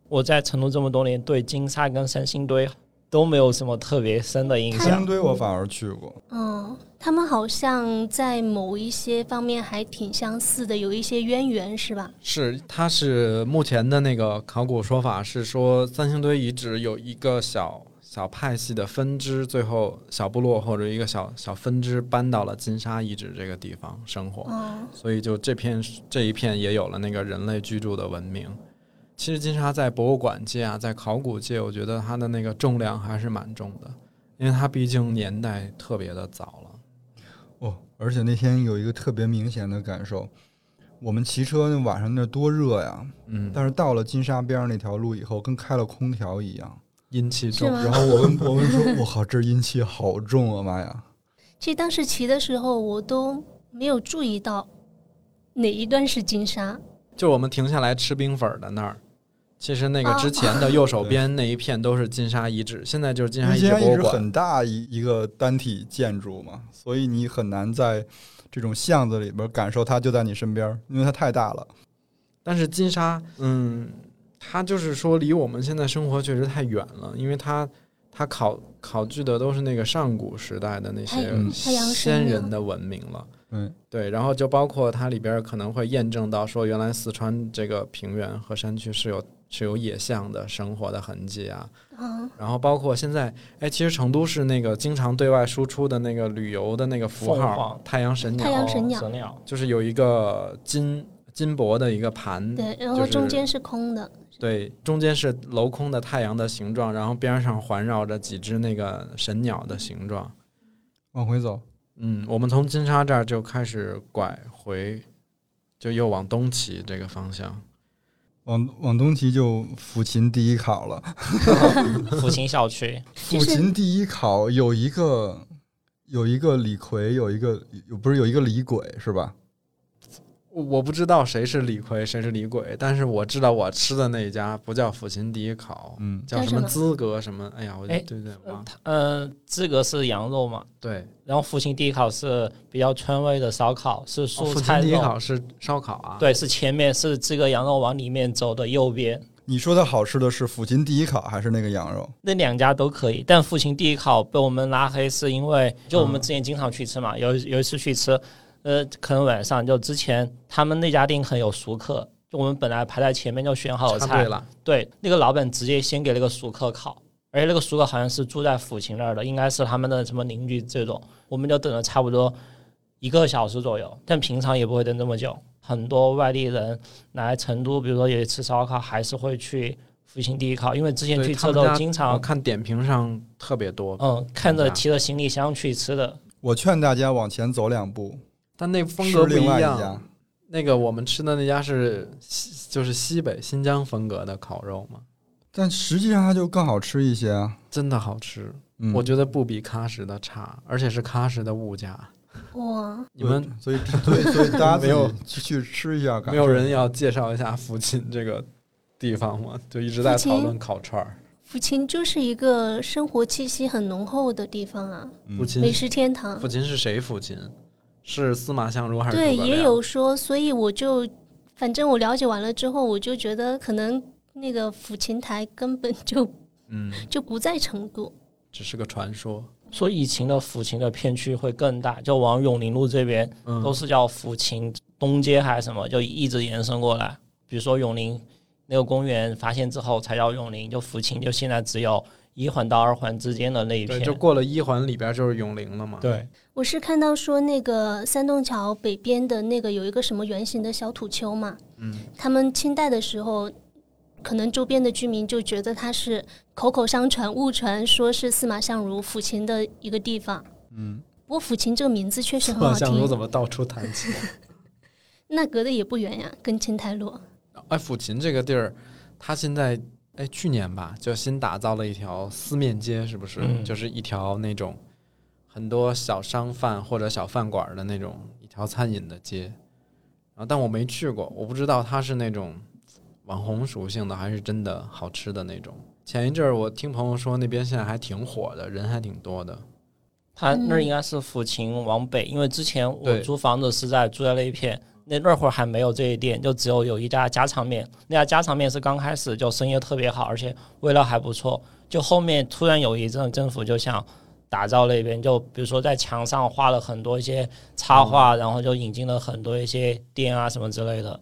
[SPEAKER 1] 我在成都这么多年，对金沙跟三星堆都没有什么特别深的印
[SPEAKER 4] 三
[SPEAKER 1] 象
[SPEAKER 4] 星。堆我反而去过，
[SPEAKER 2] 嗯，他们好像在某一些方面还挺相似的，有一些渊源，是吧？
[SPEAKER 3] 是它是目前的那个考古说法是说三星堆遗址有一个小小派系的分支，最后小部落或者一个小小分支搬到了金沙遗址这个地方生活，
[SPEAKER 2] 嗯，
[SPEAKER 3] 所以就这片这一片也有了那个人类居住的文明。其实金沙在博物馆界啊，在考古界，我觉得它的那个重量还是蛮重的，因为它毕竟年代特别的早了。
[SPEAKER 4] 哦，而且那天有一个特别明显的感受，我们骑车那晚上那多热呀，
[SPEAKER 3] 嗯，
[SPEAKER 4] 但是到了金沙边上那条路以后，跟开了空调一样。
[SPEAKER 3] 阴气
[SPEAKER 2] 是
[SPEAKER 3] 重，
[SPEAKER 2] 吗
[SPEAKER 4] 然？后我跟博文说：“我靠，这阴气好重啊，妈呀
[SPEAKER 2] 其实当时骑的时候，我都没有注意到哪一段是金沙。
[SPEAKER 3] 就我们停下来吃冰粉儿的那儿，其实那个
[SPEAKER 2] 哦
[SPEAKER 3] 之前的右手边那一片都是金沙遗址，现在就是！”金
[SPEAKER 4] 因
[SPEAKER 3] 沙
[SPEAKER 4] 为
[SPEAKER 3] 遗
[SPEAKER 4] 金
[SPEAKER 3] 址
[SPEAKER 4] 沙
[SPEAKER 3] 博
[SPEAKER 4] 一
[SPEAKER 3] 物
[SPEAKER 4] 直
[SPEAKER 3] 馆。
[SPEAKER 4] 很大一一个单体建筑嘛，所以你很难在这种巷子里边感受它就在你身边，因为它太大了。
[SPEAKER 3] 但是金沙，嗯，它就是说离我们现在生活确实太远了，因为它它考考据的都是那个上古时代的那
[SPEAKER 2] 太
[SPEAKER 3] 些
[SPEAKER 4] 嗯
[SPEAKER 2] 太阳神
[SPEAKER 3] 先
[SPEAKER 2] 了
[SPEAKER 3] 人的文明了。
[SPEAKER 4] 嗯，
[SPEAKER 3] 对，然后就包括它里边儿可能会验证到说，原来四川这个平原和山区是有是有野象的生活的痕迹啊。
[SPEAKER 2] 嗯，
[SPEAKER 3] 然后包括现在，哎，其实成都是那个经常对外输出的那个旅游的那个符
[SPEAKER 1] 凤
[SPEAKER 3] 号
[SPEAKER 1] 凰
[SPEAKER 3] ——太阳神
[SPEAKER 2] 太
[SPEAKER 3] 鸟，
[SPEAKER 2] 阳神鸟
[SPEAKER 1] 哦神鸟，
[SPEAKER 3] 就是有一个金金箔的一个盘，
[SPEAKER 2] 对，然
[SPEAKER 3] 嗯就
[SPEAKER 2] 后
[SPEAKER 3] 是
[SPEAKER 2] 中间是空的，
[SPEAKER 3] 对，中间是镂空的太阳的形状，然后边上环绕着几只那个神鸟的形状。
[SPEAKER 4] 往回走，
[SPEAKER 3] 嗯，我们从金沙这儿就开始拐回，就又往东骑这个方向。
[SPEAKER 4] 往往东骑就抚琴第一考了。
[SPEAKER 1] 福清校区，
[SPEAKER 2] 就
[SPEAKER 4] 抚
[SPEAKER 2] 是
[SPEAKER 4] 琴第一考有一个有一个李逵，有一个有不是有一个李鬼是吧？
[SPEAKER 3] 我不知道谁是李逵，谁是李鬼，但是我知道我吃的那一家不叫抚琴第一烤，
[SPEAKER 4] 嗯，
[SPEAKER 3] 叫
[SPEAKER 2] 叫
[SPEAKER 3] 什
[SPEAKER 2] 什
[SPEAKER 3] 么
[SPEAKER 2] 么呃
[SPEAKER 3] 资格什么？哎呀，我就
[SPEAKER 1] 哎
[SPEAKER 3] 对对忘了。
[SPEAKER 1] 嗯、资格是羊肉嘛，
[SPEAKER 3] 对，哦
[SPEAKER 1] 然后福清第一烤是比较川味的烧烤，是
[SPEAKER 3] 哦
[SPEAKER 1] 蔬
[SPEAKER 3] 抚
[SPEAKER 1] 菜
[SPEAKER 3] 琴第一
[SPEAKER 1] 肉，
[SPEAKER 3] 烤是烧烤啊。，
[SPEAKER 1] 对，是前面是这个羊肉往里面走的右边，
[SPEAKER 4] 你说的好吃的是抚琴第一考还是那个羊肉？
[SPEAKER 1] 那两家都可以，但复兴第一烤被我们拉黑，是因为就我们之前经常去吃嘛，有有一次去吃，呃，可能晚上就之前他们那家店很有熟客，就我们本来排在前面就选好了
[SPEAKER 3] 插
[SPEAKER 1] 菜
[SPEAKER 3] 队，了。
[SPEAKER 1] 对，那个老板直接先给了个熟客烤，而且那个熟客好像是住在抚琴那儿的，应该是他们的什么邻居这种，我们就等了差不多一个小时左右，但平常也不会等这么久。很多外地人来成都，比如说也吃烧烤，还是会去复兴第一烤，因为之前
[SPEAKER 3] 对
[SPEAKER 1] 去
[SPEAKER 3] 他
[SPEAKER 1] 吃
[SPEAKER 3] 们
[SPEAKER 1] 都
[SPEAKER 3] 家
[SPEAKER 1] 经
[SPEAKER 3] 我
[SPEAKER 1] 常
[SPEAKER 3] 看点评上特别多，
[SPEAKER 1] 嗯看
[SPEAKER 3] 评
[SPEAKER 1] 着
[SPEAKER 3] 价
[SPEAKER 1] 提着行李箱去吃的，
[SPEAKER 4] 我劝大家往前走两步，
[SPEAKER 3] 但那风
[SPEAKER 4] 吃
[SPEAKER 3] 格不
[SPEAKER 4] 另外一
[SPEAKER 3] 样
[SPEAKER 4] 家。。
[SPEAKER 3] 那个我们吃的那家是西，就是西北新疆风格的烤肉嘛，
[SPEAKER 4] 但实际上它就更好吃一些啊。
[SPEAKER 3] 真的好吃，
[SPEAKER 4] 嗯，
[SPEAKER 3] 我觉得不比喀什的差，而且是喀什的物价。
[SPEAKER 2] 哇，
[SPEAKER 3] 你们
[SPEAKER 4] 所以所以所以大家
[SPEAKER 3] 没有
[SPEAKER 4] 自己去去吃一下，感
[SPEAKER 3] 没
[SPEAKER 4] 受
[SPEAKER 3] 有
[SPEAKER 4] 一下
[SPEAKER 3] 人要介绍一下附近这个地方吗？就一直在
[SPEAKER 2] 附近
[SPEAKER 3] 讨论烤串儿，
[SPEAKER 2] 抚琴就是一个生活气息很浓厚的地方啊，
[SPEAKER 4] 嗯
[SPEAKER 3] 附
[SPEAKER 2] 美
[SPEAKER 3] 近
[SPEAKER 2] 食天堂
[SPEAKER 3] 附。近是谁附近？是司马相如还是
[SPEAKER 2] 对，
[SPEAKER 3] 诸葛
[SPEAKER 2] 也
[SPEAKER 3] 亮
[SPEAKER 2] 有说，所以我就，反正我了解完了之后，我就觉得可能那个抚琴台根本就
[SPEAKER 3] 嗯，
[SPEAKER 2] 就不在成都。
[SPEAKER 3] 只是个传说。
[SPEAKER 1] 说以前的抚琴的片区会更大，就往永宁路这边
[SPEAKER 3] 嗯，
[SPEAKER 1] 都是叫抚琴东街还是什么，就一直延伸过来。比如说永宁那个公园发现之后才叫永宁，就抚琴就现在只有一环到二环之间的那一
[SPEAKER 3] 对，
[SPEAKER 1] 片。
[SPEAKER 3] 就过了一环里边就是永陵了嘛。，
[SPEAKER 1] 对
[SPEAKER 2] 我是看到说那个三洞桥北边的那个有一个什么圆形的小土丘嘛，
[SPEAKER 3] 嗯，
[SPEAKER 2] 他们清代的时候，可能周边的居民就觉得它是口口相传、误传，说是司马相如抚琴的一个地方。
[SPEAKER 4] 嗯，
[SPEAKER 2] 不过抚琴这个名字确实
[SPEAKER 3] 司
[SPEAKER 2] 很
[SPEAKER 3] 马
[SPEAKER 2] 好
[SPEAKER 3] 相如怎
[SPEAKER 2] 听，
[SPEAKER 3] 么到处弹琴？
[SPEAKER 2] 那隔得也不远呀，跟琴台路。
[SPEAKER 3] 哎，抚琴这个地儿，他现在哎去年吧，就新打造了一条四面街，是不是？
[SPEAKER 1] 嗯
[SPEAKER 3] 就是一条那种很多小商贩或者小饭馆的那种一条餐饮的街。然后，但我没去过，我不知道它是那种网红属性的，还是真的好吃的那种。前一阵儿我听朋友说，那边现在还挺火的，人还挺多的。
[SPEAKER 1] 他那
[SPEAKER 2] 嗯
[SPEAKER 1] 儿应该是抚琴往北，因为之前我
[SPEAKER 3] 对
[SPEAKER 1] 租房子是在住在那一片，那那会儿还没有这一店，就只有有一家家常面，那家家常面是刚开始就生意特别好，而且味道还不错。就后面突然有一阵政府就想打造那边，就比如说在墙上画了很多一些插画，然后就引进了很多一些店啊什么之类的。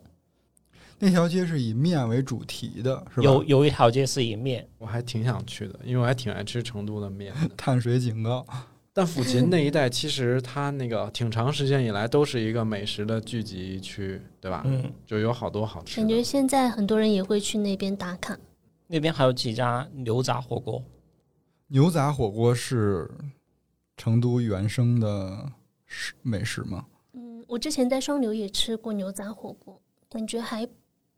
[SPEAKER 4] 那条街是以面为主题的，是吧？
[SPEAKER 1] 有有一条街是一面，
[SPEAKER 3] 我还挺想去的，因为我还挺爱吃成都的面的。
[SPEAKER 4] 碳水警告，
[SPEAKER 3] 但抚琴那一带，其实它那个挺长时间以来都是一个美食的聚集区，对吧？
[SPEAKER 1] 嗯，
[SPEAKER 3] 就有好多好吃
[SPEAKER 2] 感觉
[SPEAKER 3] 的。
[SPEAKER 2] 现在很多人也会去那边打卡。
[SPEAKER 1] 那边还有几家牛杂火锅，
[SPEAKER 4] 牛杂火锅是成都原生的食美食吗？
[SPEAKER 2] 嗯，我之前在双流也吃过牛杂火锅，感觉还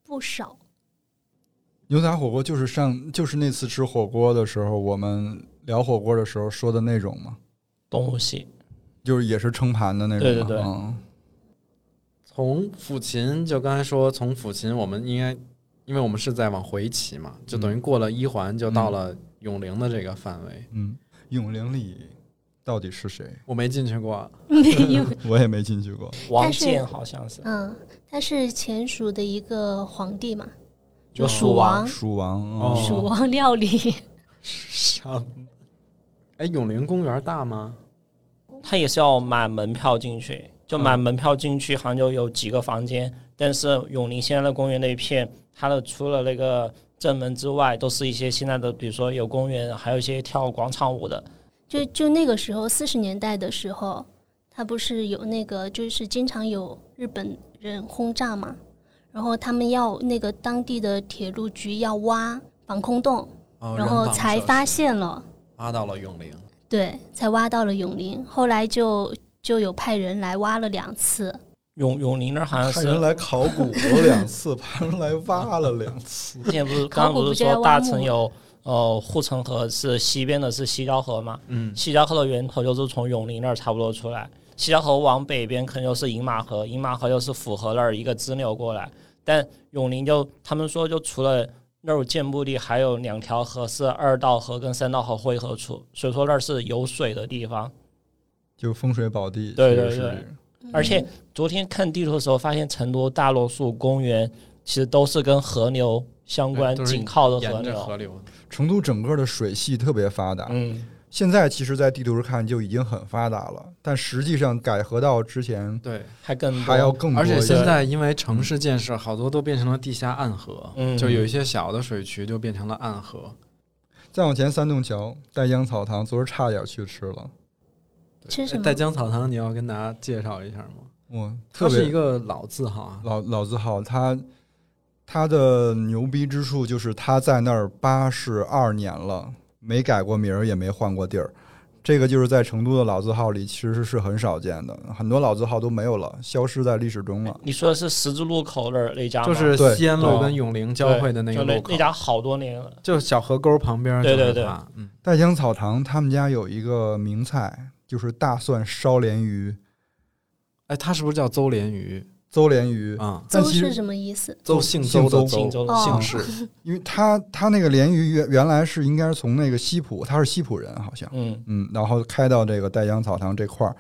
[SPEAKER 2] 不少。
[SPEAKER 4] 牛杂火锅就是上就是那次吃火锅的时候，我们聊火锅的时候说的那种吗？
[SPEAKER 1] 东湖西。
[SPEAKER 4] 就是也是撑盘的那种吗。
[SPEAKER 1] 对对对
[SPEAKER 4] 嗯
[SPEAKER 3] 从抚琴，就刚才说，从抚琴我们应该，因为我们是在往回骑嘛，就等于过了一环，就到了永陵的这个范围。
[SPEAKER 4] 嗯，永陵里到底是谁？
[SPEAKER 3] 我没进去过，
[SPEAKER 2] 没有，
[SPEAKER 4] 我也没进去过。
[SPEAKER 1] 王
[SPEAKER 2] 但是
[SPEAKER 1] 建好像是，
[SPEAKER 2] 嗯，他是前蜀的一个皇帝嘛，就
[SPEAKER 1] 有蜀王
[SPEAKER 2] 王，
[SPEAKER 4] 蜀王
[SPEAKER 3] 啊哦
[SPEAKER 2] 蜀王料理。
[SPEAKER 3] 上。哎，永陵公园大吗？
[SPEAKER 1] 他也是要买门票进去，就买门票进去，好像就有几个房间。但是永陵现在的公园那一片，它的除了那个正门之外，都是一些现在的，比如说有公园，还有一些跳广场舞的。
[SPEAKER 2] 就就那个时候，四十年代的时候，他不是有那个，就是经常有日本人轰炸嘛，然后他们要那个当地的铁路局要挖防空洞，
[SPEAKER 3] 哦
[SPEAKER 2] 然后才发，
[SPEAKER 3] 人
[SPEAKER 2] 现了，
[SPEAKER 3] 防设施挖到了永陵。
[SPEAKER 2] 对，才挖到了永陵。后来就就有派人来挖了两次，
[SPEAKER 1] 永永陵那儿好像
[SPEAKER 4] 派
[SPEAKER 1] 啊是
[SPEAKER 4] 人来考古了两次， 派人来挖了两次。
[SPEAKER 1] 之前不是刚
[SPEAKER 2] 考
[SPEAKER 1] 刚
[SPEAKER 2] 古
[SPEAKER 1] 不
[SPEAKER 2] 不
[SPEAKER 1] 是
[SPEAKER 2] 就要
[SPEAKER 1] 说大
[SPEAKER 2] 挖墓
[SPEAKER 1] 城
[SPEAKER 2] 吗
[SPEAKER 1] 有呃护城河是西边的是西郊河嘛？
[SPEAKER 3] 嗯，
[SPEAKER 1] 西郊河的源头就是从永陵那儿差不多出来，西郊河往北边可能就是饮马河，饮马河又是府河那儿一个支流过来。但永陵就他们说，就除了那儿有建墓地，还有两条河是二道河跟三道河汇合处，所以说那儿是有水的地方。
[SPEAKER 4] 就风水宝地，
[SPEAKER 1] 对对
[SPEAKER 4] 其实是
[SPEAKER 1] 对而且
[SPEAKER 2] 嗯
[SPEAKER 1] 昨天看地图的时候，发现成都大多数公园其实都是跟河流相关，
[SPEAKER 3] 哎都是
[SPEAKER 1] 紧靠着河
[SPEAKER 3] 沿着
[SPEAKER 1] 流。
[SPEAKER 3] 河流。
[SPEAKER 4] 成都整个的水系特别发达。
[SPEAKER 1] 嗯，
[SPEAKER 4] 现在其实，在地图上看就已经很发达了，但实际上改河道之前
[SPEAKER 3] 对，
[SPEAKER 1] 还更多
[SPEAKER 4] 还要更多
[SPEAKER 3] 而
[SPEAKER 4] 一些。
[SPEAKER 3] 且现在因为城市建设，好多都变成了地下暗河，
[SPEAKER 1] 嗯
[SPEAKER 3] 就有一些小的水渠就变成了暗河。
[SPEAKER 4] 再往前三洞桥、带江草堂，昨儿差点去吃了，
[SPEAKER 2] 吃什么
[SPEAKER 3] 哎带江草堂，你要跟大家介绍一下吗？
[SPEAKER 4] 我
[SPEAKER 3] 它
[SPEAKER 4] 特
[SPEAKER 3] 是
[SPEAKER 4] 别
[SPEAKER 3] 一个老字号啊，
[SPEAKER 4] 老老字号，他他的牛逼之处就是他在那儿八十二年了，没改过名儿，也没换过地儿。这个就是在成都的老字号里，其实是很少见的，很多老字号都没有了，消失在历史中了。
[SPEAKER 1] 你说的是十字路口那儿那家吗？
[SPEAKER 3] 就是
[SPEAKER 4] 对
[SPEAKER 3] 西安路
[SPEAKER 1] 对
[SPEAKER 3] 跟永陵交汇的那
[SPEAKER 1] 对
[SPEAKER 3] 个
[SPEAKER 1] 就那
[SPEAKER 3] 路口
[SPEAKER 1] 那，家好多年了。
[SPEAKER 3] 就是小河沟旁边。
[SPEAKER 1] 对对
[SPEAKER 3] 就是它，嗯，
[SPEAKER 4] 带江草堂他们家有一个名菜，就是大蒜烧鲢鱼、
[SPEAKER 3] 哎，它是不是叫邹连鱼
[SPEAKER 4] 邹鲢鱼。
[SPEAKER 3] 啊？
[SPEAKER 4] 但
[SPEAKER 2] 邹
[SPEAKER 4] 其实
[SPEAKER 2] 是什么意思？
[SPEAKER 3] 邹姓邹的
[SPEAKER 1] 姓邹的
[SPEAKER 2] 邹
[SPEAKER 3] 姓氏，
[SPEAKER 4] 因为他他那个鲢鱼原原来是应该是从那个西浦，他是西浦人好像，
[SPEAKER 1] 嗯，
[SPEAKER 4] 嗯，然后开到这个带江草堂这块儿，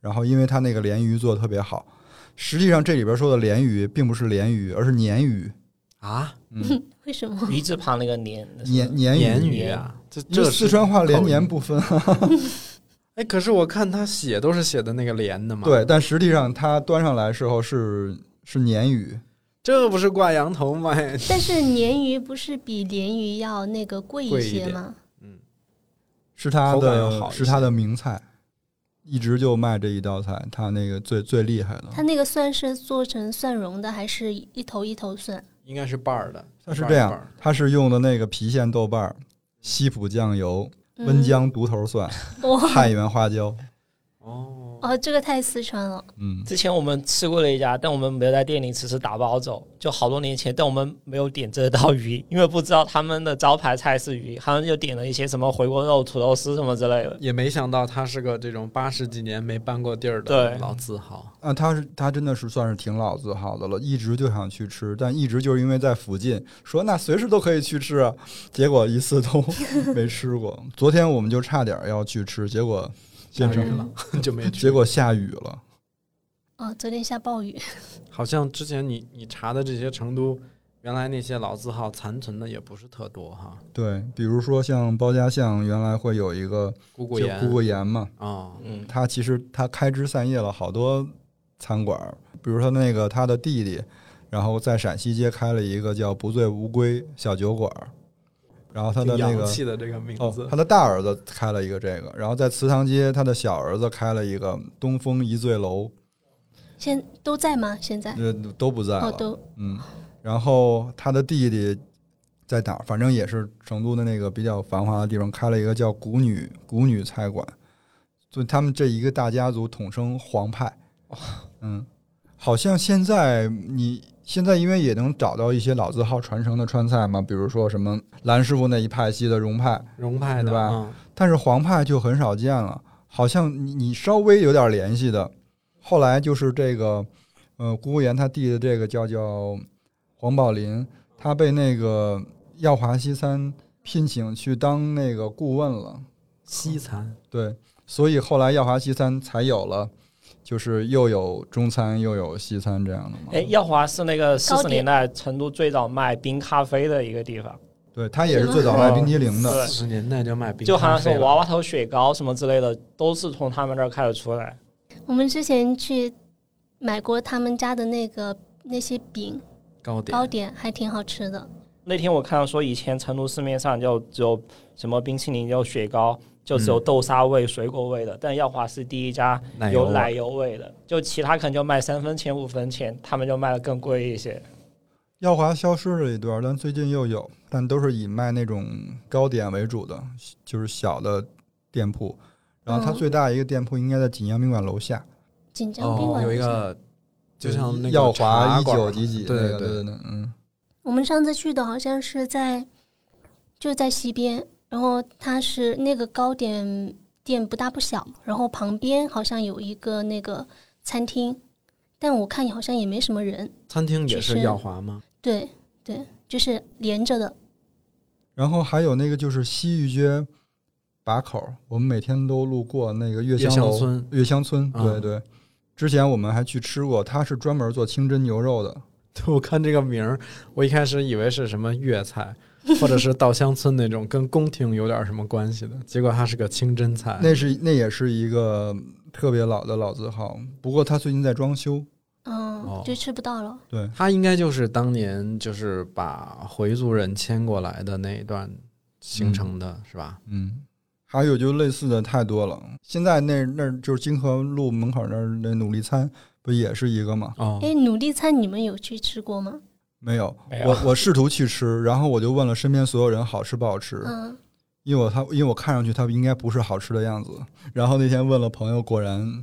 [SPEAKER 4] 然后因为他那个鲢鱼做的特别好，实际上这里边说的鲢鱼并不是鲢鱼，而是鲶鱼，
[SPEAKER 3] 啊，
[SPEAKER 4] 嗯，
[SPEAKER 2] 为什么？
[SPEAKER 1] 鱼字旁那个年
[SPEAKER 4] 鲶鲶
[SPEAKER 3] 呃鲶
[SPEAKER 4] 鱼，
[SPEAKER 3] 鱼啊，这
[SPEAKER 4] 这
[SPEAKER 3] 这
[SPEAKER 4] 四
[SPEAKER 3] 是
[SPEAKER 4] 川话连
[SPEAKER 3] 口
[SPEAKER 4] 年
[SPEAKER 3] 音
[SPEAKER 4] 不分，
[SPEAKER 3] 哎，可是我看他写都是写的那个连的嘛，
[SPEAKER 4] 对，，但实际上它端上来时候是是鲶鱼，
[SPEAKER 3] 这不是挂羊头卖，
[SPEAKER 2] 但是鲶鱼不是比鲢鱼要那个贵
[SPEAKER 3] 贵
[SPEAKER 2] 一
[SPEAKER 3] 一
[SPEAKER 2] 些
[SPEAKER 3] 点
[SPEAKER 2] 吗？
[SPEAKER 3] 嗯，
[SPEAKER 4] 是它
[SPEAKER 3] 口感要好
[SPEAKER 4] 的
[SPEAKER 3] 一
[SPEAKER 4] 是
[SPEAKER 3] 些
[SPEAKER 4] 它的名菜，一直就卖这一道菜，它那个最最厉害的，
[SPEAKER 2] 它那个蒜是做成蒜蓉的，还是一头一头 蒜？
[SPEAKER 3] 应该是瓣儿的，
[SPEAKER 4] 它是
[SPEAKER 3] 瓣儿
[SPEAKER 4] 这
[SPEAKER 3] 瓣
[SPEAKER 4] 样
[SPEAKER 3] 儿，
[SPEAKER 4] 它是用的那个郫县豆瓣儿、西浦酱油、
[SPEAKER 2] 嗯
[SPEAKER 4] 温江独头蒜、
[SPEAKER 2] 哇，
[SPEAKER 4] 汉源花椒。
[SPEAKER 3] 哦。
[SPEAKER 2] 哦，这个太四川了，
[SPEAKER 4] 嗯，
[SPEAKER 1] 之前我们吃过了一家，但我们没有在店里吃，是打包走，就好多年前，但我们没有点这道鱼，因为不知道他们的招牌菜是鱼，他们就点了一些什么回锅肉、土豆丝什么之类的。
[SPEAKER 3] 也没想到他是个这种八十几年没搬过地儿的
[SPEAKER 1] 对
[SPEAKER 3] 老字号。
[SPEAKER 4] 啊，他是他真的是算是挺老字号的了，一直就想去吃，但一直就是因为在附近，说那随时都可以去吃啊，结果一次都 没吃过。昨天我们就差点要去吃，结果变
[SPEAKER 3] 下雨
[SPEAKER 4] 成
[SPEAKER 3] 了就没去。
[SPEAKER 4] 结果下雨了，
[SPEAKER 2] 哦，昨天下暴雨，
[SPEAKER 3] 好像之前你你查的这些成都原来那些老字号残存的也不是特多哈。
[SPEAKER 4] 对，比如说像包家巷，原来会有一个
[SPEAKER 3] 姑姑
[SPEAKER 4] 就
[SPEAKER 3] 岩
[SPEAKER 4] 姑姑岩嘛，
[SPEAKER 3] 啊，
[SPEAKER 1] 嗯，
[SPEAKER 4] 它其实它开枝散叶了好多餐馆儿，比如说那个他的弟弟，然后在陕西街开了一个叫“不醉无归”小酒馆儿，然后他的
[SPEAKER 3] 挺
[SPEAKER 4] 那
[SPEAKER 3] 洋
[SPEAKER 4] 个
[SPEAKER 3] 气的这个名
[SPEAKER 4] 哦
[SPEAKER 3] 字，
[SPEAKER 4] 他的大儿子开了一个这个，然后在祠堂街他的小儿子开了一个东风一醉楼，
[SPEAKER 2] 现都在吗？现在
[SPEAKER 4] 呃都不在了，
[SPEAKER 2] 哦，都
[SPEAKER 4] 嗯，然后他的弟弟在哪儿？反正也是成都的那个比较繁华的地方，开了一个叫古女古女菜馆，所以他们这一个大家族统称黄派。
[SPEAKER 3] 哦
[SPEAKER 4] 嗯，好像现在你现在因为也能找到一些老字号传承的川菜嘛，比如说什么蓝师傅那一派系的蓉派，
[SPEAKER 3] 荣派
[SPEAKER 4] 是
[SPEAKER 3] 的
[SPEAKER 4] 吧
[SPEAKER 3] 嗯
[SPEAKER 4] 但是黄派就很少见了，好像你你稍微有点联系的，后来就是这个，呃，姑姑岩他弟的这个叫叫黄宝林，他被那个耀华西餐聘请去当那个顾问了，
[SPEAKER 3] 西餐
[SPEAKER 4] 对，所以后来耀华西餐才有了，就是又有中餐又有西餐这样的嘛。
[SPEAKER 1] 哎，耀华是那个四
[SPEAKER 2] 糕
[SPEAKER 1] 十
[SPEAKER 2] 点
[SPEAKER 1] 年代成都最早卖冰咖啡的一个地方，
[SPEAKER 4] 对，他也是最早卖冰激凌的。
[SPEAKER 1] 对
[SPEAKER 3] 四十年代就嗯卖冰
[SPEAKER 1] 就好像
[SPEAKER 3] 咖
[SPEAKER 1] 什
[SPEAKER 3] 啡
[SPEAKER 1] 么
[SPEAKER 3] 了
[SPEAKER 1] 娃娃头雪糕什么之类的，都是从他们那儿开始出来。
[SPEAKER 2] 我们之前去买过他们家的那个那些饼
[SPEAKER 3] 糕点
[SPEAKER 2] 糕点，还挺好吃的。
[SPEAKER 1] 那天我看到说，以前成都市面上就只有什么冰淇淋，就雪糕，就只有豆沙味、水果味的，但耀华是第一家
[SPEAKER 3] 嗯奶油
[SPEAKER 1] 有
[SPEAKER 3] 味
[SPEAKER 1] 奶油味的，就其他可能就卖三分钱、五分钱，他们就卖的更贵一些。
[SPEAKER 4] 耀华消失了一段儿，但最近又有，但都是以卖那种糕点为主的，就是小的店铺。然后它
[SPEAKER 2] 嗯
[SPEAKER 4] 最大一个店铺应该在锦江宾馆楼下，
[SPEAKER 2] 锦江宾
[SPEAKER 3] 哦，
[SPEAKER 2] 馆
[SPEAKER 3] 有一个就像那个
[SPEAKER 4] 嗯耀华
[SPEAKER 3] 茶
[SPEAKER 4] 一
[SPEAKER 3] 馆
[SPEAKER 4] 九
[SPEAKER 3] 嘛
[SPEAKER 4] 几几那
[SPEAKER 3] 对
[SPEAKER 4] 个，
[SPEAKER 3] 对
[SPEAKER 4] 对对，嗯，
[SPEAKER 2] 我们上次去的好像是在就在西边，然后它是那个糕点店不大不小，然后旁边好像有一个那个餐厅，但我看好像也没什么人。
[SPEAKER 3] 餐厅也
[SPEAKER 2] 就是是
[SPEAKER 3] 耀华吗？
[SPEAKER 2] 对对，就是连着的。
[SPEAKER 4] 然后还有那个就是西域街把口儿，我们每天都路过那个月
[SPEAKER 3] 月
[SPEAKER 4] 香
[SPEAKER 3] 香
[SPEAKER 4] 楼
[SPEAKER 3] 村
[SPEAKER 4] 月香村，对
[SPEAKER 3] 嗯
[SPEAKER 4] 对。之前我们还去吃过，它是专门做清真牛肉的，
[SPEAKER 3] 对， 我看这个名儿，我一开始以为是什么粤菜，或者是稻香村那种跟宫廷有点什么关系的，结果它是个清真菜。
[SPEAKER 4] 那是那也是一个特别老的老字号，不过它最近在装修，
[SPEAKER 2] 嗯，
[SPEAKER 3] 哦
[SPEAKER 2] 就吃不到了。
[SPEAKER 4] 对。
[SPEAKER 3] 它应该就是当年就是把回族人迁过来的那一段形成的，是吧？
[SPEAKER 4] 嗯，还有就类似的太多了。现在那那儿就是金河路门口那儿那努力餐，不也是一个吗？
[SPEAKER 3] 哦，
[SPEAKER 2] 哎，努力餐你们有去吃过吗？
[SPEAKER 4] 没有，
[SPEAKER 1] 没有
[SPEAKER 4] 我我试图去吃，然后我就问了身边所有人好吃不好吃，
[SPEAKER 2] 嗯，
[SPEAKER 4] 因为我他因为我看上去它应该不是好吃的样子。然后那天问了朋友，果然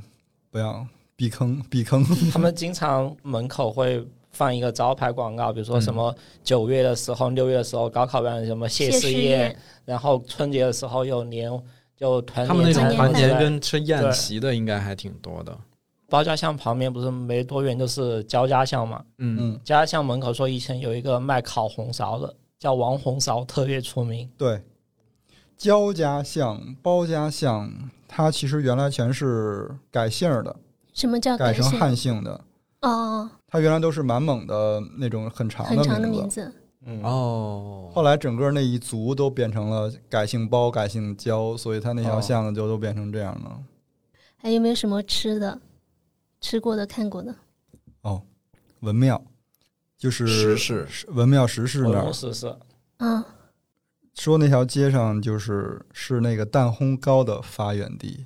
[SPEAKER 4] 不要避坑 避坑。
[SPEAKER 1] 他们经常门口会放一个招牌广告，比如
[SPEAKER 3] 嗯
[SPEAKER 1] 说什么九月的时候、六月的时候高考完什么谢
[SPEAKER 2] 谢
[SPEAKER 1] 师
[SPEAKER 2] 师
[SPEAKER 1] 宴，，然后春节的时候有年就团
[SPEAKER 3] 他们那
[SPEAKER 1] 年
[SPEAKER 3] 种
[SPEAKER 1] 餐
[SPEAKER 2] 团
[SPEAKER 3] 团
[SPEAKER 2] 年
[SPEAKER 3] 年
[SPEAKER 1] 之类的
[SPEAKER 3] 跟吃宴
[SPEAKER 1] 对
[SPEAKER 3] 席的应该还挺多的。
[SPEAKER 1] 包家巷旁边不是没多远就是焦家巷嘛，
[SPEAKER 3] 嗯，
[SPEAKER 4] 嗯，
[SPEAKER 1] 焦家巷门口说以前有一个卖烤红苕的，叫王红苕，特别出名。
[SPEAKER 4] 对，焦家巷、包家巷，它其实原来全是改姓儿的，
[SPEAKER 2] 什么叫
[SPEAKER 4] 改
[SPEAKER 2] 啊改
[SPEAKER 4] 成
[SPEAKER 2] 姓？
[SPEAKER 4] 汉姓的。
[SPEAKER 2] 哦，
[SPEAKER 4] 它原来都是满蒙的那种很长
[SPEAKER 2] 很长的
[SPEAKER 4] 的
[SPEAKER 2] 名
[SPEAKER 4] 字，
[SPEAKER 2] 字。
[SPEAKER 1] 嗯，
[SPEAKER 3] 哦，
[SPEAKER 4] 后来整个那一族都变成了改姓包、改姓焦，所以它那条
[SPEAKER 3] 哦
[SPEAKER 4] 巷子就都变成这样了。
[SPEAKER 2] 还有没有什么吃的？吃过的、看过的？
[SPEAKER 4] 文庙就是
[SPEAKER 3] 时事
[SPEAKER 4] 是文庙石室那
[SPEAKER 1] 文物
[SPEAKER 4] 儿，
[SPEAKER 1] 石室，
[SPEAKER 2] 嗯，
[SPEAKER 4] 说那条街上就是是那个蛋烘糕的发源地，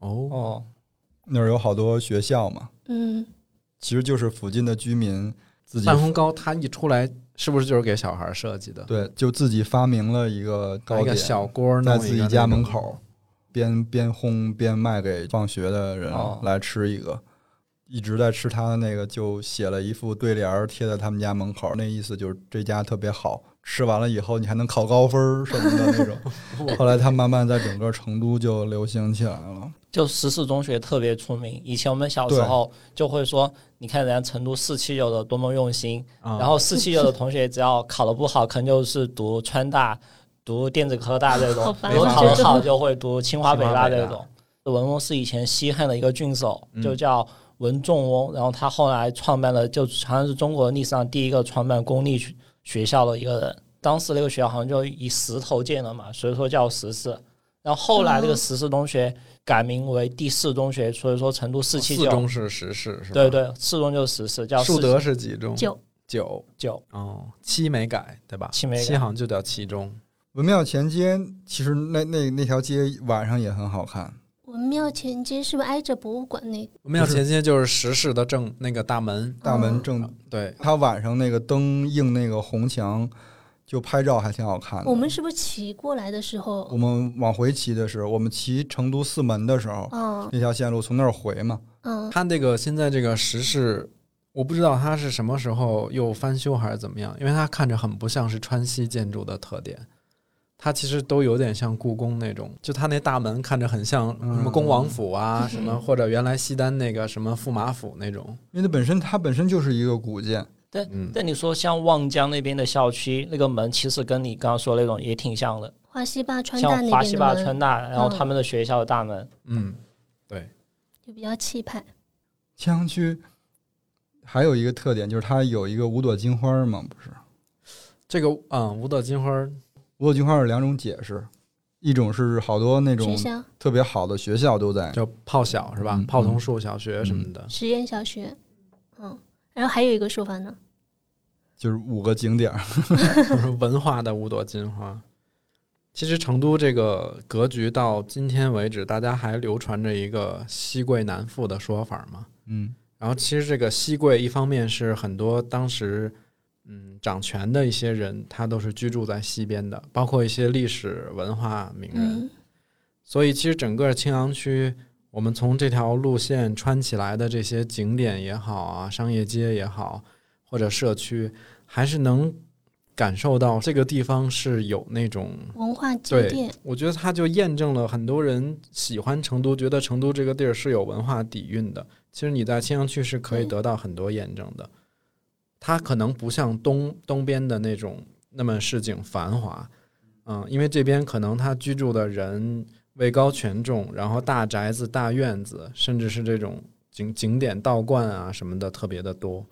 [SPEAKER 3] 哦，
[SPEAKER 1] 哦，
[SPEAKER 4] 那儿有好多学校嘛，
[SPEAKER 2] 嗯，
[SPEAKER 4] 其实就是附近的居民自己
[SPEAKER 3] 蛋烘糕它一出来是不是就是给小孩设计的？
[SPEAKER 4] 对，就自己发明了一个
[SPEAKER 3] 搞
[SPEAKER 4] 糕
[SPEAKER 3] 一个
[SPEAKER 4] 点，
[SPEAKER 3] 小锅儿弄
[SPEAKER 4] 在
[SPEAKER 3] 一个
[SPEAKER 4] 自己家门
[SPEAKER 3] 那种
[SPEAKER 4] 口。边边烘边卖给放学的人
[SPEAKER 1] 哦
[SPEAKER 4] 来吃一个。一直在吃他的那个，就写了一副对联儿贴在他们家门口，那意思就是这家特别好，吃完了以后你还能考高分儿什么 的那种。后来他慢慢在整个成都就流行起来了。
[SPEAKER 1] 就十四中学特别出名。以前我们小时
[SPEAKER 4] 对
[SPEAKER 1] 候就会说，你看人家成都四七九的多么用心，
[SPEAKER 3] 啊
[SPEAKER 1] 然后四七九的同学只要考得不好，可能就是读川大、读电子科大这
[SPEAKER 2] 好
[SPEAKER 1] 种；
[SPEAKER 2] 烦
[SPEAKER 1] 如果
[SPEAKER 3] 啊
[SPEAKER 1] 考得
[SPEAKER 3] 这
[SPEAKER 1] 好，就会读清华北大这
[SPEAKER 3] 清华
[SPEAKER 1] 种。文翁是以前西汉的一个郡守，
[SPEAKER 3] 嗯
[SPEAKER 1] 就叫文仲翁，然后他后来创办了，就好像是中国历史上第一个创办公立学学校的一个人。当时那个学校好像就以石头建的嘛，所以说叫石四。然后后来这个
[SPEAKER 2] 哦
[SPEAKER 1] 石四中学改名为第四中学，所以说成都四七
[SPEAKER 3] 四
[SPEAKER 1] 九
[SPEAKER 3] 中，是十四，是吧？
[SPEAKER 1] 对，对，四中就十四，叫
[SPEAKER 3] 树
[SPEAKER 1] 四
[SPEAKER 3] 德是几中？
[SPEAKER 2] 九
[SPEAKER 3] 九
[SPEAKER 1] 九。
[SPEAKER 3] 哦，七没改对吧？
[SPEAKER 1] 七没改
[SPEAKER 3] 七好像就叫七中。
[SPEAKER 4] 文庙前街其实那那那条街晚上也很好看，
[SPEAKER 2] 文庙前街是不是挨着博物馆那个？
[SPEAKER 3] 我们要前街就是十室的正那个大门，
[SPEAKER 4] 大门
[SPEAKER 2] 嗯
[SPEAKER 4] 正
[SPEAKER 3] 对，
[SPEAKER 4] 它晚上那个灯映那个红墙，就拍照还挺好看的。
[SPEAKER 2] 我们是不是骑过来的时
[SPEAKER 4] 嗯我
[SPEAKER 2] 候？
[SPEAKER 4] 们往回骑的时候，我们骑成都四门的时候，
[SPEAKER 2] 嗯
[SPEAKER 4] 那条线路从那儿回嘛，
[SPEAKER 2] 嗯，
[SPEAKER 3] 它这个现在这个石室，我不知道它是什么时候又翻修还是怎么样，因为它看着很不像是川西建筑的特点，它其实都有点像故宫那种，就它那大门看着很像什
[SPEAKER 4] 嗯
[SPEAKER 3] 么恭王府啊，什么或者原来西单那个什么驸马府那种，
[SPEAKER 4] 因为它本身它本身就是一个古建，
[SPEAKER 3] 嗯，
[SPEAKER 1] 但你说像望江那边的校区，那个门其实跟你刚刚说那种也挺像的，
[SPEAKER 2] 华西坝川大
[SPEAKER 1] 像华
[SPEAKER 2] 那边
[SPEAKER 1] 西
[SPEAKER 2] 的
[SPEAKER 1] 坝、
[SPEAKER 2] 门嗯
[SPEAKER 1] 川大，然后他们的学校的大门，
[SPEAKER 3] 嗯，
[SPEAKER 2] 就比较气派。
[SPEAKER 4] 邗阳区还有一个特点就是它有一个五朵金花儿嘛，不是？
[SPEAKER 3] 这个嗯，五朵金花儿
[SPEAKER 4] 五朵金花儿有两种解释，一种是好多那种
[SPEAKER 2] 学校
[SPEAKER 4] 特别好的学校都在，
[SPEAKER 3] 叫炮小是吧
[SPEAKER 4] 嗯？
[SPEAKER 3] 泡桐树小学什么的，
[SPEAKER 2] 实验小学，嗯，然后还有一个说法呢，
[SPEAKER 4] 就是五个景点儿。
[SPEAKER 3] 就是
[SPEAKER 4] 嗯
[SPEAKER 3] 文化的五朵金花。其实成都这个格局到今天为止，大家还流传着一个“西贵南富”的说法嘛。
[SPEAKER 4] 嗯
[SPEAKER 3] 然后其实这个西贵，一方面是很多当时嗯掌权的一些人，他都是居住在西边的，包括一些历史文化名人。
[SPEAKER 2] 嗯，
[SPEAKER 3] 所以其实整个青羊区，我们从这条路线穿起来的这些景点也好啊，商业街也好，或者社区，还是能感受到这个地方是有那种。
[SPEAKER 2] 文化积
[SPEAKER 3] 对
[SPEAKER 2] 淀，，
[SPEAKER 3] 我觉得它就验证了很多人喜欢成都，觉得成都这个地儿是有文化底蕴的。其实你在青羊区是可以
[SPEAKER 2] 对
[SPEAKER 3] 得到很多验证的。它可能不像东东边的那种那么市井繁华，嗯，因为这边可能他居住的人位高权重，然后大宅子、大院子，甚至是这种景景点道观啊什么的特别的多。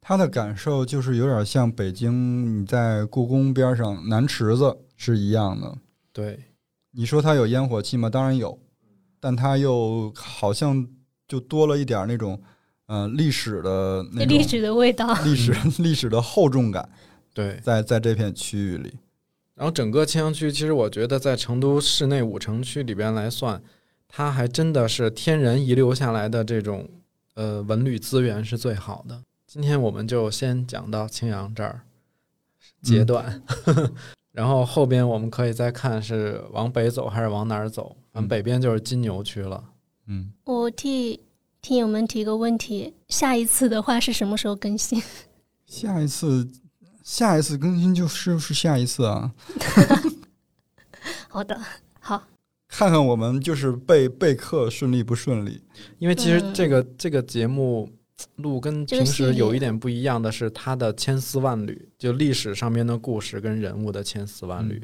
[SPEAKER 4] 它的感受就是有点像北京，你在故宫边儿上南池子是一样的。
[SPEAKER 3] 对，
[SPEAKER 4] 你说它有烟火气吗？当然有，但它又好像就多了一点儿那种，呃，历史的那种
[SPEAKER 2] 历史的味道，
[SPEAKER 4] 历史 历史的厚重感
[SPEAKER 3] 对，
[SPEAKER 4] 在在这片区域里。
[SPEAKER 3] 然后整个青羊区，其实我觉得在成都市内五城区里边来算，它还真的是天然遗留下来的这种呃文旅资源是最好的。今天我们就先讲到青羊这儿截段， 然后后边我们可以再看是往北走还是往哪儿走。反正
[SPEAKER 4] 嗯
[SPEAKER 3] 北边就是金牛区了。
[SPEAKER 4] 嗯，
[SPEAKER 2] 我替听友们提个问题，下一次的话是什么时候更新？
[SPEAKER 4] 下一次下一次更新就是就是下一次啊，
[SPEAKER 2] 好的，好，
[SPEAKER 4] 看看我们就是备备课顺利不顺利。
[SPEAKER 3] 因为其实
[SPEAKER 2] 嗯
[SPEAKER 3] 这个、这个节目录跟
[SPEAKER 2] 这个
[SPEAKER 3] 平时
[SPEAKER 2] 系
[SPEAKER 3] 有
[SPEAKER 2] 列
[SPEAKER 3] 一点不一样的是，它的千丝万缕，就历史上面的故事跟人物的千丝万缕。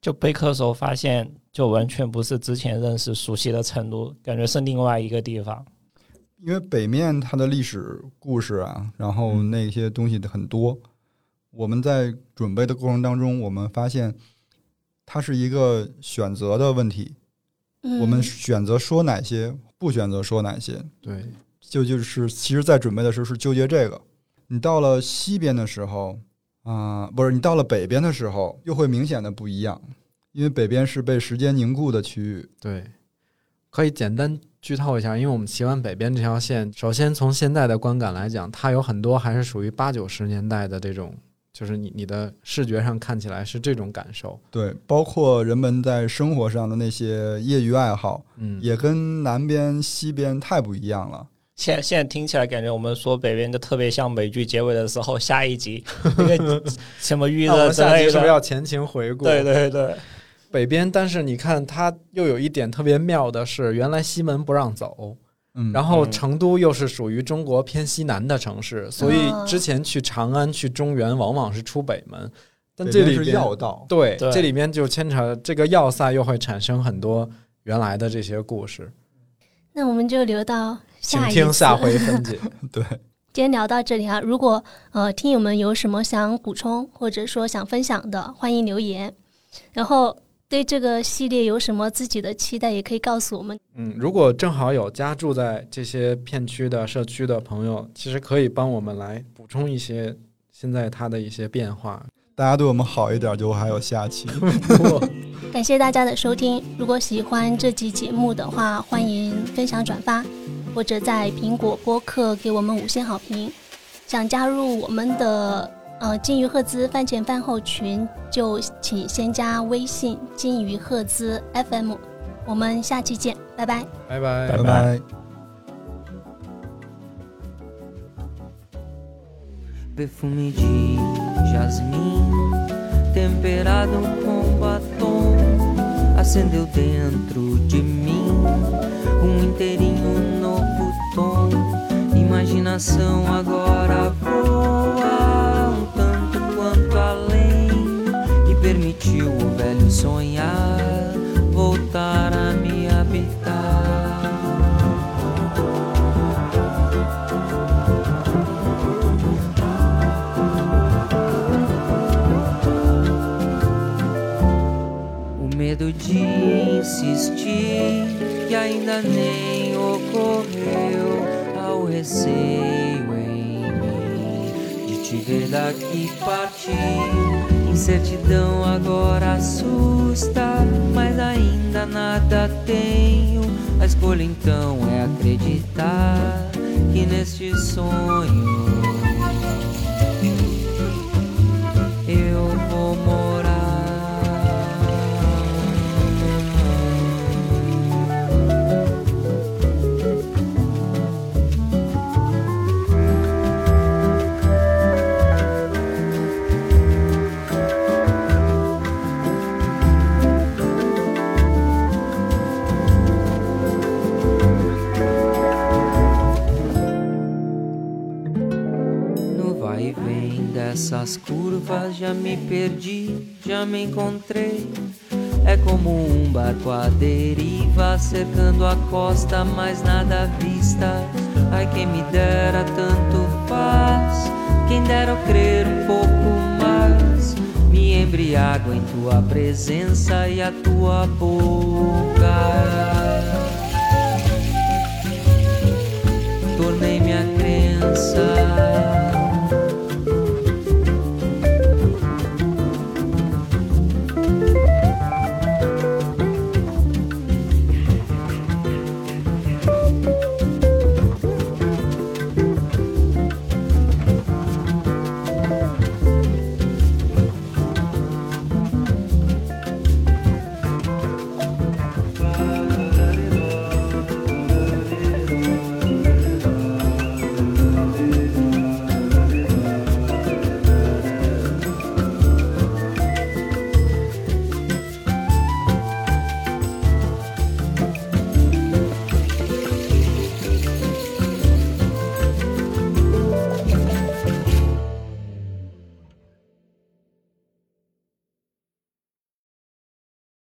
[SPEAKER 1] 就备课的时候发现，就完全不是之前认识熟悉的成都，感觉是另外一个地方。
[SPEAKER 4] 因为北面它的历史故事啊，然后
[SPEAKER 3] 嗯
[SPEAKER 4] 那些东西很多。我们在准备的过程当中，我们发现它是一个选择的问题，
[SPEAKER 2] 嗯，
[SPEAKER 4] 我们选择说哪些，不选择说哪些。
[SPEAKER 3] 对，
[SPEAKER 4] 就就是，其实，在准备的时候是纠结这个。你到了西边的时候，啊、不是你到了北边的时候，又会明显的不一样，因为北边是被时间凝固的区域。
[SPEAKER 3] 对，可以简单剧透一下，因为我们骑完北边这条线，首先从现在的观感来讲，它有很多还是属于八九十年代的这种就是你你的视觉上看起来是这种感受，
[SPEAKER 4] 对，包括人们在生活上的那些业余爱好，
[SPEAKER 3] 嗯，
[SPEAKER 4] 也跟南边、西边太不一样了。
[SPEAKER 1] 现现在听起来感觉我们说北边就特别像美剧结尾的时候，下一集那个 什么预
[SPEAKER 3] 那我
[SPEAKER 1] 热
[SPEAKER 3] 们
[SPEAKER 1] 之
[SPEAKER 3] 下
[SPEAKER 1] 类
[SPEAKER 3] 集是不是
[SPEAKER 1] 的。
[SPEAKER 3] 要前情回顾？
[SPEAKER 1] 对对对，
[SPEAKER 3] 北边，但是你看它又有一点特别妙的是，原来西门不让走，
[SPEAKER 4] 嗯，
[SPEAKER 3] 然后
[SPEAKER 1] 嗯
[SPEAKER 3] 成都又是属于中国偏西南的城市，所以
[SPEAKER 2] 啊
[SPEAKER 3] 之前去长安、去中原往往是出北门，但
[SPEAKER 4] 北
[SPEAKER 3] 这
[SPEAKER 4] 边
[SPEAKER 3] 里
[SPEAKER 4] 是
[SPEAKER 3] 边
[SPEAKER 4] 要道，
[SPEAKER 3] 对
[SPEAKER 1] 对
[SPEAKER 3] 这里面就牵扯这个要塞，又会产生很多原来的这些故事，
[SPEAKER 2] 那我们就留到
[SPEAKER 3] 请
[SPEAKER 2] 下一
[SPEAKER 3] 听
[SPEAKER 2] 次
[SPEAKER 3] 下回 分解。
[SPEAKER 4] 对，
[SPEAKER 2] 今天聊到这里啊，如果呃听友们有什么想补充或者说想分享的，欢迎留言。然后对这个系列有什么自己的期待，也可以告诉我们。
[SPEAKER 3] 嗯，如果正好有家住在这些片区的社区的朋友，其实可以帮我们来补充一些现在它的一些变化。
[SPEAKER 4] 大家对我们好一点，就还有 下期。
[SPEAKER 2] 感谢大家的收听。如果喜欢这期节目的话，欢迎分享转发，或者在苹果播客给我们五星好评。想加入我们的呃金鱼赫兹饭前饭后群，就请先加微信金鱼赫兹 FM。我们下期见，拜拜。
[SPEAKER 3] 拜拜
[SPEAKER 1] 拜
[SPEAKER 4] 拜拜。
[SPEAKER 6] perfume de jasmim, temperado com batom, acendeu dentro de mim um inteirinho novo tom. Imaginação agora voa um tanto quanto além e permitiu o velho sonhar voltar a me habitar. O medo de insistir que ainda nem ocorreu ao receio em mim de te ver daqui partir. Incertidão agora assusta, mas ainda nada tenho. A escolha então é acreditar que neste sonho eu vou morar. No vai e vem dessas curvas já me perdi, já me encontrei. É como um barco à deriva, cercando a costa, mas nada à vista. Ai, quem me dera tanto faz, quem dera eu crer um pouco mais. Me embriago em tua presença e a tua boca.